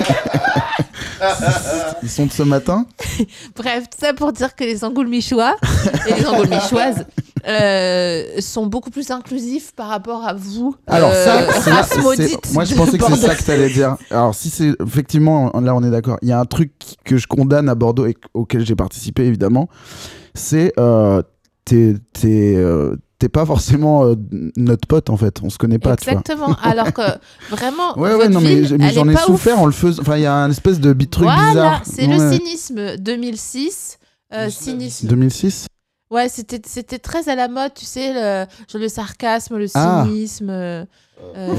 Speaker 3: Ils sont de ce matin
Speaker 6: Bref, tout ça pour dire que les Angoulemichois et les Angoulemichoises euh, sont beaucoup plus inclusifs par rapport à vous.
Speaker 3: Alors
Speaker 6: euh,
Speaker 3: ça, c'est la-
Speaker 6: race maudite
Speaker 3: c'est moi je
Speaker 6: de
Speaker 3: pensais que c'est
Speaker 6: Bordeaux.
Speaker 3: ça que t'allais dire. Alors si c'est effectivement, là on est d'accord, il y a un truc qui- que je condamne à Bordeaux et auquel j'ai participé évidemment, c'est euh, t'es t'es, euh, t'es pas forcément euh, notre pote en fait, on se connaît pas. tu vois.
Speaker 6: Exactement. Alors que vraiment,
Speaker 3: Ouais, ouais,
Speaker 6: votre
Speaker 3: non, mais,
Speaker 6: ville,
Speaker 3: j'ai- mais
Speaker 6: elle
Speaker 3: j'en
Speaker 6: est
Speaker 3: ai
Speaker 6: pas
Speaker 3: souffert
Speaker 6: ouf.
Speaker 3: en le faisant. Enfin, il y a un espèce de bit truc
Speaker 6: voilà,
Speaker 3: bizarre.
Speaker 6: c'est
Speaker 3: Ouais.
Speaker 6: le cynisme 2006. euh, cynisme.
Speaker 3: 2006
Speaker 6: Ouais, c'était c'était très à la mode, tu sais, le, genre le sarcasme, le
Speaker 3: Ah.
Speaker 6: cynisme. euh, euh,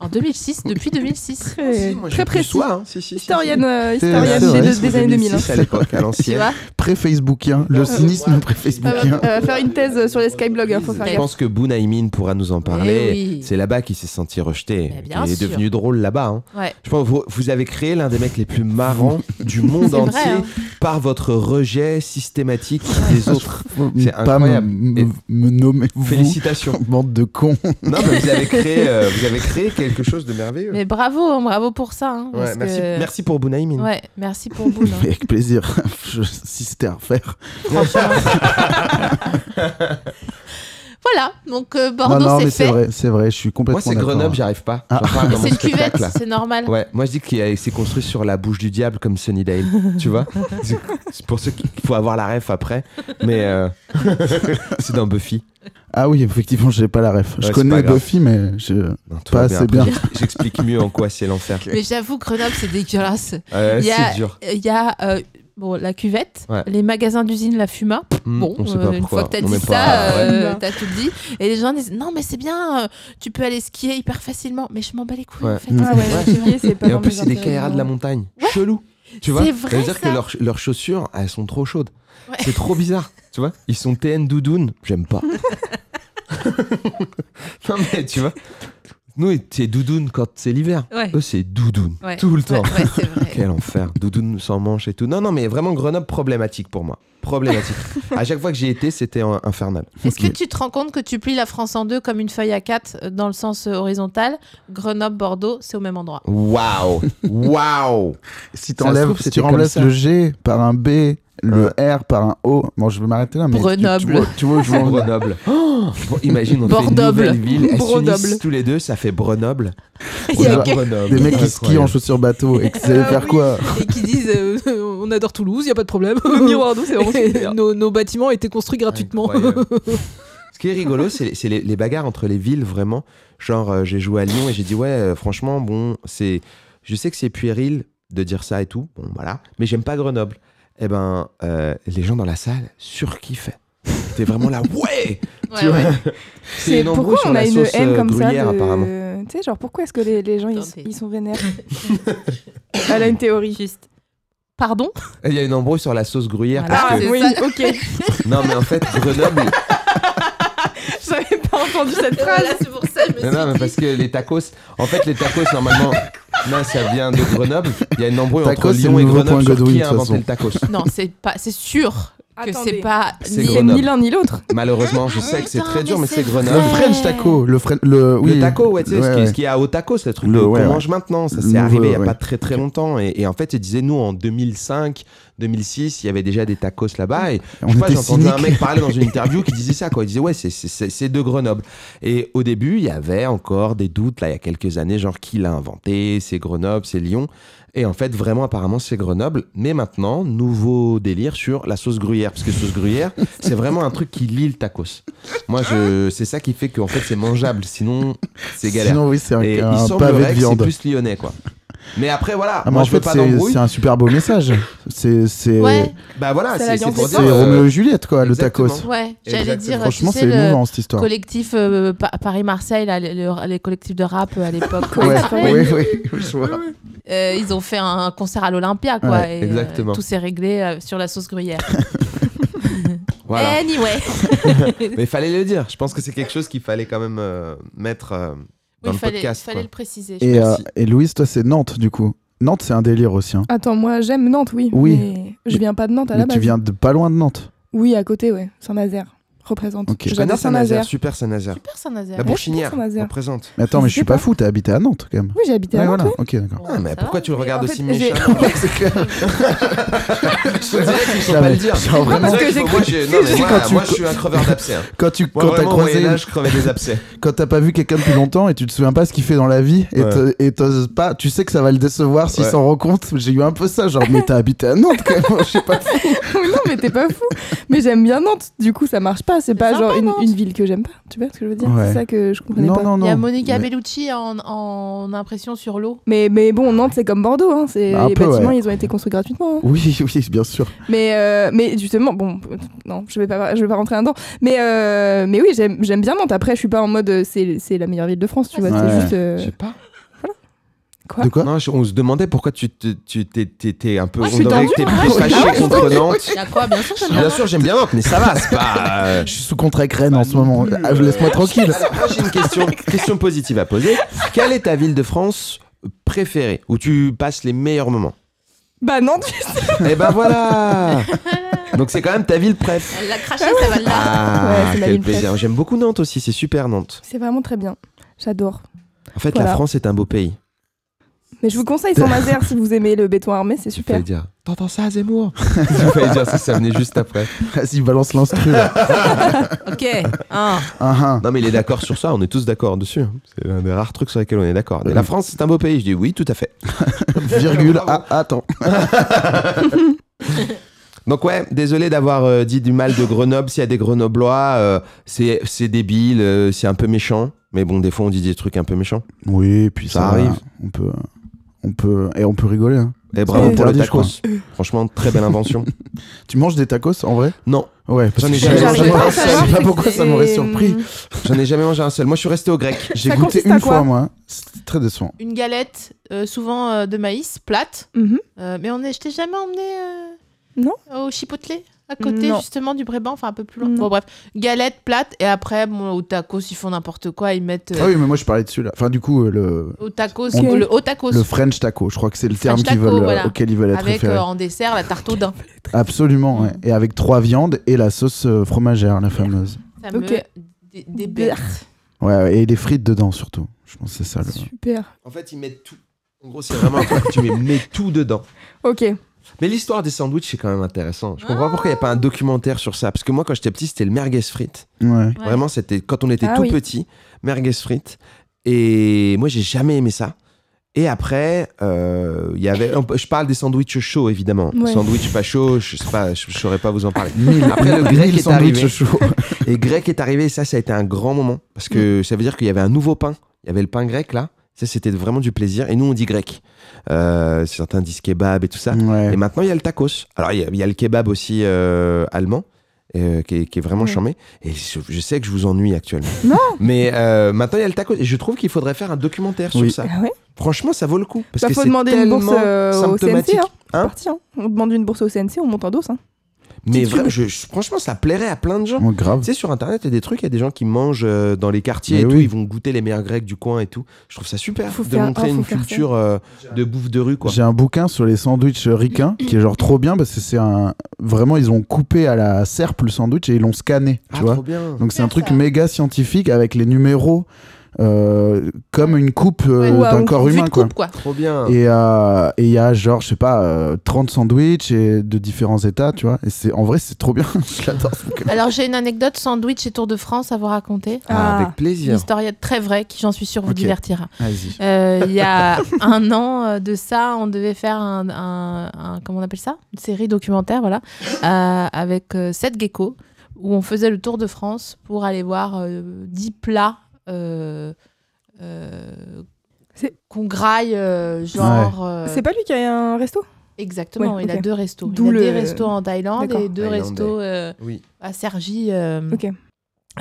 Speaker 6: en 2006, depuis 2006.
Speaker 4: Très, très précis.
Speaker 7: hein. Si, si, si,
Speaker 4: Historienne, euh,
Speaker 3: C'est
Speaker 4: historienne
Speaker 3: vrai,
Speaker 4: des,
Speaker 3: c'est
Speaker 4: des années 2000. hein.
Speaker 7: à l'époque, à
Speaker 6: Tu
Speaker 7: l'ancienne.
Speaker 6: vois
Speaker 3: Pré-Facebookien, le cynisme
Speaker 4: Euh,
Speaker 3: pré-Facebookien.
Speaker 4: euh, faire une thèse sur les skyblogs, hein, faut faire
Speaker 7: Je
Speaker 4: gaffe.
Speaker 7: pense que Bounaïmin pourra nous en parler.
Speaker 6: Eh oui.
Speaker 7: C'est là-bas qu'il s'est senti rejeté.
Speaker 6: Mais bien
Speaker 7: Il est
Speaker 6: sûr.
Speaker 7: devenu drôle là-bas. hein.
Speaker 6: Ouais.
Speaker 7: Je pense que vous, vous avez créé l'un des mecs les plus marrants du monde
Speaker 6: C'est vrai,
Speaker 7: entier
Speaker 6: hein.
Speaker 7: par votre rejet systématique des autres.
Speaker 3: Faut
Speaker 7: C'est
Speaker 3: Pas me,
Speaker 7: incroyable.
Speaker 3: me, me nommer vous.
Speaker 7: Félicitations.
Speaker 3: Bande de cons.
Speaker 7: non, mais vous avez créé, euh, vous avez créé quelque chose de merveilleux.
Speaker 6: Mais bravo, hein, bravo pour ça. hein,
Speaker 7: Ouais,
Speaker 6: parce
Speaker 7: merci,
Speaker 6: que-
Speaker 7: merci pour Bounaïmin.
Speaker 6: Ouais, merci pour vous.
Speaker 3: Mais Avec plaisir. Je- si c'était à refaire.
Speaker 6: voilà, donc euh,
Speaker 3: Non, non,
Speaker 6: Bordeaux,
Speaker 3: mais
Speaker 6: c'est
Speaker 3: c'est
Speaker 6: fait.
Speaker 3: vrai, c'est vrai. Je suis
Speaker 7: Moi,
Speaker 3: complètement
Speaker 7: c'est
Speaker 3: d'accord.
Speaker 7: Grenoble, j'y arrive pas. J'en
Speaker 3: Ah.
Speaker 7: parle dans
Speaker 6: C'est
Speaker 7: mon
Speaker 6: une
Speaker 7: spectacle,
Speaker 6: cuvette,
Speaker 7: là.
Speaker 6: c'est normal.
Speaker 7: Ouais, moi je dis qu'il y a- c'est construit sur la bouche du diable comme Sunnydale, tu vois. C'est- C'est pour ceux qu'il faut avoir la ref après, mais euh, c'est dans Buffy.
Speaker 3: Ah oui, effectivement, j'ai pas la ref. je
Speaker 7: c'est
Speaker 3: connais
Speaker 7: pas grave.
Speaker 3: Buffy, mais je.
Speaker 7: Non, tout va
Speaker 3: Pas assez bien.
Speaker 7: après, J'explique mieux en quoi c'est l'enfer.
Speaker 6: Mais j'avoue, Grenoble, c'est dégueulasse.
Speaker 7: Ouais,
Speaker 6: Il y a-
Speaker 7: C'est dur.
Speaker 6: Il y a euh, bon, la cuvette,
Speaker 7: Ouais.
Speaker 6: les magasins d'usine La Fuma.
Speaker 7: Hmm,
Speaker 6: Bon,
Speaker 7: on sait
Speaker 6: euh,
Speaker 7: pas
Speaker 6: une
Speaker 7: pourquoi.
Speaker 6: fois que t'as
Speaker 7: On
Speaker 6: dit
Speaker 7: est
Speaker 6: ça,
Speaker 7: pas- ouais.
Speaker 6: euh, t'as tout dit. Et les gens disent Non, mais c'est bien, euh, tu peux aller skier hyper facilement. Mais je m'en bats les couilles,
Speaker 7: Ouais.
Speaker 6: en fait.
Speaker 3: Mm.
Speaker 4: Ah ouais,
Speaker 7: Ouais.
Speaker 4: juillet, c'est pas
Speaker 7: Et en
Speaker 4: dans
Speaker 7: plus,
Speaker 4: mes
Speaker 7: c'est des
Speaker 4: intérêts,
Speaker 7: KRA de
Speaker 4: non.
Speaker 7: la montagne. Chelou. Tu vois
Speaker 6: C'est vrai,
Speaker 7: Ça veut dire
Speaker 6: ça.
Speaker 7: que leurs, leurs chaussures, elles sont trop chaudes.
Speaker 6: Ouais.
Speaker 7: C'est trop bizarre. Tu vois Ils sont TN doudoune. J'aime pas. non, mais tu vois. Nous, c'est doudoune quand c'est l'hiver.
Speaker 6: Ouais.
Speaker 7: Eux, c'est doudoune.
Speaker 6: Ouais.
Speaker 7: Tout le temps.
Speaker 6: Ouais, ouais, c'est vrai.
Speaker 7: Quel enfer. Doudoune sans manche et tout. Non, non, mais vraiment, Grenoble, problématique pour moi. Problématique. à chaque fois que j'y étais, c'était euh, infernal.
Speaker 6: Est-ce que tu te rends compte que tu plies la France en deux comme une feuille à quatre euh, dans le sens euh, horizontal Grenoble, Bordeaux, c'est au même endroit.
Speaker 7: Waouh! Waouh!
Speaker 3: Si
Speaker 7: Ça se
Speaker 3: t'enlèves,
Speaker 7: trouve,
Speaker 3: si
Speaker 7: c'était
Speaker 3: tu
Speaker 7: comme
Speaker 3: remplaces
Speaker 7: ça.
Speaker 3: le G par un B, le R par un O. Bon, je vais m'arrêter là, mais. tu- Tu,
Speaker 6: Grenoble.
Speaker 3: vois, tu vois, où je vois-
Speaker 7: Grenoble. Bon, imagine, on fait une
Speaker 6: Bordoble.
Speaker 7: nouvelle ville. Elles
Speaker 6: Brodoble.
Speaker 7: s'unissent tous les deux, ça fait Grenoble.
Speaker 6: Il y a que-
Speaker 3: Des mecs qui skient en chaussures bateau et que vous allez
Speaker 6: Ah
Speaker 3: faire
Speaker 6: oui.
Speaker 3: quoi
Speaker 6: Et qui disent euh, On adore Toulouse, il n'y a pas de problème.
Speaker 4: Le miroir d'eau, c'est vraiment super.
Speaker 6: nos, nos bâtiments étaient construits
Speaker 7: Ce qui est rigolo, c'est c'est les, les bagarres entre les villes, vraiment. Genre, euh, j'ai joué à Lyon et j'ai dit, ouais, euh, franchement, bon, c'est. Je sais que c'est puéril de dire ça et tout, bon, voilà, mais j'aime pas Grenoble. Eh ben, euh, les gens dans la salle surkiffaient. T'es vraiment là, ouais! Tu vois,
Speaker 4: Mais
Speaker 7: C'est une embrouille
Speaker 4: pourquoi on
Speaker 7: sur
Speaker 4: a
Speaker 7: la
Speaker 4: une
Speaker 7: sauce
Speaker 4: haine
Speaker 7: euh,
Speaker 4: comme ça
Speaker 7: gruyère,
Speaker 4: de-
Speaker 7: apparemment.
Speaker 4: Tu sais, genre pourquoi est-ce que les, les gens ils,
Speaker 6: Attendez.
Speaker 4: ils sont vénères Elle a une théorie.
Speaker 6: Juste. Pardon
Speaker 7: Il y a une embrouille sur la sauce gruyère.
Speaker 6: Voilà.
Speaker 7: parce
Speaker 4: Ah
Speaker 7: que-
Speaker 6: c'est
Speaker 4: oui,
Speaker 6: ça.
Speaker 4: ok.
Speaker 7: Non, mais en fait, Grenoble,
Speaker 4: J'avais pas entendu cette phrase.
Speaker 6: c'est pour ça, je me
Speaker 7: Non, non, mais parce que les tacos, en fait, les tacos, normalement, non, ça vient de Grenoble. Il y a une embrouille
Speaker 3: Tacos,
Speaker 7: entre
Speaker 3: c'est
Speaker 7: Lyon
Speaker 3: le
Speaker 7: et
Speaker 3: nouveau
Speaker 7: Grenoble
Speaker 3: point
Speaker 7: sur
Speaker 3: Godwin,
Speaker 7: qui
Speaker 3: de
Speaker 7: a
Speaker 3: toute
Speaker 7: inventé
Speaker 3: façon.
Speaker 7: le tacos.
Speaker 6: Non, c'est pas. C'est sûr que
Speaker 4: Attendez.
Speaker 6: c'est pas.
Speaker 7: C'est
Speaker 4: Ni
Speaker 7: Grenoble.
Speaker 4: ni l'un ni l'autre.
Speaker 7: Malheureusement, je sais que c'est
Speaker 6: putain,
Speaker 7: très dur,
Speaker 6: mais
Speaker 7: mais
Speaker 6: c'est
Speaker 7: c'est
Speaker 3: Le
Speaker 7: Grenoble.
Speaker 6: vrai.
Speaker 3: French taco, le Fre- le, oui,
Speaker 7: le taco, ouais, tu sais, ce, qui, ce qui est à haut tacos, le truc
Speaker 3: Le-
Speaker 7: qu'on
Speaker 3: ouais, ouais.
Speaker 7: mange maintenant, ça
Speaker 3: Le
Speaker 7: s'est arrivé il n'y a
Speaker 3: nouveau,
Speaker 7: pas
Speaker 3: ouais.
Speaker 7: très très longtemps. Et, et en fait, ils disaient, nous, en 2005, 2006, il y avait déjà des tacos
Speaker 6: Mm.
Speaker 7: là-bas. Et
Speaker 3: On
Speaker 7: je sais pas,
Speaker 3: était
Speaker 7: j'ai entendu un
Speaker 3: cyniques.
Speaker 7: mec parler dans une interview qui disait ça, quoi. Il disait, ouais, c'est- c'est c'est- c'est de Grenoble. Et au début, il y avait encore des doutes, là, il y a quelques années, genre, qui l'a inventé C'est Grenoble, c'est Lyon. Et en fait, vraiment, apparemment, c'est Grenoble. Mais maintenant, nouveau délire sur la sauce gruyère. Parce que sauce gruyère, c'est vraiment un truc qui lie le tacos. Moi, je- c'est ça qui fait qu'en fait, c'est mangeable. Sinon, c'est galère.
Speaker 3: Sinon, oui, c'est un,
Speaker 7: Et
Speaker 3: un
Speaker 7: il
Speaker 3: pavé
Speaker 7: semblerait
Speaker 3: de
Speaker 7: que c'est
Speaker 3: viande.
Speaker 7: plus lyonnais, quoi. Mais après, voilà,
Speaker 3: Ah, mais
Speaker 7: moi,
Speaker 3: en
Speaker 7: je veux
Speaker 3: fait,
Speaker 7: pas
Speaker 3: c'est
Speaker 7: d'embrouille.
Speaker 3: c'est un super beau message. C'est c'est
Speaker 6: Ouais,
Speaker 7: Bah voilà,
Speaker 4: C'est
Speaker 7: c'est
Speaker 4: la
Speaker 7: c'est
Speaker 4: viande
Speaker 7: pour
Speaker 4: des
Speaker 7: dire,
Speaker 3: c'est
Speaker 4: sauces.
Speaker 7: euh,
Speaker 3: Roméo et Juliette, quoi,
Speaker 7: exactement.
Speaker 3: le tacos.
Speaker 6: ouais. J'allais
Speaker 7: Exactement.
Speaker 6: dire,
Speaker 3: Franchement,
Speaker 6: tu
Speaker 3: c'est
Speaker 6: sais, le
Speaker 3: émouvant cette histoire.
Speaker 6: collectif euh, Pa- Paris-Marseille, là, le- le- les collectifs de rap euh, à l'époque.
Speaker 3: Ouais,
Speaker 6: Comment ça s'appelle
Speaker 3: oui, oui, je vois.
Speaker 6: Euh, ils ont fait un concert à l'Olympia, quoi.
Speaker 3: Ouais,
Speaker 6: et, euh,
Speaker 7: exactement.
Speaker 6: tout s'est réglé euh, sur la sauce gruyère.
Speaker 7: voilà.
Speaker 6: Anyway.
Speaker 7: Mais il fallait le dire. Je pense que c'est quelque chose qu'il fallait quand même euh, mettre euh, dans le
Speaker 6: Oui, fallait,
Speaker 7: podcast.
Speaker 6: fallait
Speaker 7: quoi.
Speaker 6: le préciser.
Speaker 3: Et, euh,
Speaker 7: Merci.
Speaker 3: et Louise, toi, c'est Nantes, du coup. Nantes, c'est un délire aussi. hein.
Speaker 4: Attends, moi j'aime Nantes, oui.
Speaker 3: Oui.
Speaker 4: Mais je viens pas de Nantes à la
Speaker 3: Mais
Speaker 4: base.
Speaker 3: tu viens de pas loin de Nantes.
Speaker 4: Oui, à côté, ouais. Saint-Nazaire. Représente.
Speaker 3: Ok.
Speaker 7: Je
Speaker 4: J'adore
Speaker 7: connais Ah, Saint-Nazaire,
Speaker 4: Saint-Nazaire.
Speaker 7: super Saint-Nazaire.
Speaker 6: Super Saint-Nazaire.
Speaker 7: La
Speaker 4: bon-
Speaker 7: Bourchinière,
Speaker 4: Saint-Nazaire.
Speaker 7: on présente.
Speaker 3: Mais attends, mais je
Speaker 4: sais
Speaker 3: suis pas,
Speaker 4: pas.
Speaker 3: fou, t'as habité à Nantes quand même.
Speaker 4: Oui, j'habitais
Speaker 3: Ouais,
Speaker 4: à Nantes.
Speaker 3: voilà,
Speaker 4: oui.
Speaker 3: ok, d'accord.
Speaker 6: Bon,
Speaker 7: Ah, mais
Speaker 6: ça
Speaker 7: pourquoi
Speaker 6: va.
Speaker 7: tu le regardes
Speaker 4: en
Speaker 7: aussi
Speaker 4: fait,
Speaker 7: méchant
Speaker 4: j'ai-
Speaker 7: Je dirais qu'il faut
Speaker 3: Non,
Speaker 7: pas
Speaker 3: mais-
Speaker 7: le dire.
Speaker 3: genre, vraiment-
Speaker 7: Moi,
Speaker 4: que j'ai
Speaker 7: moi,
Speaker 4: cru-
Speaker 7: j'ai- non, mais
Speaker 3: Si,
Speaker 7: moi,
Speaker 3: quand tu-
Speaker 7: moi, je suis un creveur d'abcès. hein.
Speaker 3: Quand tu
Speaker 7: Moi,
Speaker 3: quand t'as
Speaker 7: vraiment, au
Speaker 3: croisé,
Speaker 7: Moyen-Âge, je crevais des abcès.
Speaker 3: quand t'as pas vu quelqu'un depuis longtemps et tu te souviens pas ce qu'il fait dans la vie et
Speaker 7: Ouais.
Speaker 3: te- et t'oses pas, tu sais que ça va le décevoir s'il
Speaker 7: Ouais.
Speaker 3: s'en rend compte. J'ai eu un peu ça, genre mais t'as habité à Nantes quand même. Je sais pas.
Speaker 4: Oui, non, mais t'es pas fou. Mais j'aime bien Nantes. Du coup, ça marche pas. C'est pas
Speaker 6: sympa,
Speaker 4: genre une,
Speaker 6: Nantes.
Speaker 4: une ville que j'aime pas. Tu vois ce que je veux dire
Speaker 3: Ouais.
Speaker 4: C'est ça que je comprenais
Speaker 3: Non
Speaker 4: pas.
Speaker 3: non
Speaker 6: Il y a
Speaker 3: non.
Speaker 6: Monica
Speaker 3: Mais-
Speaker 6: Bellucci en, en impression sur l'eau.
Speaker 4: Mais, mais bon, Nantes, c'est comme Bordeaux. Hein. C'est-
Speaker 3: Bah, un
Speaker 4: les
Speaker 3: peu,
Speaker 4: bâtiments,
Speaker 3: ouais.
Speaker 4: ils ont été construits gratuitement. hein.
Speaker 3: Oui oui bien sûr.
Speaker 4: Mais, euh, mais justement, bon, euh, non, je vais pas, je vais pas rentrer là-dedans. Mais, euh, mais oui, j'aime j'aime bien Nantes. Après, je suis pas en mode euh, c'est c'est la meilleure ville de France. Tu vois,
Speaker 3: Ouais.
Speaker 4: c'est juste. euh,
Speaker 7: Je sais pas.
Speaker 4: Quoi
Speaker 3: De quoi
Speaker 7: Non, je- on se demandait pourquoi tu te- tu t'es- t'étais un peu.
Speaker 6: Moi,
Speaker 7: on
Speaker 6: je suis
Speaker 7: dirait que
Speaker 6: tendue,
Speaker 7: t'es
Speaker 6: hein.
Speaker 7: plutôt
Speaker 6: Ah ouais, je
Speaker 7: fâché
Speaker 6: suis
Speaker 7: contre Nantes.
Speaker 6: Il y a quoi Bien sûr, j'aime bien.
Speaker 7: Bien sûr, j'aime bien Nantes, mais ça va, c'est pas. euh,
Speaker 3: Je suis sous contrat avec Rennes en
Speaker 7: Bah
Speaker 3: ce moment. Ah, Laisse-moi tranquille.
Speaker 7: Alors, moi, j'ai une question, question positive à poser. Quelle est ta ville de France préférée où tu passes les meilleurs moments
Speaker 4: Bah Nantes. juste-
Speaker 7: Et ben voilà Donc c'est quand même ta ville préf.
Speaker 6: Elle l'a craché, ça va là.
Speaker 7: Ah,
Speaker 4: Ouais, c'est ma
Speaker 7: quel
Speaker 4: ville préf.
Speaker 7: plaisir. J'aime beaucoup Nantes aussi, c'est super Nantes.
Speaker 4: C'est vraiment très bien. J'adore.
Speaker 7: En fait, la
Speaker 4: Voilà.
Speaker 7: France est un beau pays.
Speaker 4: Mais je vous conseille Saint-Nazaire si vous aimez le béton armé, c'est
Speaker 7: Fallait
Speaker 4: super.
Speaker 7: dire. T'entends ça, Zemmour Il fallait dire ça, ça venait juste après.
Speaker 3: Vas-y balance l'instru. là.
Speaker 6: Ok. Hein.
Speaker 3: Ah, ah.
Speaker 7: Non, mais il est d'accord sur ça, on est tous d'accord dessus. hein. C'est l'un des rares trucs sur lesquels on est d'accord. La France, c'est un beau pays. Je dis oui, tout à fait.
Speaker 3: Virgule. Ah attends.
Speaker 7: Donc ouais, désolé d'avoir euh, dit du mal de Grenoble. S'il y a des Grenoblois, euh, c'est c'est débile, euh, c'est un peu méchant. Mais bon, des fois, on dit des trucs un peu méchants.
Speaker 3: Oui et puis ça,
Speaker 7: Ça
Speaker 3: va,
Speaker 7: arrive.
Speaker 3: On peut on peut et on peut rigoler. hein.
Speaker 7: Et bravo
Speaker 3: pas
Speaker 7: pour le
Speaker 3: interdit, je
Speaker 7: tacos. Franchement, très belle invention.
Speaker 3: Tu manges des tacos en vrai
Speaker 7: non,
Speaker 3: Ouais. parce
Speaker 7: J'en
Speaker 3: que
Speaker 7: ai jamais
Speaker 3: je
Speaker 7: mangé.
Speaker 3: sais pas-
Speaker 7: J'arrive
Speaker 3: je sais pas pourquoi ça m'aurait
Speaker 4: C'est-
Speaker 3: surpris.
Speaker 7: j'en ai jamais mangé un seul. Moi, je suis resté au grec.
Speaker 3: J'ai
Speaker 4: Ça
Speaker 3: goûté
Speaker 4: consiste
Speaker 3: une
Speaker 4: à quoi
Speaker 3: fois, moi. C'était très décevant.
Speaker 6: Une galette, euh, souvent euh, de maïs, plate.
Speaker 4: Mhm.
Speaker 6: Euh, mais on est, je t'ai jamais emmené euh,
Speaker 4: Non.
Speaker 6: au Chipotle à côté
Speaker 4: Non.
Speaker 6: justement du Brébant, enfin un peu plus loin.
Speaker 4: Non.
Speaker 6: Bon bref, galette plate et après bon, au tacos ils font n'importe quoi, ils mettent euh,
Speaker 3: Ah oui, mais moi je parlais dessus là. Enfin, du coup, euh, le,
Speaker 6: au tacos,
Speaker 4: Ok.
Speaker 6: le au tacos
Speaker 3: le French taco, je crois que c'est le terme
Speaker 6: French
Speaker 3: qu'ils
Speaker 6: taco,
Speaker 3: veulent, euh,
Speaker 6: voilà.
Speaker 3: auquel ils veulent être
Speaker 6: avec euh,
Speaker 3: référés.
Speaker 6: en dessert la tarte au daim.
Speaker 3: Absolument, ouais. Et avec trois viandes et la sauce euh, fromagère, la fameuse.
Speaker 6: Ça me-
Speaker 4: Ok.
Speaker 6: des, des bêtes.
Speaker 3: Ouais, ouais, et des frites dedans surtout. Je pense que c'est ça le.
Speaker 4: Super.
Speaker 7: En fait, ils mettent tout. En gros, c'est vraiment un truc que tu mets, mets tout dedans.
Speaker 4: Ok.
Speaker 7: Mais l'histoire des sandwichs, c'est quand même intéressant. Je comprends pas pourquoi il n'y a pas un documentaire sur ça. Parce que moi, quand j'étais petit, c'était le merguez frites.
Speaker 3: Ouais.
Speaker 6: Ouais.
Speaker 7: Vraiment, c'était quand on était
Speaker 4: Ah
Speaker 7: tout
Speaker 4: oui.
Speaker 7: petit, merguez frites. Et moi, j'ai jamais aimé ça. Et après, euh, il y avait. on peut- Je parle des sandwichs chauds, évidemment.
Speaker 4: Ouais.
Speaker 7: Sandwich pas chaud, je sais pas, je, je saurais pas vous en parler.
Speaker 3: Mille,
Speaker 7: Après, le grec
Speaker 3: mille
Speaker 7: est
Speaker 3: sandwichs
Speaker 7: arrivé.
Speaker 3: chauds.
Speaker 7: Et grec est arrivé, et ça, ça a été un grand moment. Parce
Speaker 4: Mm.
Speaker 7: que ça veut dire qu'il y avait un nouveau pain. Il y avait le pain grec, là. Ça, c'était vraiment du plaisir. Et nous, on dit grec. Euh, certains disent kebab et tout ça.
Speaker 3: Ouais.
Speaker 7: Et maintenant, il y a le tacos. Alors, il y a- il y, a le kebab aussi euh, allemand, euh, qui, est, qui est vraiment
Speaker 4: Ouais.
Speaker 7: charmé. Et je, je sais que je vous ennuie actuellement.
Speaker 4: Non.
Speaker 7: Mais euh, maintenant, il y a le tacos. Et je trouve qu'il faudrait faire un documentaire sur
Speaker 3: Oui.
Speaker 7: ça.
Speaker 4: Ah ouais
Speaker 7: Franchement, ça vaut le coup. Parce
Speaker 4: Bah,
Speaker 7: que
Speaker 4: faut
Speaker 7: c'est
Speaker 4: demander une bourse
Speaker 7: tellement
Speaker 4: euh, au
Speaker 7: symptomatique.
Speaker 4: CNC. Hein. C'est
Speaker 7: Hein
Speaker 4: parti, hein. On demande une bourse au CNC, on monte en dos. Hein.
Speaker 7: Mais
Speaker 4: Petite
Speaker 7: vraiment,
Speaker 4: pub.
Speaker 7: je- je- franchement, ça plairait à plein de gens.
Speaker 3: Oh,
Speaker 7: Tu
Speaker 3: grave.
Speaker 7: sais, sur Internet, il y a des trucs, il y a des gens qui mangent euh, dans les quartiers
Speaker 3: Mais
Speaker 7: et tout,
Speaker 3: oui.
Speaker 7: ils vont goûter les meilleurs grecs du coin et tout. Je trouve ça super
Speaker 4: Faut
Speaker 7: de
Speaker 4: faire-
Speaker 7: montrer
Speaker 4: oh, faut
Speaker 7: une
Speaker 4: faire ça.
Speaker 7: culture euh, de bouffe de rue, quoi.
Speaker 3: J'ai un bouquin sur les sandwichs ricains qui est genre trop bien parce que c'est un. Vraiment, ils ont coupé à la serpe le sandwich et ils l'ont scanné. Tu
Speaker 7: Ah,
Speaker 3: vois
Speaker 7: trop bien.
Speaker 3: Donc c'est un
Speaker 6: Super,
Speaker 3: truc
Speaker 6: ça.
Speaker 3: méga scientifique avec les numéros euh, comme une coupe euh,
Speaker 4: Ouais,
Speaker 3: d'un
Speaker 4: une
Speaker 3: corps
Speaker 6: Vue de
Speaker 3: humain. quoi.
Speaker 6: coupe, quoi.
Speaker 7: Trop bien.
Speaker 3: Et euh, et il y a genre, je sais pas, euh, 30 sandwichs et de différents états, tu vois. Et c'est en vrai, c'est trop bien. je l'adore ce bouquin.
Speaker 6: Alors j'ai une anecdote sandwich et Tour de France à vous raconter.
Speaker 7: Ah,
Speaker 4: Ah.
Speaker 7: avec
Speaker 6: Une
Speaker 7: plaisir.
Speaker 6: historiette très vraie qui, j'en suis sûre, vous
Speaker 3: Ok.
Speaker 6: divertira.
Speaker 3: Vas-y.
Speaker 6: Euh, Il y a un an euh, de ça, on devait faire un, un- un- comment on appelle ça Une série documentaire, voilà, euh, avec euh, sept geckos où on faisait le tour de France pour aller voir euh, dix plats euh, euh,
Speaker 4: C'est-
Speaker 6: qu'on graille, euh, genre. euh,
Speaker 4: C'est pas lui qui a un resto
Speaker 6: Exactement,
Speaker 4: Ouais,
Speaker 6: il a
Speaker 4: ok.
Speaker 6: deux restos. Il
Speaker 4: D'où
Speaker 6: a des
Speaker 4: le-
Speaker 6: restos en Thaïlande
Speaker 4: D'accord.
Speaker 6: et deux
Speaker 7: Thaïlandais.
Speaker 6: restos euh,
Speaker 7: Oui.
Speaker 6: à Sergi. euh,
Speaker 4: Ok.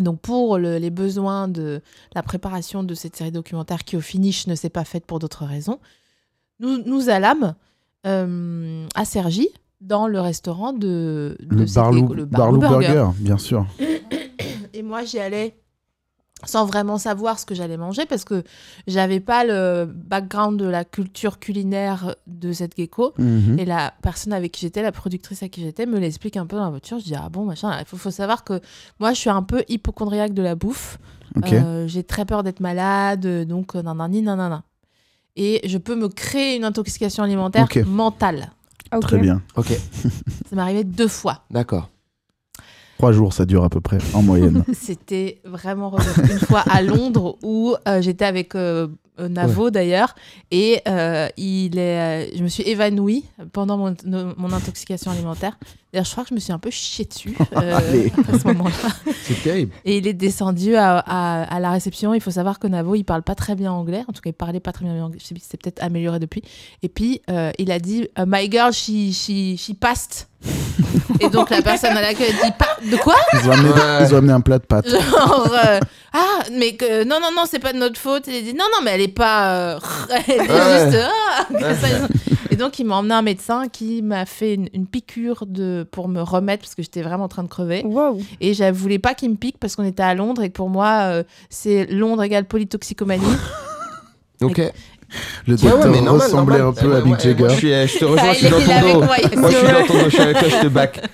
Speaker 6: Donc pour le- les besoins de la préparation de cette série documentaire qui au finish ne s'est pas faite pour d'autres raisons, nous, nous allâmes euh, à Sergi dans le restaurant de, de
Speaker 3: Le
Speaker 6: cette-
Speaker 3: Barlou,
Speaker 6: le Barlou
Speaker 3: Barlou Burger. bien sûr.
Speaker 6: Et moi j'y allais sans vraiment savoir ce que j'allais manger parce que j'avais pas le background de la culture culinaire de cette gecko.
Speaker 3: Mhm.
Speaker 6: Et la personne avec qui j'étais, la productrice à qui j'étais, me l'explique un peu dans la voiture. Je dis, ah bon, machin, il faut, faut savoir que moi, je suis un peu hypochondriaque de la bouffe.
Speaker 3: Ok.
Speaker 6: Euh, J'ai très peur d'être malade, euh, donc euh, nanani, nanana. Et je peux me créer une intoxication alimentaire
Speaker 3: Ok.
Speaker 6: mentale.
Speaker 4: Ah, ok.
Speaker 3: Très bien.
Speaker 7: Ok,
Speaker 6: Ça m'est arrivé deux fois.
Speaker 7: d'accord.
Speaker 3: Trois jours, ça dure à peu près, en moyenne.
Speaker 6: C'était vraiment relou. une fois à Londres où euh, j'étais avec euh, euh, Navo d'ailleurs et euh, il est, euh, je me suis évanouie pendant mon, no- mon intoxication alimentaire. D'ailleurs, je crois que je me suis un peu chiée dessus euh,
Speaker 3: Allez.
Speaker 6: à ce moment-là.
Speaker 7: C'est terrible.
Speaker 6: Et il est descendu à, à- à la réception. Il faut savoir que Navo, il parle pas très bien anglais. En tout cas, il parlait pas très bien anglais. Je sais pas, il s'est peut-être amélioré depuis. Et puis, euh, il a dit euh, My girl, she, she, she passed. Et donc, la personne à l'accueil dit Pa- De quoi
Speaker 3: Ils ont amené,
Speaker 7: Ouais.
Speaker 3: ils ont amené un plat de pâtes.
Speaker 6: Genre, euh, ah, mais que non, non, non, c'est pas de notre faute. Il a dit, non, non, mais elle est pas. euh, elle est
Speaker 7: Ouais.
Speaker 6: juste. ah, comme ça, ils ont- Et donc, il m'a emmené un médecin qui m'a fait une, une piqûre de, pour me remettre parce que j'étais vraiment en train de crever.
Speaker 4: Wow.
Speaker 6: Et je voulais pas qu'il me pique parce qu'on était à Londres et que pour moi, euh, c'est Londres égale polytoxicomanie.
Speaker 7: Ok.
Speaker 3: Le
Speaker 7: Ah Ouais,
Speaker 3: docteur
Speaker 7: ouais, mais normal,
Speaker 3: ressemblait
Speaker 7: normal.
Speaker 3: un peu
Speaker 7: Ouais,
Speaker 3: à Mick
Speaker 7: ouais, moi,
Speaker 3: Jagger.
Speaker 7: Je, suis, euh, je te
Speaker 6: Ah,
Speaker 7: rejoins, je
Speaker 6: il
Speaker 7: suis
Speaker 6: est
Speaker 7: dans ton
Speaker 6: avec
Speaker 7: dos.
Speaker 6: moi, il est
Speaker 7: Moi, je suis
Speaker 6: vrai.
Speaker 7: dans ton dos, je suis avec toi, je te back.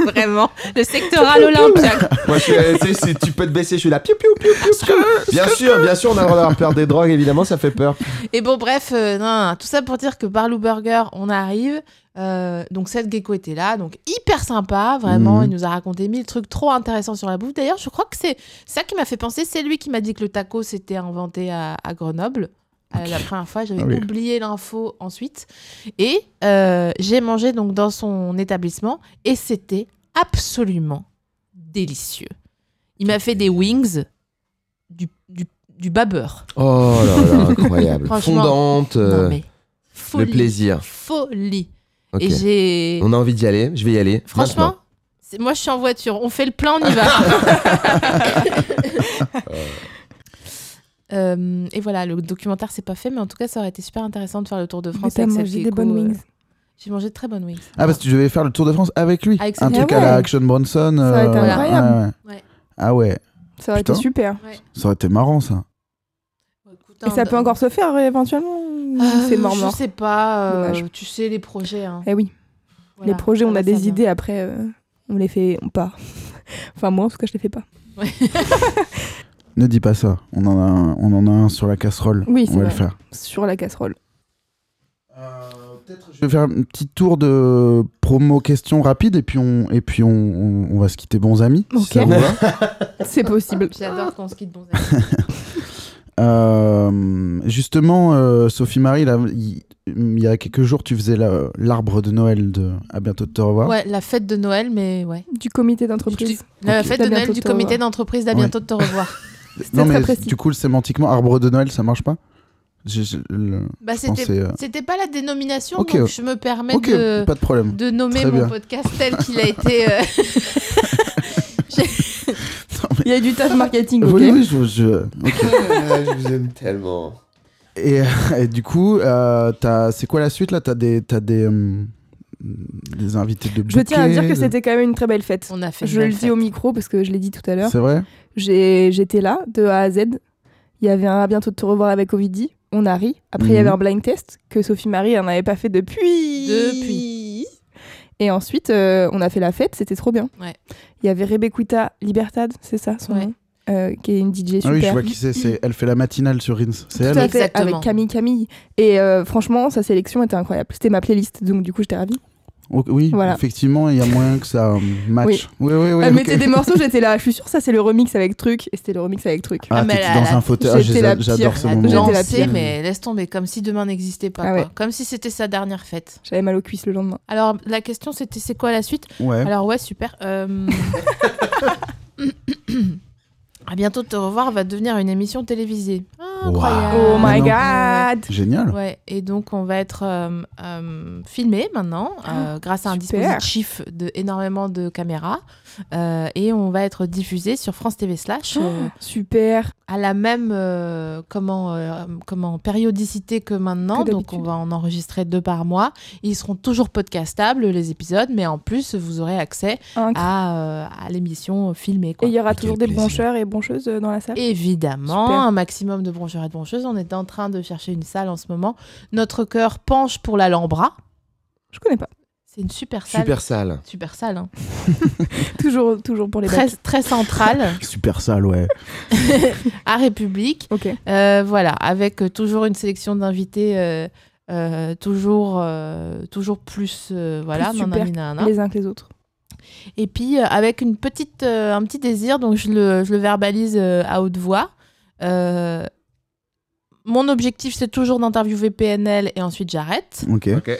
Speaker 6: Vraiment. Le sectoral olympique.
Speaker 7: Moi, je suis, euh, tu sais, si tu peux te baisser, je suis là. Piou, piou, piou, piou, piou. Bien sûr, bien sûr, on a le droit d'avoir peur des drogues, évidemment, ça fait peur.
Speaker 6: Et bon, bref, euh, non, non, non, tout ça pour dire que Barlou Burger, on arrive. Euh, donc cette gecko était là, donc hyper sympa, vraiment.
Speaker 3: Mhm.
Speaker 6: Il nous a raconté mille trucs trop intéressants sur la bouffe. D'ailleurs, je crois que c'est ça qui m'a fait penser. C'est lui qui m'a dit que le taco s'était inventé à, à Grenoble. Euh, la première fois, j'avais
Speaker 3: Ah oui.
Speaker 6: oublié l'info ensuite. Et euh, j'ai mangé donc dans son établissement et c'était absolument délicieux. Il m'a fait des wings du, du, du babeur.
Speaker 7: Oh là là, incroyable.
Speaker 6: Franchement,
Speaker 7: Fondante,
Speaker 6: non
Speaker 7: euh,
Speaker 6: mais
Speaker 7: le
Speaker 6: folie.
Speaker 7: plaisir.
Speaker 6: Folie.
Speaker 7: Ok.
Speaker 6: Et j'ai.
Speaker 7: On a envie d'y aller, je vais y aller.
Speaker 6: Franchement,
Speaker 7: maintenant.
Speaker 6: c'est- moi je suis en voiture. On fait le plan, on y va. Euh, et voilà, le documentaire c'est pas fait, mais en tout cas ça aurait été super intéressant de faire le tour de
Speaker 4: Mais
Speaker 6: France
Speaker 4: t'as
Speaker 6: avec cette
Speaker 4: mangé des
Speaker 6: gecko,
Speaker 4: bonnes
Speaker 6: euh,
Speaker 4: wings.
Speaker 6: J'ai mangé de très bonnes wings.
Speaker 3: Ah, parce que tu devais faire le Tour de France avec lui.
Speaker 6: Avec
Speaker 3: un
Speaker 6: ses-
Speaker 3: truc
Speaker 4: Ah
Speaker 3: à la
Speaker 4: ouais.
Speaker 3: Action Bronson.
Speaker 4: Ça aurait été
Speaker 3: euh,
Speaker 4: incroyable.
Speaker 3: ouais, ouais.
Speaker 6: Ouais.
Speaker 3: Ah ouais,
Speaker 4: Ça aurait été
Speaker 3: Putain.
Speaker 4: super.
Speaker 3: ça aurait été marrant ça.
Speaker 4: Et ça peut encore se faire euh, éventuellement ou
Speaker 6: Euh,
Speaker 4: C'est mort mort.
Speaker 6: Je sais pas. euh,
Speaker 4: Dommage.
Speaker 6: tu sais les projets. hein.
Speaker 4: Eh oui,
Speaker 6: Voilà,
Speaker 4: les projets, on
Speaker 6: voilà,
Speaker 4: a
Speaker 6: ça
Speaker 4: des
Speaker 6: vient.
Speaker 4: idées après, euh, on les fait, on part. enfin, moi en tout cas, je les fais pas.
Speaker 3: Ne dis pas ça. On en a un, on en a un sur la casserole.
Speaker 4: Oui,
Speaker 3: on
Speaker 4: c'est
Speaker 3: va le
Speaker 4: vrai.
Speaker 3: faire.
Speaker 4: Sur la casserole.
Speaker 3: Je vais faire un petit tour de promo questions rapide et puis on et puis on, on- on va se quitter bons amis. si
Speaker 4: Ok.
Speaker 3: ça vous va.
Speaker 4: C'est possible.
Speaker 6: J'adore qu'on se quitte bon.
Speaker 3: Euh, justement, euh, Sophie Marie, là, il il y, a quelques jours, tu faisais la- l'arbre de Noël de à bientôt de te revoir.
Speaker 6: Ouais, la fête de Noël, mais ouais.
Speaker 4: Du comité d'entreprise.
Speaker 6: La
Speaker 3: Ok.
Speaker 6: fête
Speaker 4: D'à
Speaker 6: de Noël
Speaker 4: bientôt
Speaker 6: du
Speaker 4: de te
Speaker 6: comité
Speaker 4: revoir.
Speaker 6: d'entreprise d'à
Speaker 3: Ouais.
Speaker 6: bientôt de te revoir.
Speaker 4: C'était
Speaker 3: Non mais
Speaker 4: très précis.
Speaker 3: du coup, sémantiquement, arbre de Noël, ça marche pas. Je- je- le-
Speaker 6: Bah,
Speaker 3: Je
Speaker 6: c'était
Speaker 3: pensais, euh,
Speaker 6: c'était pas la dénomination,
Speaker 3: Ok. euh,
Speaker 6: donc je me permets
Speaker 3: Ok,
Speaker 6: de,
Speaker 3: pas de problème.
Speaker 6: de nommer
Speaker 3: Très
Speaker 6: mon
Speaker 3: bien.
Speaker 6: podcast tel qu'il a été. euh,
Speaker 4: Il y a du taf marketing, ok
Speaker 3: Oui, oui, je- je-
Speaker 7: je vous aime tellement.
Speaker 3: Et, et du coup, euh, t'as- c'est quoi la suite là T'as des, t'as des, hum, des invités de Euh,
Speaker 4: Je tiens à dire
Speaker 3: bouquet,
Speaker 4: que
Speaker 3: de-
Speaker 4: c'était quand même une très belle fête.
Speaker 6: On a fait. une
Speaker 4: Je
Speaker 6: belle
Speaker 4: le dis
Speaker 6: fête.
Speaker 4: au micro parce que je l'ai dit tout à l'heure.
Speaker 3: C'est vrai
Speaker 4: J'ai- J'étais là, de A à Z. Il y avait un à bientôt de te revoir avec Ovidi. On a ri. Après, il y
Speaker 3: Mhm.
Speaker 4: avait un blind test que Sophie Marie n'en avait pas fait depuis.
Speaker 6: Depuis.
Speaker 4: Et ensuite, euh, on a fait la fête. C'était trop bien.
Speaker 6: Ouais.
Speaker 4: Il y avait Rebequita Libertad, c'est ça son
Speaker 6: Ouais.
Speaker 4: nom euh, qui est une DJ
Speaker 3: Ah
Speaker 4: super.
Speaker 3: oui, je vois qui c'est. c'est- Elle fait la matinale sur Rins. C'est
Speaker 4: Tout à
Speaker 3: elle.
Speaker 4: fait,
Speaker 6: Exactement.
Speaker 4: avec Camille Camille. Et euh, franchement, sa sélection était incroyable. C'était ma playlist, donc du coup, j'étais ravie.
Speaker 3: Oh, Oui,
Speaker 4: Voilà.
Speaker 3: effectivement, il y a moyen que ça euh, match. Oui, oui, oui. ok.
Speaker 4: Elle mettait des morceaux, j'étais là, je suis sûre, ça c'est le remix avec truc, et c'était le remix avec truc.
Speaker 3: Ah,
Speaker 6: Ah, mais
Speaker 3: t'étais
Speaker 6: elle a-
Speaker 3: dans
Speaker 6: elle a-
Speaker 3: un fauteuil. Ah,
Speaker 4: j'étais
Speaker 3: j'ai-
Speaker 4: la
Speaker 3: J'adore ce
Speaker 4: pire.
Speaker 3: moment.
Speaker 4: J'étais la
Speaker 6: Danser,
Speaker 4: pire.
Speaker 6: mais laisse tomber, comme si demain n'existait pas.
Speaker 4: Ah
Speaker 6: quoi.
Speaker 4: ouais.
Speaker 6: Comme si c'était sa dernière fête.
Speaker 4: J'avais mal aux cuisses le lendemain.
Speaker 6: Alors, la question, c'était c'est quoi la suite
Speaker 3: Ouais.
Speaker 6: Alors, ouais, super. Euh, à bientôt de te revoir va devenir une émission télévisée. Ah,
Speaker 5: Wow.
Speaker 6: Incroyable.
Speaker 4: Oh
Speaker 3: Ah
Speaker 4: my
Speaker 3: non.
Speaker 4: god!
Speaker 3: Génial.
Speaker 6: Ouais, et donc on va être euh, euh, filmé maintenant euh, grâce à un
Speaker 4: Ah, super.
Speaker 6: dispositif de énormément de caméras euh, et on va être diffusé sur France TV slash
Speaker 4: Ah.
Speaker 6: euh,
Speaker 4: Super!
Speaker 6: à la même euh, comment euh, comment périodicité que maintenant
Speaker 4: Que
Speaker 6: donc
Speaker 4: d'habitude.
Speaker 6: on va en enregistrer deux par mois ils seront toujours podcastables les épisodes mais en plus vous aurez accès
Speaker 4: Inc.
Speaker 6: à, euh, à l'émission filmée
Speaker 4: Et
Speaker 6: quoi.
Speaker 4: il y aura
Speaker 5: Mais
Speaker 4: toujours
Speaker 5: quel
Speaker 4: des
Speaker 5: plaisir.
Speaker 4: broncheurs et broncheuses euh, dans la salle.
Speaker 6: Évidemment,
Speaker 4: Super.
Speaker 6: un maximum de broncheurs et de broncheuses. On est en train de chercher une salle en ce moment. Notre cœur penche pour la Lambra.
Speaker 4: Je connais pas.
Speaker 6: C'est une super salle.
Speaker 5: Super sale.
Speaker 6: Super salle, hein.
Speaker 4: Toujours, toujours pour les
Speaker 6: très,
Speaker 4: bacs.
Speaker 6: très centrale
Speaker 3: Super sale, ouais.
Speaker 6: à République.
Speaker 4: Ok.
Speaker 6: Euh, voilà, avec euh, toujours une sélection d'invités, euh, euh, toujours, euh, toujours plus. euh, voilà,
Speaker 4: Plus
Speaker 6: nanani,
Speaker 4: super.
Speaker 6: nanana.
Speaker 4: Les uns que les autres.
Speaker 6: Et puis euh, avec une petite, euh, un petit désir, donc je le, je le verbalise euh, à haute voix. Euh, mon objectif, c'est toujours d'interviewer PNL et ensuite j'arrête.
Speaker 3: Ok.
Speaker 5: Ok.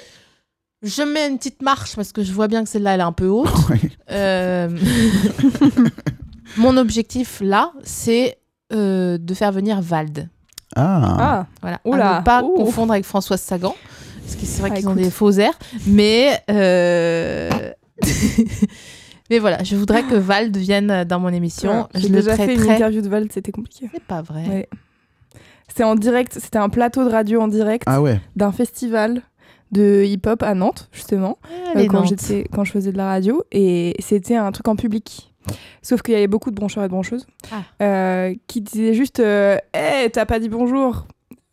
Speaker 6: Je mets une petite marche parce que je vois bien que celle-là, elle est un peu haute.
Speaker 3: Ouais.
Speaker 6: Euh, Mon objectif là, c'est euh, de faire venir Vald.
Speaker 3: Ah.
Speaker 4: Ah!
Speaker 6: Voilà.
Speaker 4: Oula,
Speaker 6: à ne pas
Speaker 4: ouh.
Speaker 6: confondre avec Françoise Sagan, parce que c'est vrai
Speaker 4: Ah,
Speaker 6: qu'ils ont
Speaker 4: écoute.
Speaker 6: des faux airs. Mais euh, mais voilà, je voudrais que Vald vienne dans mon émission.
Speaker 4: Ouais,
Speaker 6: je
Speaker 4: Ah, J'ai
Speaker 6: le
Speaker 4: déjà fait une
Speaker 6: traiterai.
Speaker 4: interview de Vald, c'était compliqué.
Speaker 6: C'est pas vrai.
Speaker 4: Ouais. C'était en direct, c'était un plateau de radio en direct
Speaker 3: Ah ouais.
Speaker 4: d'un festival de hip-hop à Nantes, justement.
Speaker 6: Allez,
Speaker 4: euh, quand,
Speaker 6: Nantes.
Speaker 4: j'étais- quand je faisais de la radio. Et c'était un truc en public. Sauf qu'il y avait beaucoup de broncheurs et de broncheuses
Speaker 6: Ah.
Speaker 4: euh, qui disaient juste euh, Hey, t'as pas dit bonjour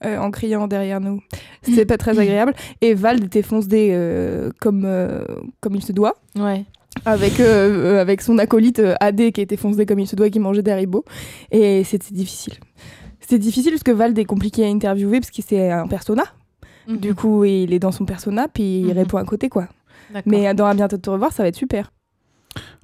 Speaker 4: euh, en criant derrière nous. C'était pas très agréable. Et Vald était foncedé euh, comme, euh, comme il se doit,
Speaker 6: Ouais.
Speaker 4: avec, euh, euh, avec son acolyte euh, AD qui était foncedé comme il se doit, qui mangeait des haribots. Et c'était difficile. C'était difficile parce que Vald est compliqué à interviewer parce que c'est un persona. Du
Speaker 6: Mm.
Speaker 4: coup, il est dans son persona, puis il
Speaker 6: Mhm.
Speaker 4: répond à côté, quoi.
Speaker 6: D'accord.
Speaker 4: Mais dans À bientôt de te revoir, ça va être super.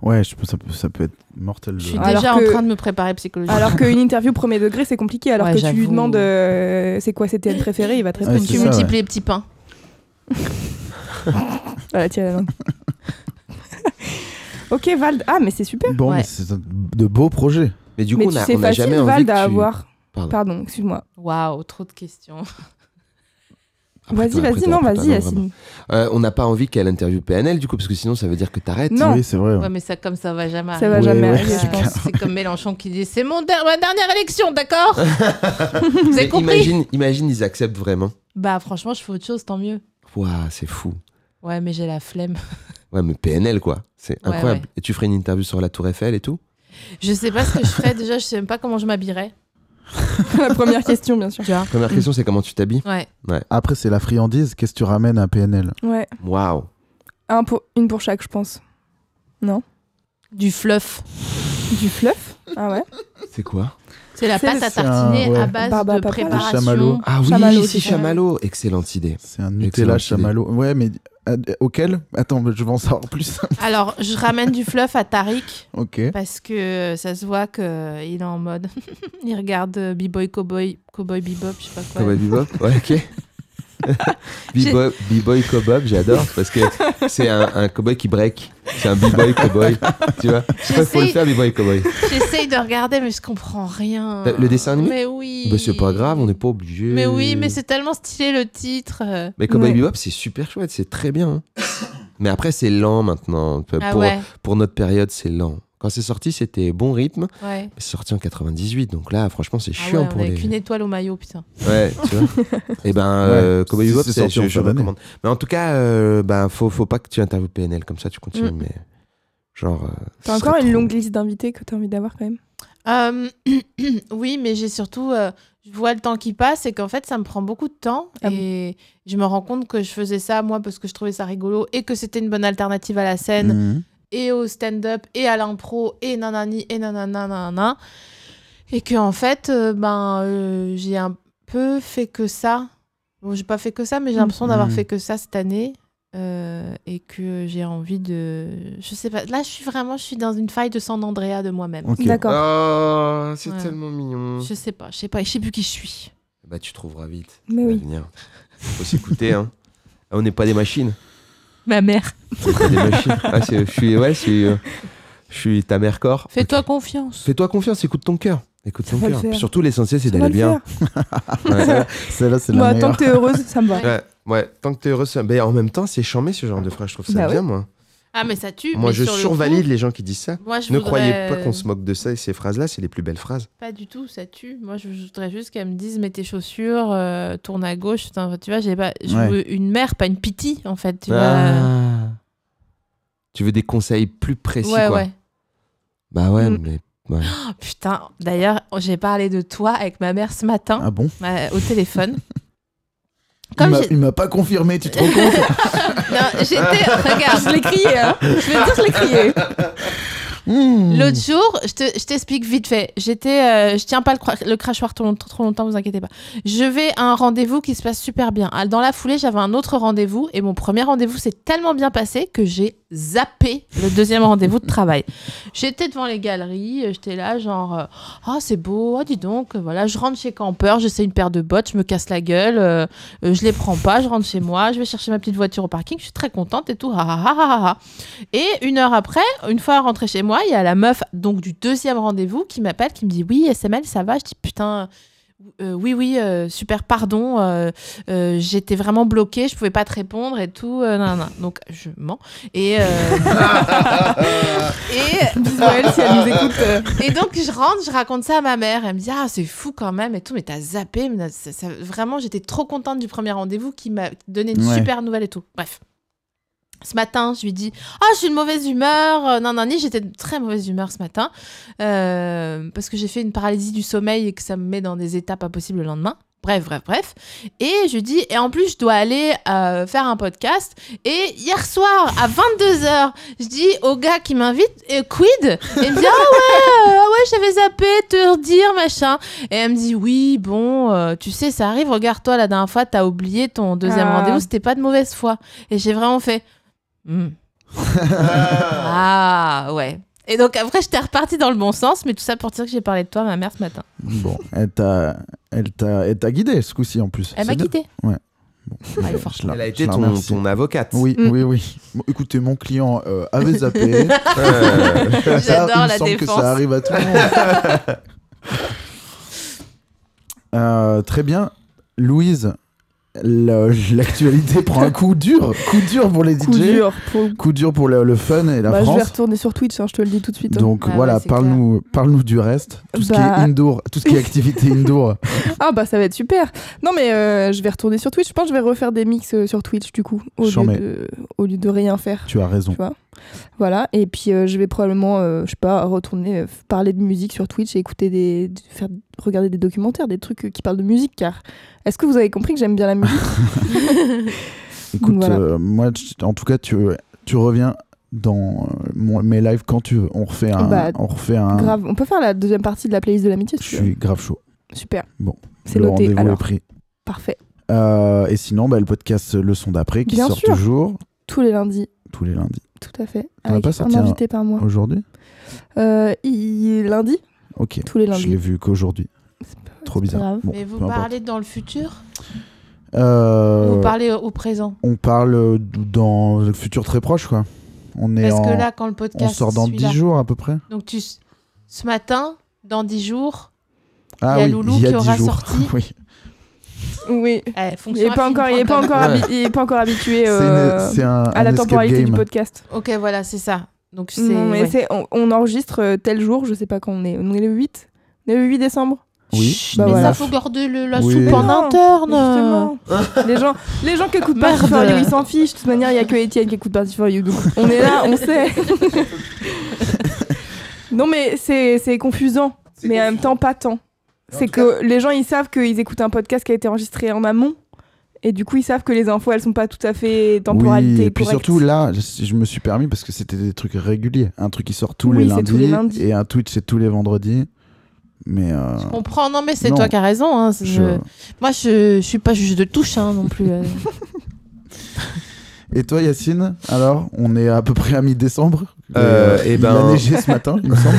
Speaker 3: Ouais, je pense que ça peut, ça peut être mortel.
Speaker 6: je
Speaker 3: le-
Speaker 6: suis
Speaker 4: euh, Alors
Speaker 6: déjà
Speaker 4: que-
Speaker 6: en train de me préparer psychologiquement.
Speaker 4: Alors qu'une interview premier degré, c'est compliqué. Alors
Speaker 6: Ouais,
Speaker 4: que tu lui
Speaker 6: j'avoue.
Speaker 4: demandes euh, c'est quoi ses thèmes préférés, il va te
Speaker 3: Ouais,
Speaker 4: répondre.
Speaker 3: Ah, c'est
Speaker 6: tu
Speaker 3: ça,
Speaker 6: multiplies les petits pains.
Speaker 4: Voilà, tiens la langue. ok, Vald. Ah, mais c'est super.
Speaker 3: Bon,
Speaker 6: Ouais.
Speaker 3: mais c'est un- de beaux projets.
Speaker 5: Mais du
Speaker 4: mais
Speaker 5: coup,
Speaker 4: tu
Speaker 5: on a,
Speaker 4: sais,
Speaker 5: on a
Speaker 4: facile,
Speaker 5: jamais envie
Speaker 4: Vald,
Speaker 5: que
Speaker 4: à
Speaker 5: tu-
Speaker 4: avoir.
Speaker 5: Pardon.
Speaker 4: Pardon, excuse-moi.
Speaker 6: Waouh, trop de questions.
Speaker 5: Après
Speaker 4: vas-y,
Speaker 5: toi, après
Speaker 4: vas-y,
Speaker 5: toi,
Speaker 4: non,
Speaker 5: après toi,
Speaker 4: vas-y,
Speaker 5: non,
Speaker 4: Yacine.
Speaker 5: vraiment. Euh, on n'a pas envie qu'elle interviewe PNL, du coup, parce que sinon, ça veut dire que t'arrêtes.
Speaker 4: Non.
Speaker 3: Oui, c'est vrai.
Speaker 6: Ouais, mais ça, comme ça va jamais
Speaker 4: Ça
Speaker 6: arriver.
Speaker 4: va
Speaker 3: Ouais,
Speaker 4: jamais
Speaker 3: ouais,
Speaker 4: arriver,
Speaker 3: c'est
Speaker 4: je pense.
Speaker 3: clair.
Speaker 6: C'est comme Mélenchon qui dit c'est mon der- ma dernière élection, d'accord Vous avez
Speaker 5: Mais
Speaker 6: compris
Speaker 5: imagine, imagine, ils acceptent vraiment.
Speaker 6: Bah franchement, je fais autre chose, tant mieux.
Speaker 5: Waouh, c'est fou.
Speaker 6: Ouais, mais j'ai la flemme.
Speaker 5: Ouais, mais PNL, quoi. C'est
Speaker 6: Ouais,
Speaker 5: incroyable.
Speaker 6: ouais.
Speaker 5: Et tu ferais une interview sur la Tour Eiffel et tout
Speaker 6: Je sais pas ce que je ferais déjà, je sais même pas comment je m'habillerais.
Speaker 4: la première question, bien sûr.
Speaker 6: Tu vois
Speaker 5: Première question, c'est comment tu t'habilles
Speaker 6: Ouais.
Speaker 3: Après, c'est la friandise. Qu'est-ce que tu ramènes à PNL
Speaker 4: Ouais,
Speaker 5: Waouh.
Speaker 4: Un pour- une pour chaque, je pense.
Speaker 6: Du fluff.
Speaker 4: Du fluff Ah ouais
Speaker 5: C'est quoi
Speaker 6: C'est la
Speaker 4: C'est
Speaker 6: pâte
Speaker 4: le-
Speaker 6: à tartiner
Speaker 3: C'est un- ouais.
Speaker 6: à base
Speaker 4: Barba
Speaker 6: de
Speaker 4: papa.
Speaker 6: préparation.
Speaker 3: Des chamallows.
Speaker 5: Ah oui,
Speaker 4: Chamallow,
Speaker 5: si,
Speaker 4: c'est ça.
Speaker 5: chamallow. Excellente idée.
Speaker 3: C'est un Nutella
Speaker 5: idée.
Speaker 3: chamallow. Ouais, mais euh, auquel Attends, mais je vais en savoir plus.
Speaker 6: Alors, je ramène du fluff à Tariq
Speaker 3: ok.
Speaker 6: parce que euh, ça se voit que euh, il est en mode il regarde euh, B-boy cowboy cowboy bebop, je sais pas quoi.
Speaker 5: Cowboy Bebop Ouais, ok. B-boy- B-boy cowboy, j'adore parce que c'est un, un cowboy qui break. C'est un b-boy cowboy, tu vois. Je sais pas, faut le
Speaker 6: J'essaye-
Speaker 5: faire, b-boy cowboy.
Speaker 6: J'essaye de regarder mais je comprends rien.
Speaker 5: Bah, Le dessin animé
Speaker 6: Mais oui.
Speaker 5: Bah, c'est pas grave, on n'est pas obligé.
Speaker 6: Mais oui, mais c'est tellement stylé le titre. euh.
Speaker 5: Mais Cowboy
Speaker 4: Ouais.
Speaker 5: Bebop, c'est super chouette, c'est très bien. hein. mais après, c'est lent maintenant. Pour,
Speaker 6: Ah ouais,
Speaker 5: pour notre période, c'est lent. Quand c'est sorti, c'était bon rythme.
Speaker 6: ouais.
Speaker 5: mais C'est sorti en 98, donc là, franchement, c'est
Speaker 6: Ah
Speaker 5: chiant
Speaker 6: ouais, on
Speaker 5: pour
Speaker 6: a
Speaker 5: les.
Speaker 6: qu'une étoile au maillot, putain.
Speaker 5: Ouais, tu vois. Et ben, euh,
Speaker 3: Ouais,
Speaker 5: Cowboy
Speaker 3: si
Speaker 5: Bebop,
Speaker 3: c'est
Speaker 5: c'est
Speaker 3: sorti en
Speaker 5: je, je
Speaker 3: fin d'année.
Speaker 5: recommande. Mais en tout cas, euh, ben, faut, faut pas que tu interviews PNL, comme ça, tu continues. Mais genre. euh,
Speaker 4: T'as
Speaker 5: ce
Speaker 4: encore
Speaker 5: serait
Speaker 4: une
Speaker 5: trop-
Speaker 4: longue liste d'invités que t'as envie d'avoir quand même
Speaker 6: Euh, oui, mais j'ai surtout. euh, je vois le temps qui passe et qu'en fait, ça me prend beaucoup de temps.
Speaker 4: Ah bon
Speaker 6: et je me rends compte que je faisais ça, moi, parce que je trouvais ça rigolo et que c'était une bonne alternative à la scène
Speaker 3: Mhm.
Speaker 6: et au stand-up et à l'impro et nanani et nanana. nanana. Et que en fait, euh, ben, euh, j'ai un peu fait que ça. Bon, j'ai pas fait que ça, mais j'ai l'impression d'avoir
Speaker 7: Mmh.
Speaker 3: Mhm.
Speaker 6: fait que ça cette année. Euh, et que j'ai envie de. Je sais pas. Là, je suis vraiment je suis dans une faille de San Andrea de moi-même.
Speaker 5: Ok. Ah.
Speaker 4: D'accord.
Speaker 7: Oh, c'est
Speaker 6: Ouais.
Speaker 7: tellement mignon.
Speaker 6: Je sais pas. Je sais pas. Je sais plus qui je suis.
Speaker 5: Eh ben,
Speaker 7: Bah, tu trouveras vite.
Speaker 4: Mais
Speaker 7: à
Speaker 4: oui.
Speaker 7: l'avenir. Faut s'écouter, hein. Ah, On n'est pas des machines.
Speaker 6: Ma mère.
Speaker 7: On n'est pas des machines. Ah, c'est- je suis, ouais, je suis, euh, je suis ta mère corps.
Speaker 6: Fais-toi confiance.
Speaker 7: Fais-toi confiance, écoute ton cœur. Écoute
Speaker 4: Ça
Speaker 7: ton
Speaker 4: va le
Speaker 7: cœur.
Speaker 4: faire.
Speaker 7: Puis Surtout, l'essentiel, c'est
Speaker 4: Ça va
Speaker 7: d'aller
Speaker 4: le
Speaker 7: bien.
Speaker 4: faire.
Speaker 7: Ouais,
Speaker 3: Celle-là, c'est la
Speaker 4: Moi, tant
Speaker 3: meilleure.
Speaker 4: que t'es heureuse, ça me va.
Speaker 7: ouais, ouais, tant que t'es heureux. ça- Mais en même temps, c'est charmé ce genre de phrase. Je trouve ça
Speaker 4: Bah ouais.
Speaker 7: bien, moi.
Speaker 6: Ah, mais ça tue.
Speaker 7: Moi,
Speaker 6: mais
Speaker 7: je
Speaker 6: sur le
Speaker 7: survalide
Speaker 6: coup,
Speaker 7: les gens qui disent ça.
Speaker 6: Moi, je
Speaker 7: Ne
Speaker 6: voudrais-
Speaker 7: croyez pas qu'on se moque de ça et ces phrases-là, c'est les plus belles phrases.
Speaker 6: Pas du tout, ça tue. Moi, je voudrais juste qu'elle me dise mets tes chaussures, euh, tourne à gauche. Enfin, tu vois, j'ai pas. Je
Speaker 3: Ouais. Bah,
Speaker 6: veux une mère, pas une pitié, en fait. Tu vois.
Speaker 7: Ah. Tu veux des conseils plus précis,
Speaker 6: Ouais,
Speaker 7: quoi.
Speaker 6: ouais.
Speaker 7: Bah ouais,
Speaker 4: Mm.
Speaker 7: mais.
Speaker 6: Oh, putain, d'ailleurs, j'ai parlé de toi avec ma mère ce matin
Speaker 3: Ah bon
Speaker 6: euh, au téléphone.
Speaker 3: Il
Speaker 6: Comme
Speaker 3: m'a-
Speaker 6: j'ai-
Speaker 3: Il m'a pas confirmé, tu te rends compte
Speaker 6: Non, j'étais. Regarde,
Speaker 4: Je l'ai crié, hein. Je vais dire, je l'ai crié.
Speaker 3: Hmm.
Speaker 6: L'autre jour, je te- je t'explique vite fait. J'étais, euh, je tiens pas le, cra- le crachoir trop, long- trop longtemps, vous inquiétez pas. Je vais à un rendez-vous qui se passe super bien. Ah, Dans la foulée, j'avais un autre rendez-vous et mon premier rendez-vous s'est tellement bien passé que j'ai zappé le deuxième rendez-vous de travail. J'étais devant les galeries, euh, j'étais là genre, euh, ah c'est beau, ah dis donc, euh, voilà, je rentre chez Camper, j'essaie une paire de bottes, je me casse la gueule, euh, euh, je les prends pas, je rentre chez moi, je vais chercher ma petite voiture au parking, je suis très contente et tout, ah ah ah ah ah. Et une heure après, une fois rentrée chez moi, il y a la meuf donc du deuxième rendez-vous qui m'appelle, qui me dit oui SML ça va. Je dis putain. euh, oui, oui, euh, super, pardon. euh, euh, J'étais vraiment bloquée, je pouvais pas te répondre et tout. euh, nan, nan. Donc, je mens. Et, euh, et
Speaker 4: Bisous à elle si elle nous écoute. euh,
Speaker 6: et donc, je rentre, je raconte ça à ma mère. Elle me dit Ah, c'est fou quand même et tout, mais t'as zappé. mais ça- ça- vraiment, j'étais trop contente du premier rendez-vous qui m'a donné une
Speaker 3: Ouais.
Speaker 6: super nouvelle et tout. Bref. Ce matin, je lui dis Ah, je suis de mauvaise humeur. Euh, Non, non, ni, j'étais de très mauvaise humeur ce matin euh, parce que j'ai fait une paralysie du sommeil et que ça me met dans des états pas possibles le lendemain. Bref, bref, bref. Et je lui dis, et en plus, je dois aller euh, faire un podcast. Et hier soir, à 22h, je dis au gars qui m'invite, euh, quid Et il me dit, ah ouais, euh, ah ouais, j'avais zappé, te redire, machin. Et elle me dit, oui, bon, euh, tu sais, ça arrive, regarde-toi, la dernière fois, t'as oublié ton deuxième
Speaker 4: Ah.
Speaker 6: rendez-vous, c'était pas de mauvaise foi. Et j'ai vraiment fait, Hmm. ah ouais. Et donc après, j'étais repartie dans le bon sens, mais tout ça pour dire que j'ai parlé de toi à ma mère ce matin.
Speaker 3: Mmh. Bon, elle t'a, elle t'a, elle t'a guidé ce coup-ci en plus.
Speaker 6: Elle m'a
Speaker 3: C'est bien.
Speaker 6: quittée.
Speaker 3: Bon,
Speaker 6: elle est forte.
Speaker 3: je la-
Speaker 7: Elle a
Speaker 3: je
Speaker 7: été
Speaker 3: la
Speaker 7: ton,
Speaker 3: remercie.
Speaker 7: ton avocate.
Speaker 3: Oui,
Speaker 4: Mm.
Speaker 3: oui, oui. Bon, écoutez, mon client euh, avait zappé.
Speaker 7: Euh,
Speaker 3: Ah, Ça, il
Speaker 6: J'adore
Speaker 3: me
Speaker 6: la
Speaker 3: semble que
Speaker 6: défense.
Speaker 3: ça arrive à tout le monde. Euh, très bien, Louise. le- L'actualité prend un coup dur, coup dur pour les
Speaker 4: Coup
Speaker 3: DJ,
Speaker 4: dur. Pour...
Speaker 3: coup dur pour le, le fun et la
Speaker 4: Bah, je vais
Speaker 3: France.
Speaker 4: retourner sur Twitch, hein, je te le dis tout de suite. hein.
Speaker 3: Donc
Speaker 6: Ah ouais,
Speaker 3: voilà,
Speaker 6: c'est
Speaker 3: parle-nous, parle-nous du reste, tout ce qui
Speaker 4: Bah.
Speaker 3: est indoor, tout ce qui est activité indoor.
Speaker 4: Ah bah ça va être super. Non mais euh, je vais retourner sur Twitch. Je pense que je vais refaire des mix euh, sur Twitch du coup au lieu,
Speaker 3: Chambé.
Speaker 4: de, au lieu de rien faire.
Speaker 3: Tu as raison.
Speaker 4: Voilà. Et puis euh, je vais probablement, euh, je sais pas, retourner euh, parler de musique sur Twitch et écouter des, de- faire regarder des documentaires, des trucs euh, qui parlent de musique. Car est-ce que vous avez compris que j'aime bien la musique
Speaker 3: Écoute,
Speaker 4: Voilà.
Speaker 3: euh, moi, tu- en tout cas, tu, tu reviens dans euh, mon- mes lives quand tu veux. On refait un.
Speaker 4: Bah,
Speaker 3: on refait un
Speaker 4: Grave. On peut faire la deuxième partie de la playlist de l'amitié.
Speaker 3: Ah. Je
Speaker 4: si tu veux.
Speaker 3: suis grave chaud.
Speaker 4: Super.
Speaker 3: Bon.
Speaker 4: C'est
Speaker 3: le
Speaker 4: noté.
Speaker 3: rendez-vous est
Speaker 4: Alors
Speaker 3: pris.
Speaker 4: parfait.
Speaker 3: Euh, et sinon, bah, le podcast Le Son d'après qui
Speaker 4: Bien
Speaker 3: sort
Speaker 4: sûr.
Speaker 3: toujours
Speaker 4: Tous les lundis.
Speaker 3: tous les lundis.
Speaker 4: Tout à fait.
Speaker 3: On a
Speaker 4: Avec
Speaker 3: pas sorti
Speaker 4: un
Speaker 3: un-
Speaker 4: invité par
Speaker 6: Oh.
Speaker 4: mois.
Speaker 3: Aujourd'hui
Speaker 4: Euh, il- Lundi.
Speaker 3: Ok.
Speaker 4: Tous les
Speaker 3: Je l'ai
Speaker 4: lundis.
Speaker 3: vu qu'aujourd'hui.
Speaker 4: C'est pas-
Speaker 3: Trop
Speaker 4: c'est pas
Speaker 3: bizarre.
Speaker 4: grave.
Speaker 3: Bon,
Speaker 6: Mais vous
Speaker 3: peu importe.
Speaker 6: parlez dans le futur
Speaker 3: Euh,
Speaker 6: Vous parlez au- au présent
Speaker 3: On parle euh, d- dans le futur très proche, quoi. On est
Speaker 6: Parce
Speaker 3: en.
Speaker 6: que là, quand le
Speaker 3: on
Speaker 6: podcast.
Speaker 3: sort dans 10
Speaker 6: celui-là-
Speaker 3: jours à peu près.
Speaker 6: Donc, tu... s- ce matin, dans 10 jours,
Speaker 3: Ah
Speaker 6: Il y a
Speaker 3: oui,
Speaker 6: Loulou
Speaker 3: il y a
Speaker 6: qui
Speaker 3: 10
Speaker 6: aura
Speaker 3: jours.
Speaker 6: sorti.
Speaker 3: oui.
Speaker 4: Oui.
Speaker 6: eh,
Speaker 4: Il est pas encore, il est pas encore,
Speaker 7: Ouais.
Speaker 4: habi- il est pas encore habitué
Speaker 3: C'est une-
Speaker 4: euh,
Speaker 3: C'est un.
Speaker 4: à la
Speaker 3: un escape
Speaker 4: temporalité du
Speaker 3: game.
Speaker 4: podcast.
Speaker 6: Ok, voilà, c'est ça. Donc, c'est.
Speaker 4: Non, mais
Speaker 6: ouais.
Speaker 4: c'est- on, on enregistre euh, tel jour, je sais pas quand on est. On est le 8 On est le 8 décembre
Speaker 3: Oui,
Speaker 4: Bah
Speaker 6: Mais
Speaker 4: voilà.
Speaker 6: ça, faut garder le- la
Speaker 3: Oui.
Speaker 6: soupe en
Speaker 4: Non,
Speaker 6: interne.
Speaker 4: Justement. les, gens, les gens qui écoutent pas
Speaker 6: Oh Merde.
Speaker 4: For You, ils s'en fichent. De toute manière, il y a que Étienne qui écoute Party For You. donc on est là, on sait. non, mais c'est c'est confusant. Mais en même temps, pas tant. C'est que les gens, ils savent qu'ils écoutent un podcast qui a été enregistré en amont. Et du coup, ils savent que les infos, elles sont pas tout à fait temporalité
Speaker 3: Oui, et puis
Speaker 4: correcte.
Speaker 3: surtout là, je, je me suis permis parce que c'était des trucs réguliers. Un truc qui sort tous,
Speaker 4: Oui,
Speaker 3: les,
Speaker 4: c'est
Speaker 3: lundis,
Speaker 4: tous les lundis.
Speaker 3: et un Twitch c'est tous les vendredis. Mais euh,
Speaker 6: Je comprends, non mais c'est
Speaker 3: Non.
Speaker 6: toi qui as raison. hein, c'est-
Speaker 3: je-
Speaker 6: Moi je, je suis pas juge de touche hein, non plus. euh.
Speaker 3: Et toi, Yacine Alors, on est à peu près à mi-décembre.
Speaker 7: Euh, eh ben-
Speaker 3: Il a neigé ce matin, il me semble.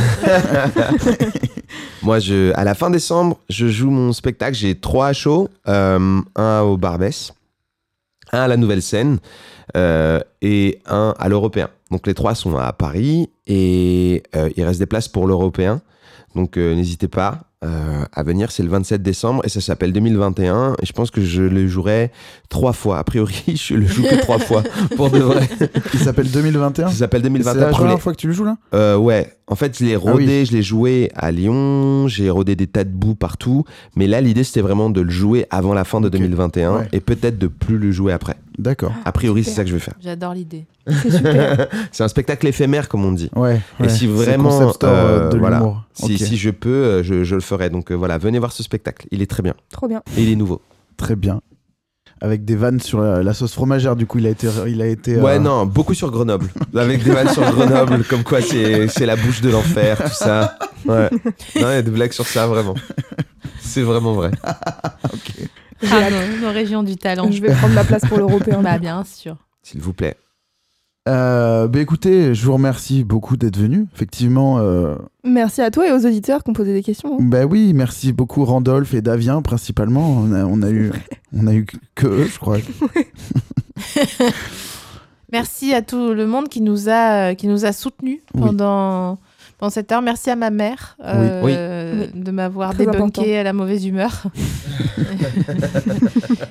Speaker 7: Moi, je, à la fin décembre, je joue mon spectacle. J'ai trois shows. euh, un au Barbès, un à la Nouvelle Scène euh, et un à l'Européen. Donc les trois sont à Paris et euh, il reste des places pour l'Européen. Donc euh, n'hésitez pas euh, à venir. C'est le 27 décembre et ça s'appelle 2021. Et je pense que je le jouerai trois fois. A priori, je le joue que trois fois pour de vrai.
Speaker 3: Il s'appelle 2021.
Speaker 7: Ça s'appelle
Speaker 3: C'est
Speaker 7: 2021.
Speaker 3: la
Speaker 7: je voulais-
Speaker 3: première fois que tu le joues là
Speaker 7: euh, ouais, en fait,
Speaker 3: Ah
Speaker 7: je l'ai rodé, je l'ai joué à Lyon, j'ai rodé des tas de bouts partout. Mais là, l'idée, c'était vraiment de le jouer avant la fin de
Speaker 3: Ok.
Speaker 7: 2021
Speaker 3: Ouais.
Speaker 7: et peut-être de plus le jouer après.
Speaker 3: D'accord.
Speaker 7: A priori, c'est
Speaker 6: super.
Speaker 7: ça que je vais faire.
Speaker 6: J'adore l'idée.
Speaker 4: C'est super.
Speaker 7: c'est un spectacle éphémère, comme on dit.
Speaker 3: Ouais. ouais.
Speaker 7: Et si
Speaker 3: C'est
Speaker 7: vraiment.
Speaker 3: concept store euh,
Speaker 7: euh,
Speaker 3: de
Speaker 7: voilà.
Speaker 3: l'humour.
Speaker 7: Si,
Speaker 3: Ok.
Speaker 7: si je peux, euh, je, je le ferai. Donc euh, voilà, venez voir ce spectacle. Il est très bien.
Speaker 4: Trop bien.
Speaker 7: Et il est nouveau.
Speaker 3: Très bien. Avec des vannes sur la, la sauce fromagère, du coup, il a été. Il a été euh,
Speaker 7: Ouais, non, beaucoup sur Grenoble. Avec des vannes sur Grenoble, comme quoi c'est c'est la bouche de l'enfer, tout ça. Ouais. Non, il y a des blagues sur ça, vraiment. C'est vraiment vrai.
Speaker 6: Ah, nos, nos régions du talent.
Speaker 4: Je vais prendre ma place pour l'européen.
Speaker 6: Bah bien sûr.
Speaker 7: S'il vous plaît.
Speaker 3: Euh, bah, écoutez, je vous remercie beaucoup d'être venu. Effectivement, euh,
Speaker 4: Bah, Merci à toi et aux auditeurs qui ont posé des questions. hein.
Speaker 3: bah oui, merci beaucoup Randolph et Davien principalement. On a, on a eu, on a eu que eux, je crois.
Speaker 6: Merci à tout le monde qui nous a, qui nous a soutenus
Speaker 3: Oui.
Speaker 6: pendant, pendant cette heure. Merci à ma mère euh, de m'avoir
Speaker 4: Très important.
Speaker 6: débunké à la mauvaise humeur.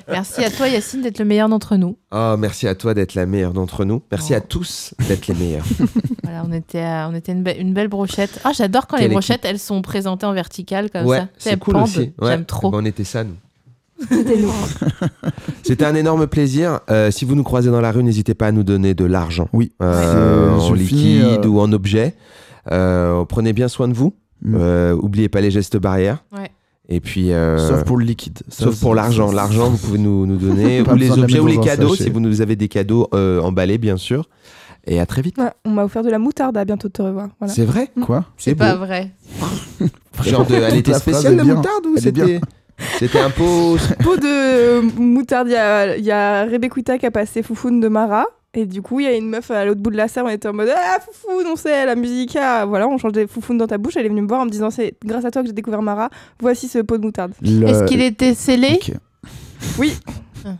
Speaker 6: Merci à toi, Yacine, d'être le meilleur d'entre nous.
Speaker 7: Oh, merci à toi d'être la meilleure d'entre nous. Merci
Speaker 6: Oh.
Speaker 7: à tous d'être les meilleurs.
Speaker 6: Voilà, on était, à- on était une, be- une belle brochette. Ah, j'adore quand les
Speaker 7: Quelle
Speaker 6: brochettes, elles sont présentées en verticale comme
Speaker 7: ouais,
Speaker 6: ça.
Speaker 7: c'est
Speaker 6: Elles
Speaker 7: cool
Speaker 6: pendent.
Speaker 7: aussi. Ouais.
Speaker 6: J'aime trop.
Speaker 7: Ben, on était ça, nous.
Speaker 4: C'était nous.
Speaker 7: C'était un énorme plaisir. Euh, si vous nous croisez dans la rue, n'hésitez pas à nous donner de l'argent.
Speaker 3: Oui.
Speaker 7: Euh,
Speaker 3: C'est-
Speaker 7: en
Speaker 3: je
Speaker 7: liquide
Speaker 3: finis, euh,
Speaker 7: ou en objet. Euh, prenez bien soin de vous.
Speaker 3: Mm.
Speaker 7: Euh, oubliez pas les gestes barrières.
Speaker 6: Ouais.
Speaker 7: Et puis. euh,
Speaker 3: Sauf pour le liquide. Ça,
Speaker 7: sauf
Speaker 3: c'est-
Speaker 7: pour l'argent.
Speaker 3: c'est-
Speaker 7: L'argent, vous pouvez nous, nous donner.
Speaker 3: Pas
Speaker 7: ou les
Speaker 3: besoin de la
Speaker 7: objets ou les
Speaker 3: mettre dans un
Speaker 7: cadeaux,
Speaker 3: sachet.
Speaker 7: si vous nous avez des cadeaux euh, emballés, bien sûr. Et à très vite.
Speaker 4: Ouais, on m'a offert de la moutarde. À bientôt de te revoir. Voilà.
Speaker 7: C'est vrai
Speaker 3: Quoi
Speaker 6: C'est
Speaker 7: C'est
Speaker 6: pas
Speaker 7: beau.
Speaker 6: vrai.
Speaker 7: Genre, de, elle
Speaker 3: Toute
Speaker 7: était
Speaker 3: la phrase
Speaker 7: spéciale
Speaker 3: est
Speaker 7: la
Speaker 3: bien.
Speaker 7: moutarde ou
Speaker 3: Elle est bien.
Speaker 7: c'était. C'était un pot
Speaker 4: pot de euh, moutarde, il y a, il y a Rebecuita qui a passé Foufoune de Mara. Et du coup, il y a une meuf à l'autre bout de la serre, on était en mode Ah, Foufoune, on sait, la musique, ah, voilà, on change des Foufounes dans ta bouche. Elle est venue me voir en me disant C'est grâce à toi que j'ai découvert Mara, voici ce pot de moutarde.
Speaker 3: Le-
Speaker 7: Euh,
Speaker 6: Est-ce qu'il était scellé
Speaker 3: Ok.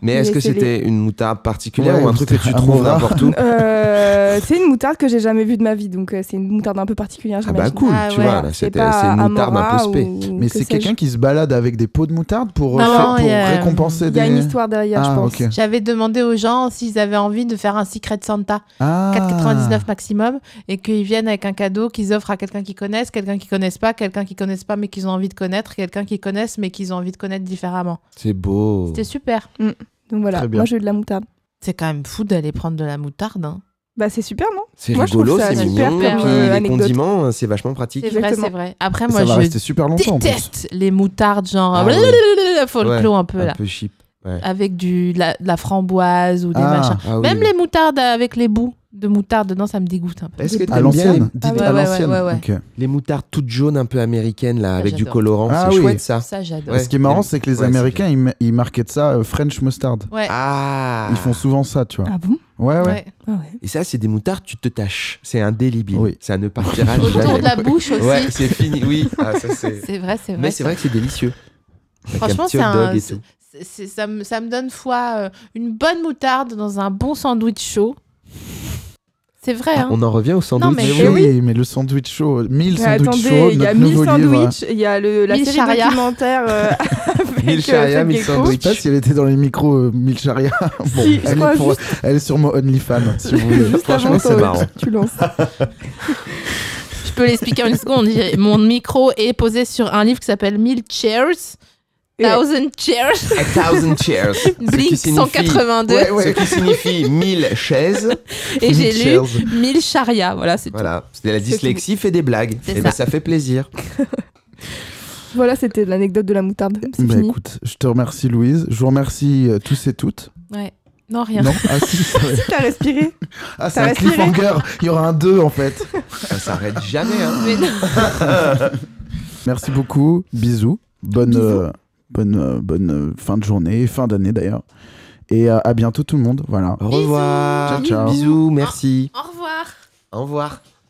Speaker 7: Mais
Speaker 4: Il
Speaker 7: est-ce
Speaker 4: est
Speaker 7: que
Speaker 4: scellé.
Speaker 7: c'était une moutarde particulière
Speaker 3: Ouais,
Speaker 7: ou un truc que
Speaker 3: c'était
Speaker 7: tu
Speaker 3: un
Speaker 7: trouves
Speaker 3: morin.
Speaker 7: n'importe où Ah
Speaker 4: Euh, c'est une moutarde que j'ai jamais vue de ma vie, donc euh, c'est une moutarde un peu particulière.
Speaker 7: Ah bah
Speaker 4: j'imagine.
Speaker 7: cool,
Speaker 6: Ah
Speaker 7: tu
Speaker 6: ouais.
Speaker 7: vois, là,
Speaker 4: C'est
Speaker 7: c'était
Speaker 4: pas
Speaker 7: c'est une moutarde un
Speaker 4: Amora
Speaker 7: peu spé.
Speaker 4: ou-
Speaker 3: Mais
Speaker 4: que
Speaker 3: c'est
Speaker 4: sais-je.
Speaker 3: quelqu'un qui se balade avec des pots de moutarde pour, euh,
Speaker 6: Non,
Speaker 3: faire-
Speaker 6: non,
Speaker 3: pour
Speaker 6: il y a-
Speaker 3: récompenser
Speaker 4: Il
Speaker 3: des.
Speaker 4: y a une histoire derrière,
Speaker 3: ah,
Speaker 4: je pense.
Speaker 3: ok.
Speaker 6: J'avais demandé aux gens s'ils avaient envie de faire un Secret Santa.
Speaker 3: Ah.
Speaker 6: 4,99 maximum et qu'ils viennent avec un cadeau qu'ils offrent à quelqu'un qu'ils connaissent, quelqu'un qu'ils connaissent pas, quelqu'un qu'ils connaissent pas mais qu'ils ont envie de connaître, quelqu'un qu'ils connaissent mais qu'ils ont envie de connaître différemment.
Speaker 7: C'est beau.
Speaker 6: C'était super.
Speaker 4: Donc voilà,
Speaker 3: Très bien.
Speaker 4: moi j'ai eu de la moutarde.
Speaker 6: C'est quand même fou d'aller prendre de la moutarde. hein.
Speaker 4: Bah c'est super, non
Speaker 7: C'est
Speaker 4: Moi, je trouve
Speaker 7: rigolo,
Speaker 4: ça
Speaker 7: c'est
Speaker 4: super
Speaker 7: mignon.
Speaker 6: comme,
Speaker 7: Puis
Speaker 4: euh,
Speaker 7: les
Speaker 4: anecdote.
Speaker 7: condiments, hein, c'est vachement pratique.
Speaker 6: C'est vrai,
Speaker 4: Exactement.
Speaker 6: c'est vrai. Après,
Speaker 3: Ça
Speaker 6: moi,
Speaker 3: va
Speaker 6: je
Speaker 3: rester super longtemps. en plus.
Speaker 6: déteste les moutardes genre
Speaker 7: Ah ouais.
Speaker 6: blablabla, folklore un peu
Speaker 7: Un
Speaker 6: là,
Speaker 7: peu cheap.
Speaker 6: avec du de la, de la framboise ou des
Speaker 3: Ah.
Speaker 6: machins.
Speaker 7: Ah oui.
Speaker 6: Même les moutardes avec les bouts de moutarde dedans, ça me dégoûte un peu.
Speaker 7: Est-ce que
Speaker 3: À
Speaker 7: t'aimes bien les,
Speaker 3: l'ancienne Dites
Speaker 4: Ah ouais,
Speaker 3: à
Speaker 6: ouais, ouais,
Speaker 3: l'ancienne.
Speaker 6: ouais, ouais.
Speaker 3: Ok.
Speaker 7: les moutardes toutes jaunes, un peu américaines, là,
Speaker 6: Ça,
Speaker 7: avec du
Speaker 6: j'adore.
Speaker 7: colorant
Speaker 3: Ah
Speaker 7: C'est
Speaker 3: oui.
Speaker 7: chouette, ça.
Speaker 6: Ça, j'adore.
Speaker 7: Ouais.
Speaker 3: Ce qui est marrant,
Speaker 7: Ouais.
Speaker 3: c'est que les
Speaker 7: Ouais,
Speaker 3: Américains, ils, ma- ils marquetaient ça euh, French mustard.
Speaker 6: Ouais.
Speaker 7: Ah
Speaker 3: Ils font souvent ça, tu vois.
Speaker 4: Ah bon
Speaker 3: Ouais, ouais.
Speaker 6: Ouais.
Speaker 4: Ah ouais.
Speaker 7: Et ça, c'est des moutardes, tu te tâches. C'est indélébile.
Speaker 3: Oui.
Speaker 7: Ça ne partira
Speaker 6: Autour
Speaker 7: jamais.
Speaker 6: de la bouche aussi.
Speaker 7: Ouais, c'est fini, oui. Ah, ça, c'est-
Speaker 6: C'est vrai, c'est vrai.
Speaker 7: Mais c'est vrai que c'est délicieux. Avec un
Speaker 6: Franchement,
Speaker 7: petit
Speaker 6: c'est
Speaker 7: hot
Speaker 6: un-
Speaker 7: dog et
Speaker 6: c'est-
Speaker 7: tout.
Speaker 6: c'est- c'est- ça, me, ça me donne foi. euh, une bonne moutarde dans un bon sandwich chaud. C'est vrai, hein.
Speaker 7: On en revient au sandwich.
Speaker 6: mais-
Speaker 3: Mais
Speaker 6: Eh
Speaker 3: oui, mais le sandwich chaud, 1000
Speaker 4: Mais
Speaker 3: sandwichs
Speaker 4: attendez,
Speaker 3: chauds,
Speaker 4: il y a
Speaker 3: notre
Speaker 4: 1000
Speaker 3: nouveau livre.
Speaker 4: sandwichs, il y a le, la
Speaker 6: Mille
Speaker 4: série
Speaker 6: charia.
Speaker 4: documentaire euh, avec
Speaker 7: Mille
Speaker 4: euh,
Speaker 7: charia,
Speaker 4: Fred
Speaker 7: mille
Speaker 4: Gecko.
Speaker 3: Je sais
Speaker 7: sandwichs.
Speaker 3: pas si elle était dans les micros euh, 1000 charia. Bon,
Speaker 4: Si, je
Speaker 3: elle,
Speaker 4: crois
Speaker 3: est pour- elle est sur mon OnlyFans, si vous voulez.
Speaker 4: Juste
Speaker 7: Franchement,
Speaker 4: avant
Speaker 7: c'est
Speaker 4: toi,
Speaker 7: marrant.
Speaker 4: Tu lances.
Speaker 6: Je peux l'expliquer en une seconde. J'ai- Mon micro est posé sur un livre qui s'appelle 1000 Chairs.
Speaker 4: Et-
Speaker 6: Thousand Chairs.
Speaker 7: A thousand chairs. Ce qui
Speaker 6: Blink
Speaker 7: signifie-
Speaker 6: 182.
Speaker 7: Ouais, ouais, Ce qui signifie 1000 chaises.
Speaker 6: Et j'ai lu
Speaker 7: Chairs.
Speaker 6: 1000 charia. Voilà, c'est
Speaker 7: Voilà, c'est la dyslexie fait des blagues.
Speaker 6: C'est
Speaker 7: Et
Speaker 6: ça.
Speaker 7: ça. ça fait plaisir.
Speaker 4: Voilà, c'était l'anecdote de la moutarde. C'est
Speaker 3: Bah
Speaker 4: fini.
Speaker 3: écoute, je te remercie Louise, je vous remercie euh, tous et toutes.
Speaker 6: tout. Ouais. Non, rien.
Speaker 3: Non Ah si, ça va-
Speaker 4: T'as respiré
Speaker 3: ah, c'est
Speaker 4: T'as
Speaker 3: un
Speaker 4: respiré
Speaker 3: cliffhanger, il y aura un 2 en fait.
Speaker 7: Ça s'arrête jamais. Hein.
Speaker 6: Mais non.
Speaker 3: Merci beaucoup. Bisous. Bonne, euh, bonne, euh, bonne euh, fin de journée, fin d'année d'ailleurs. Et euh, à bientôt tout le monde. Voilà.
Speaker 7: Au revoir.
Speaker 3: Ciao, ciao.
Speaker 7: Bisous, merci.
Speaker 6: Au revoir.
Speaker 7: Au revoir.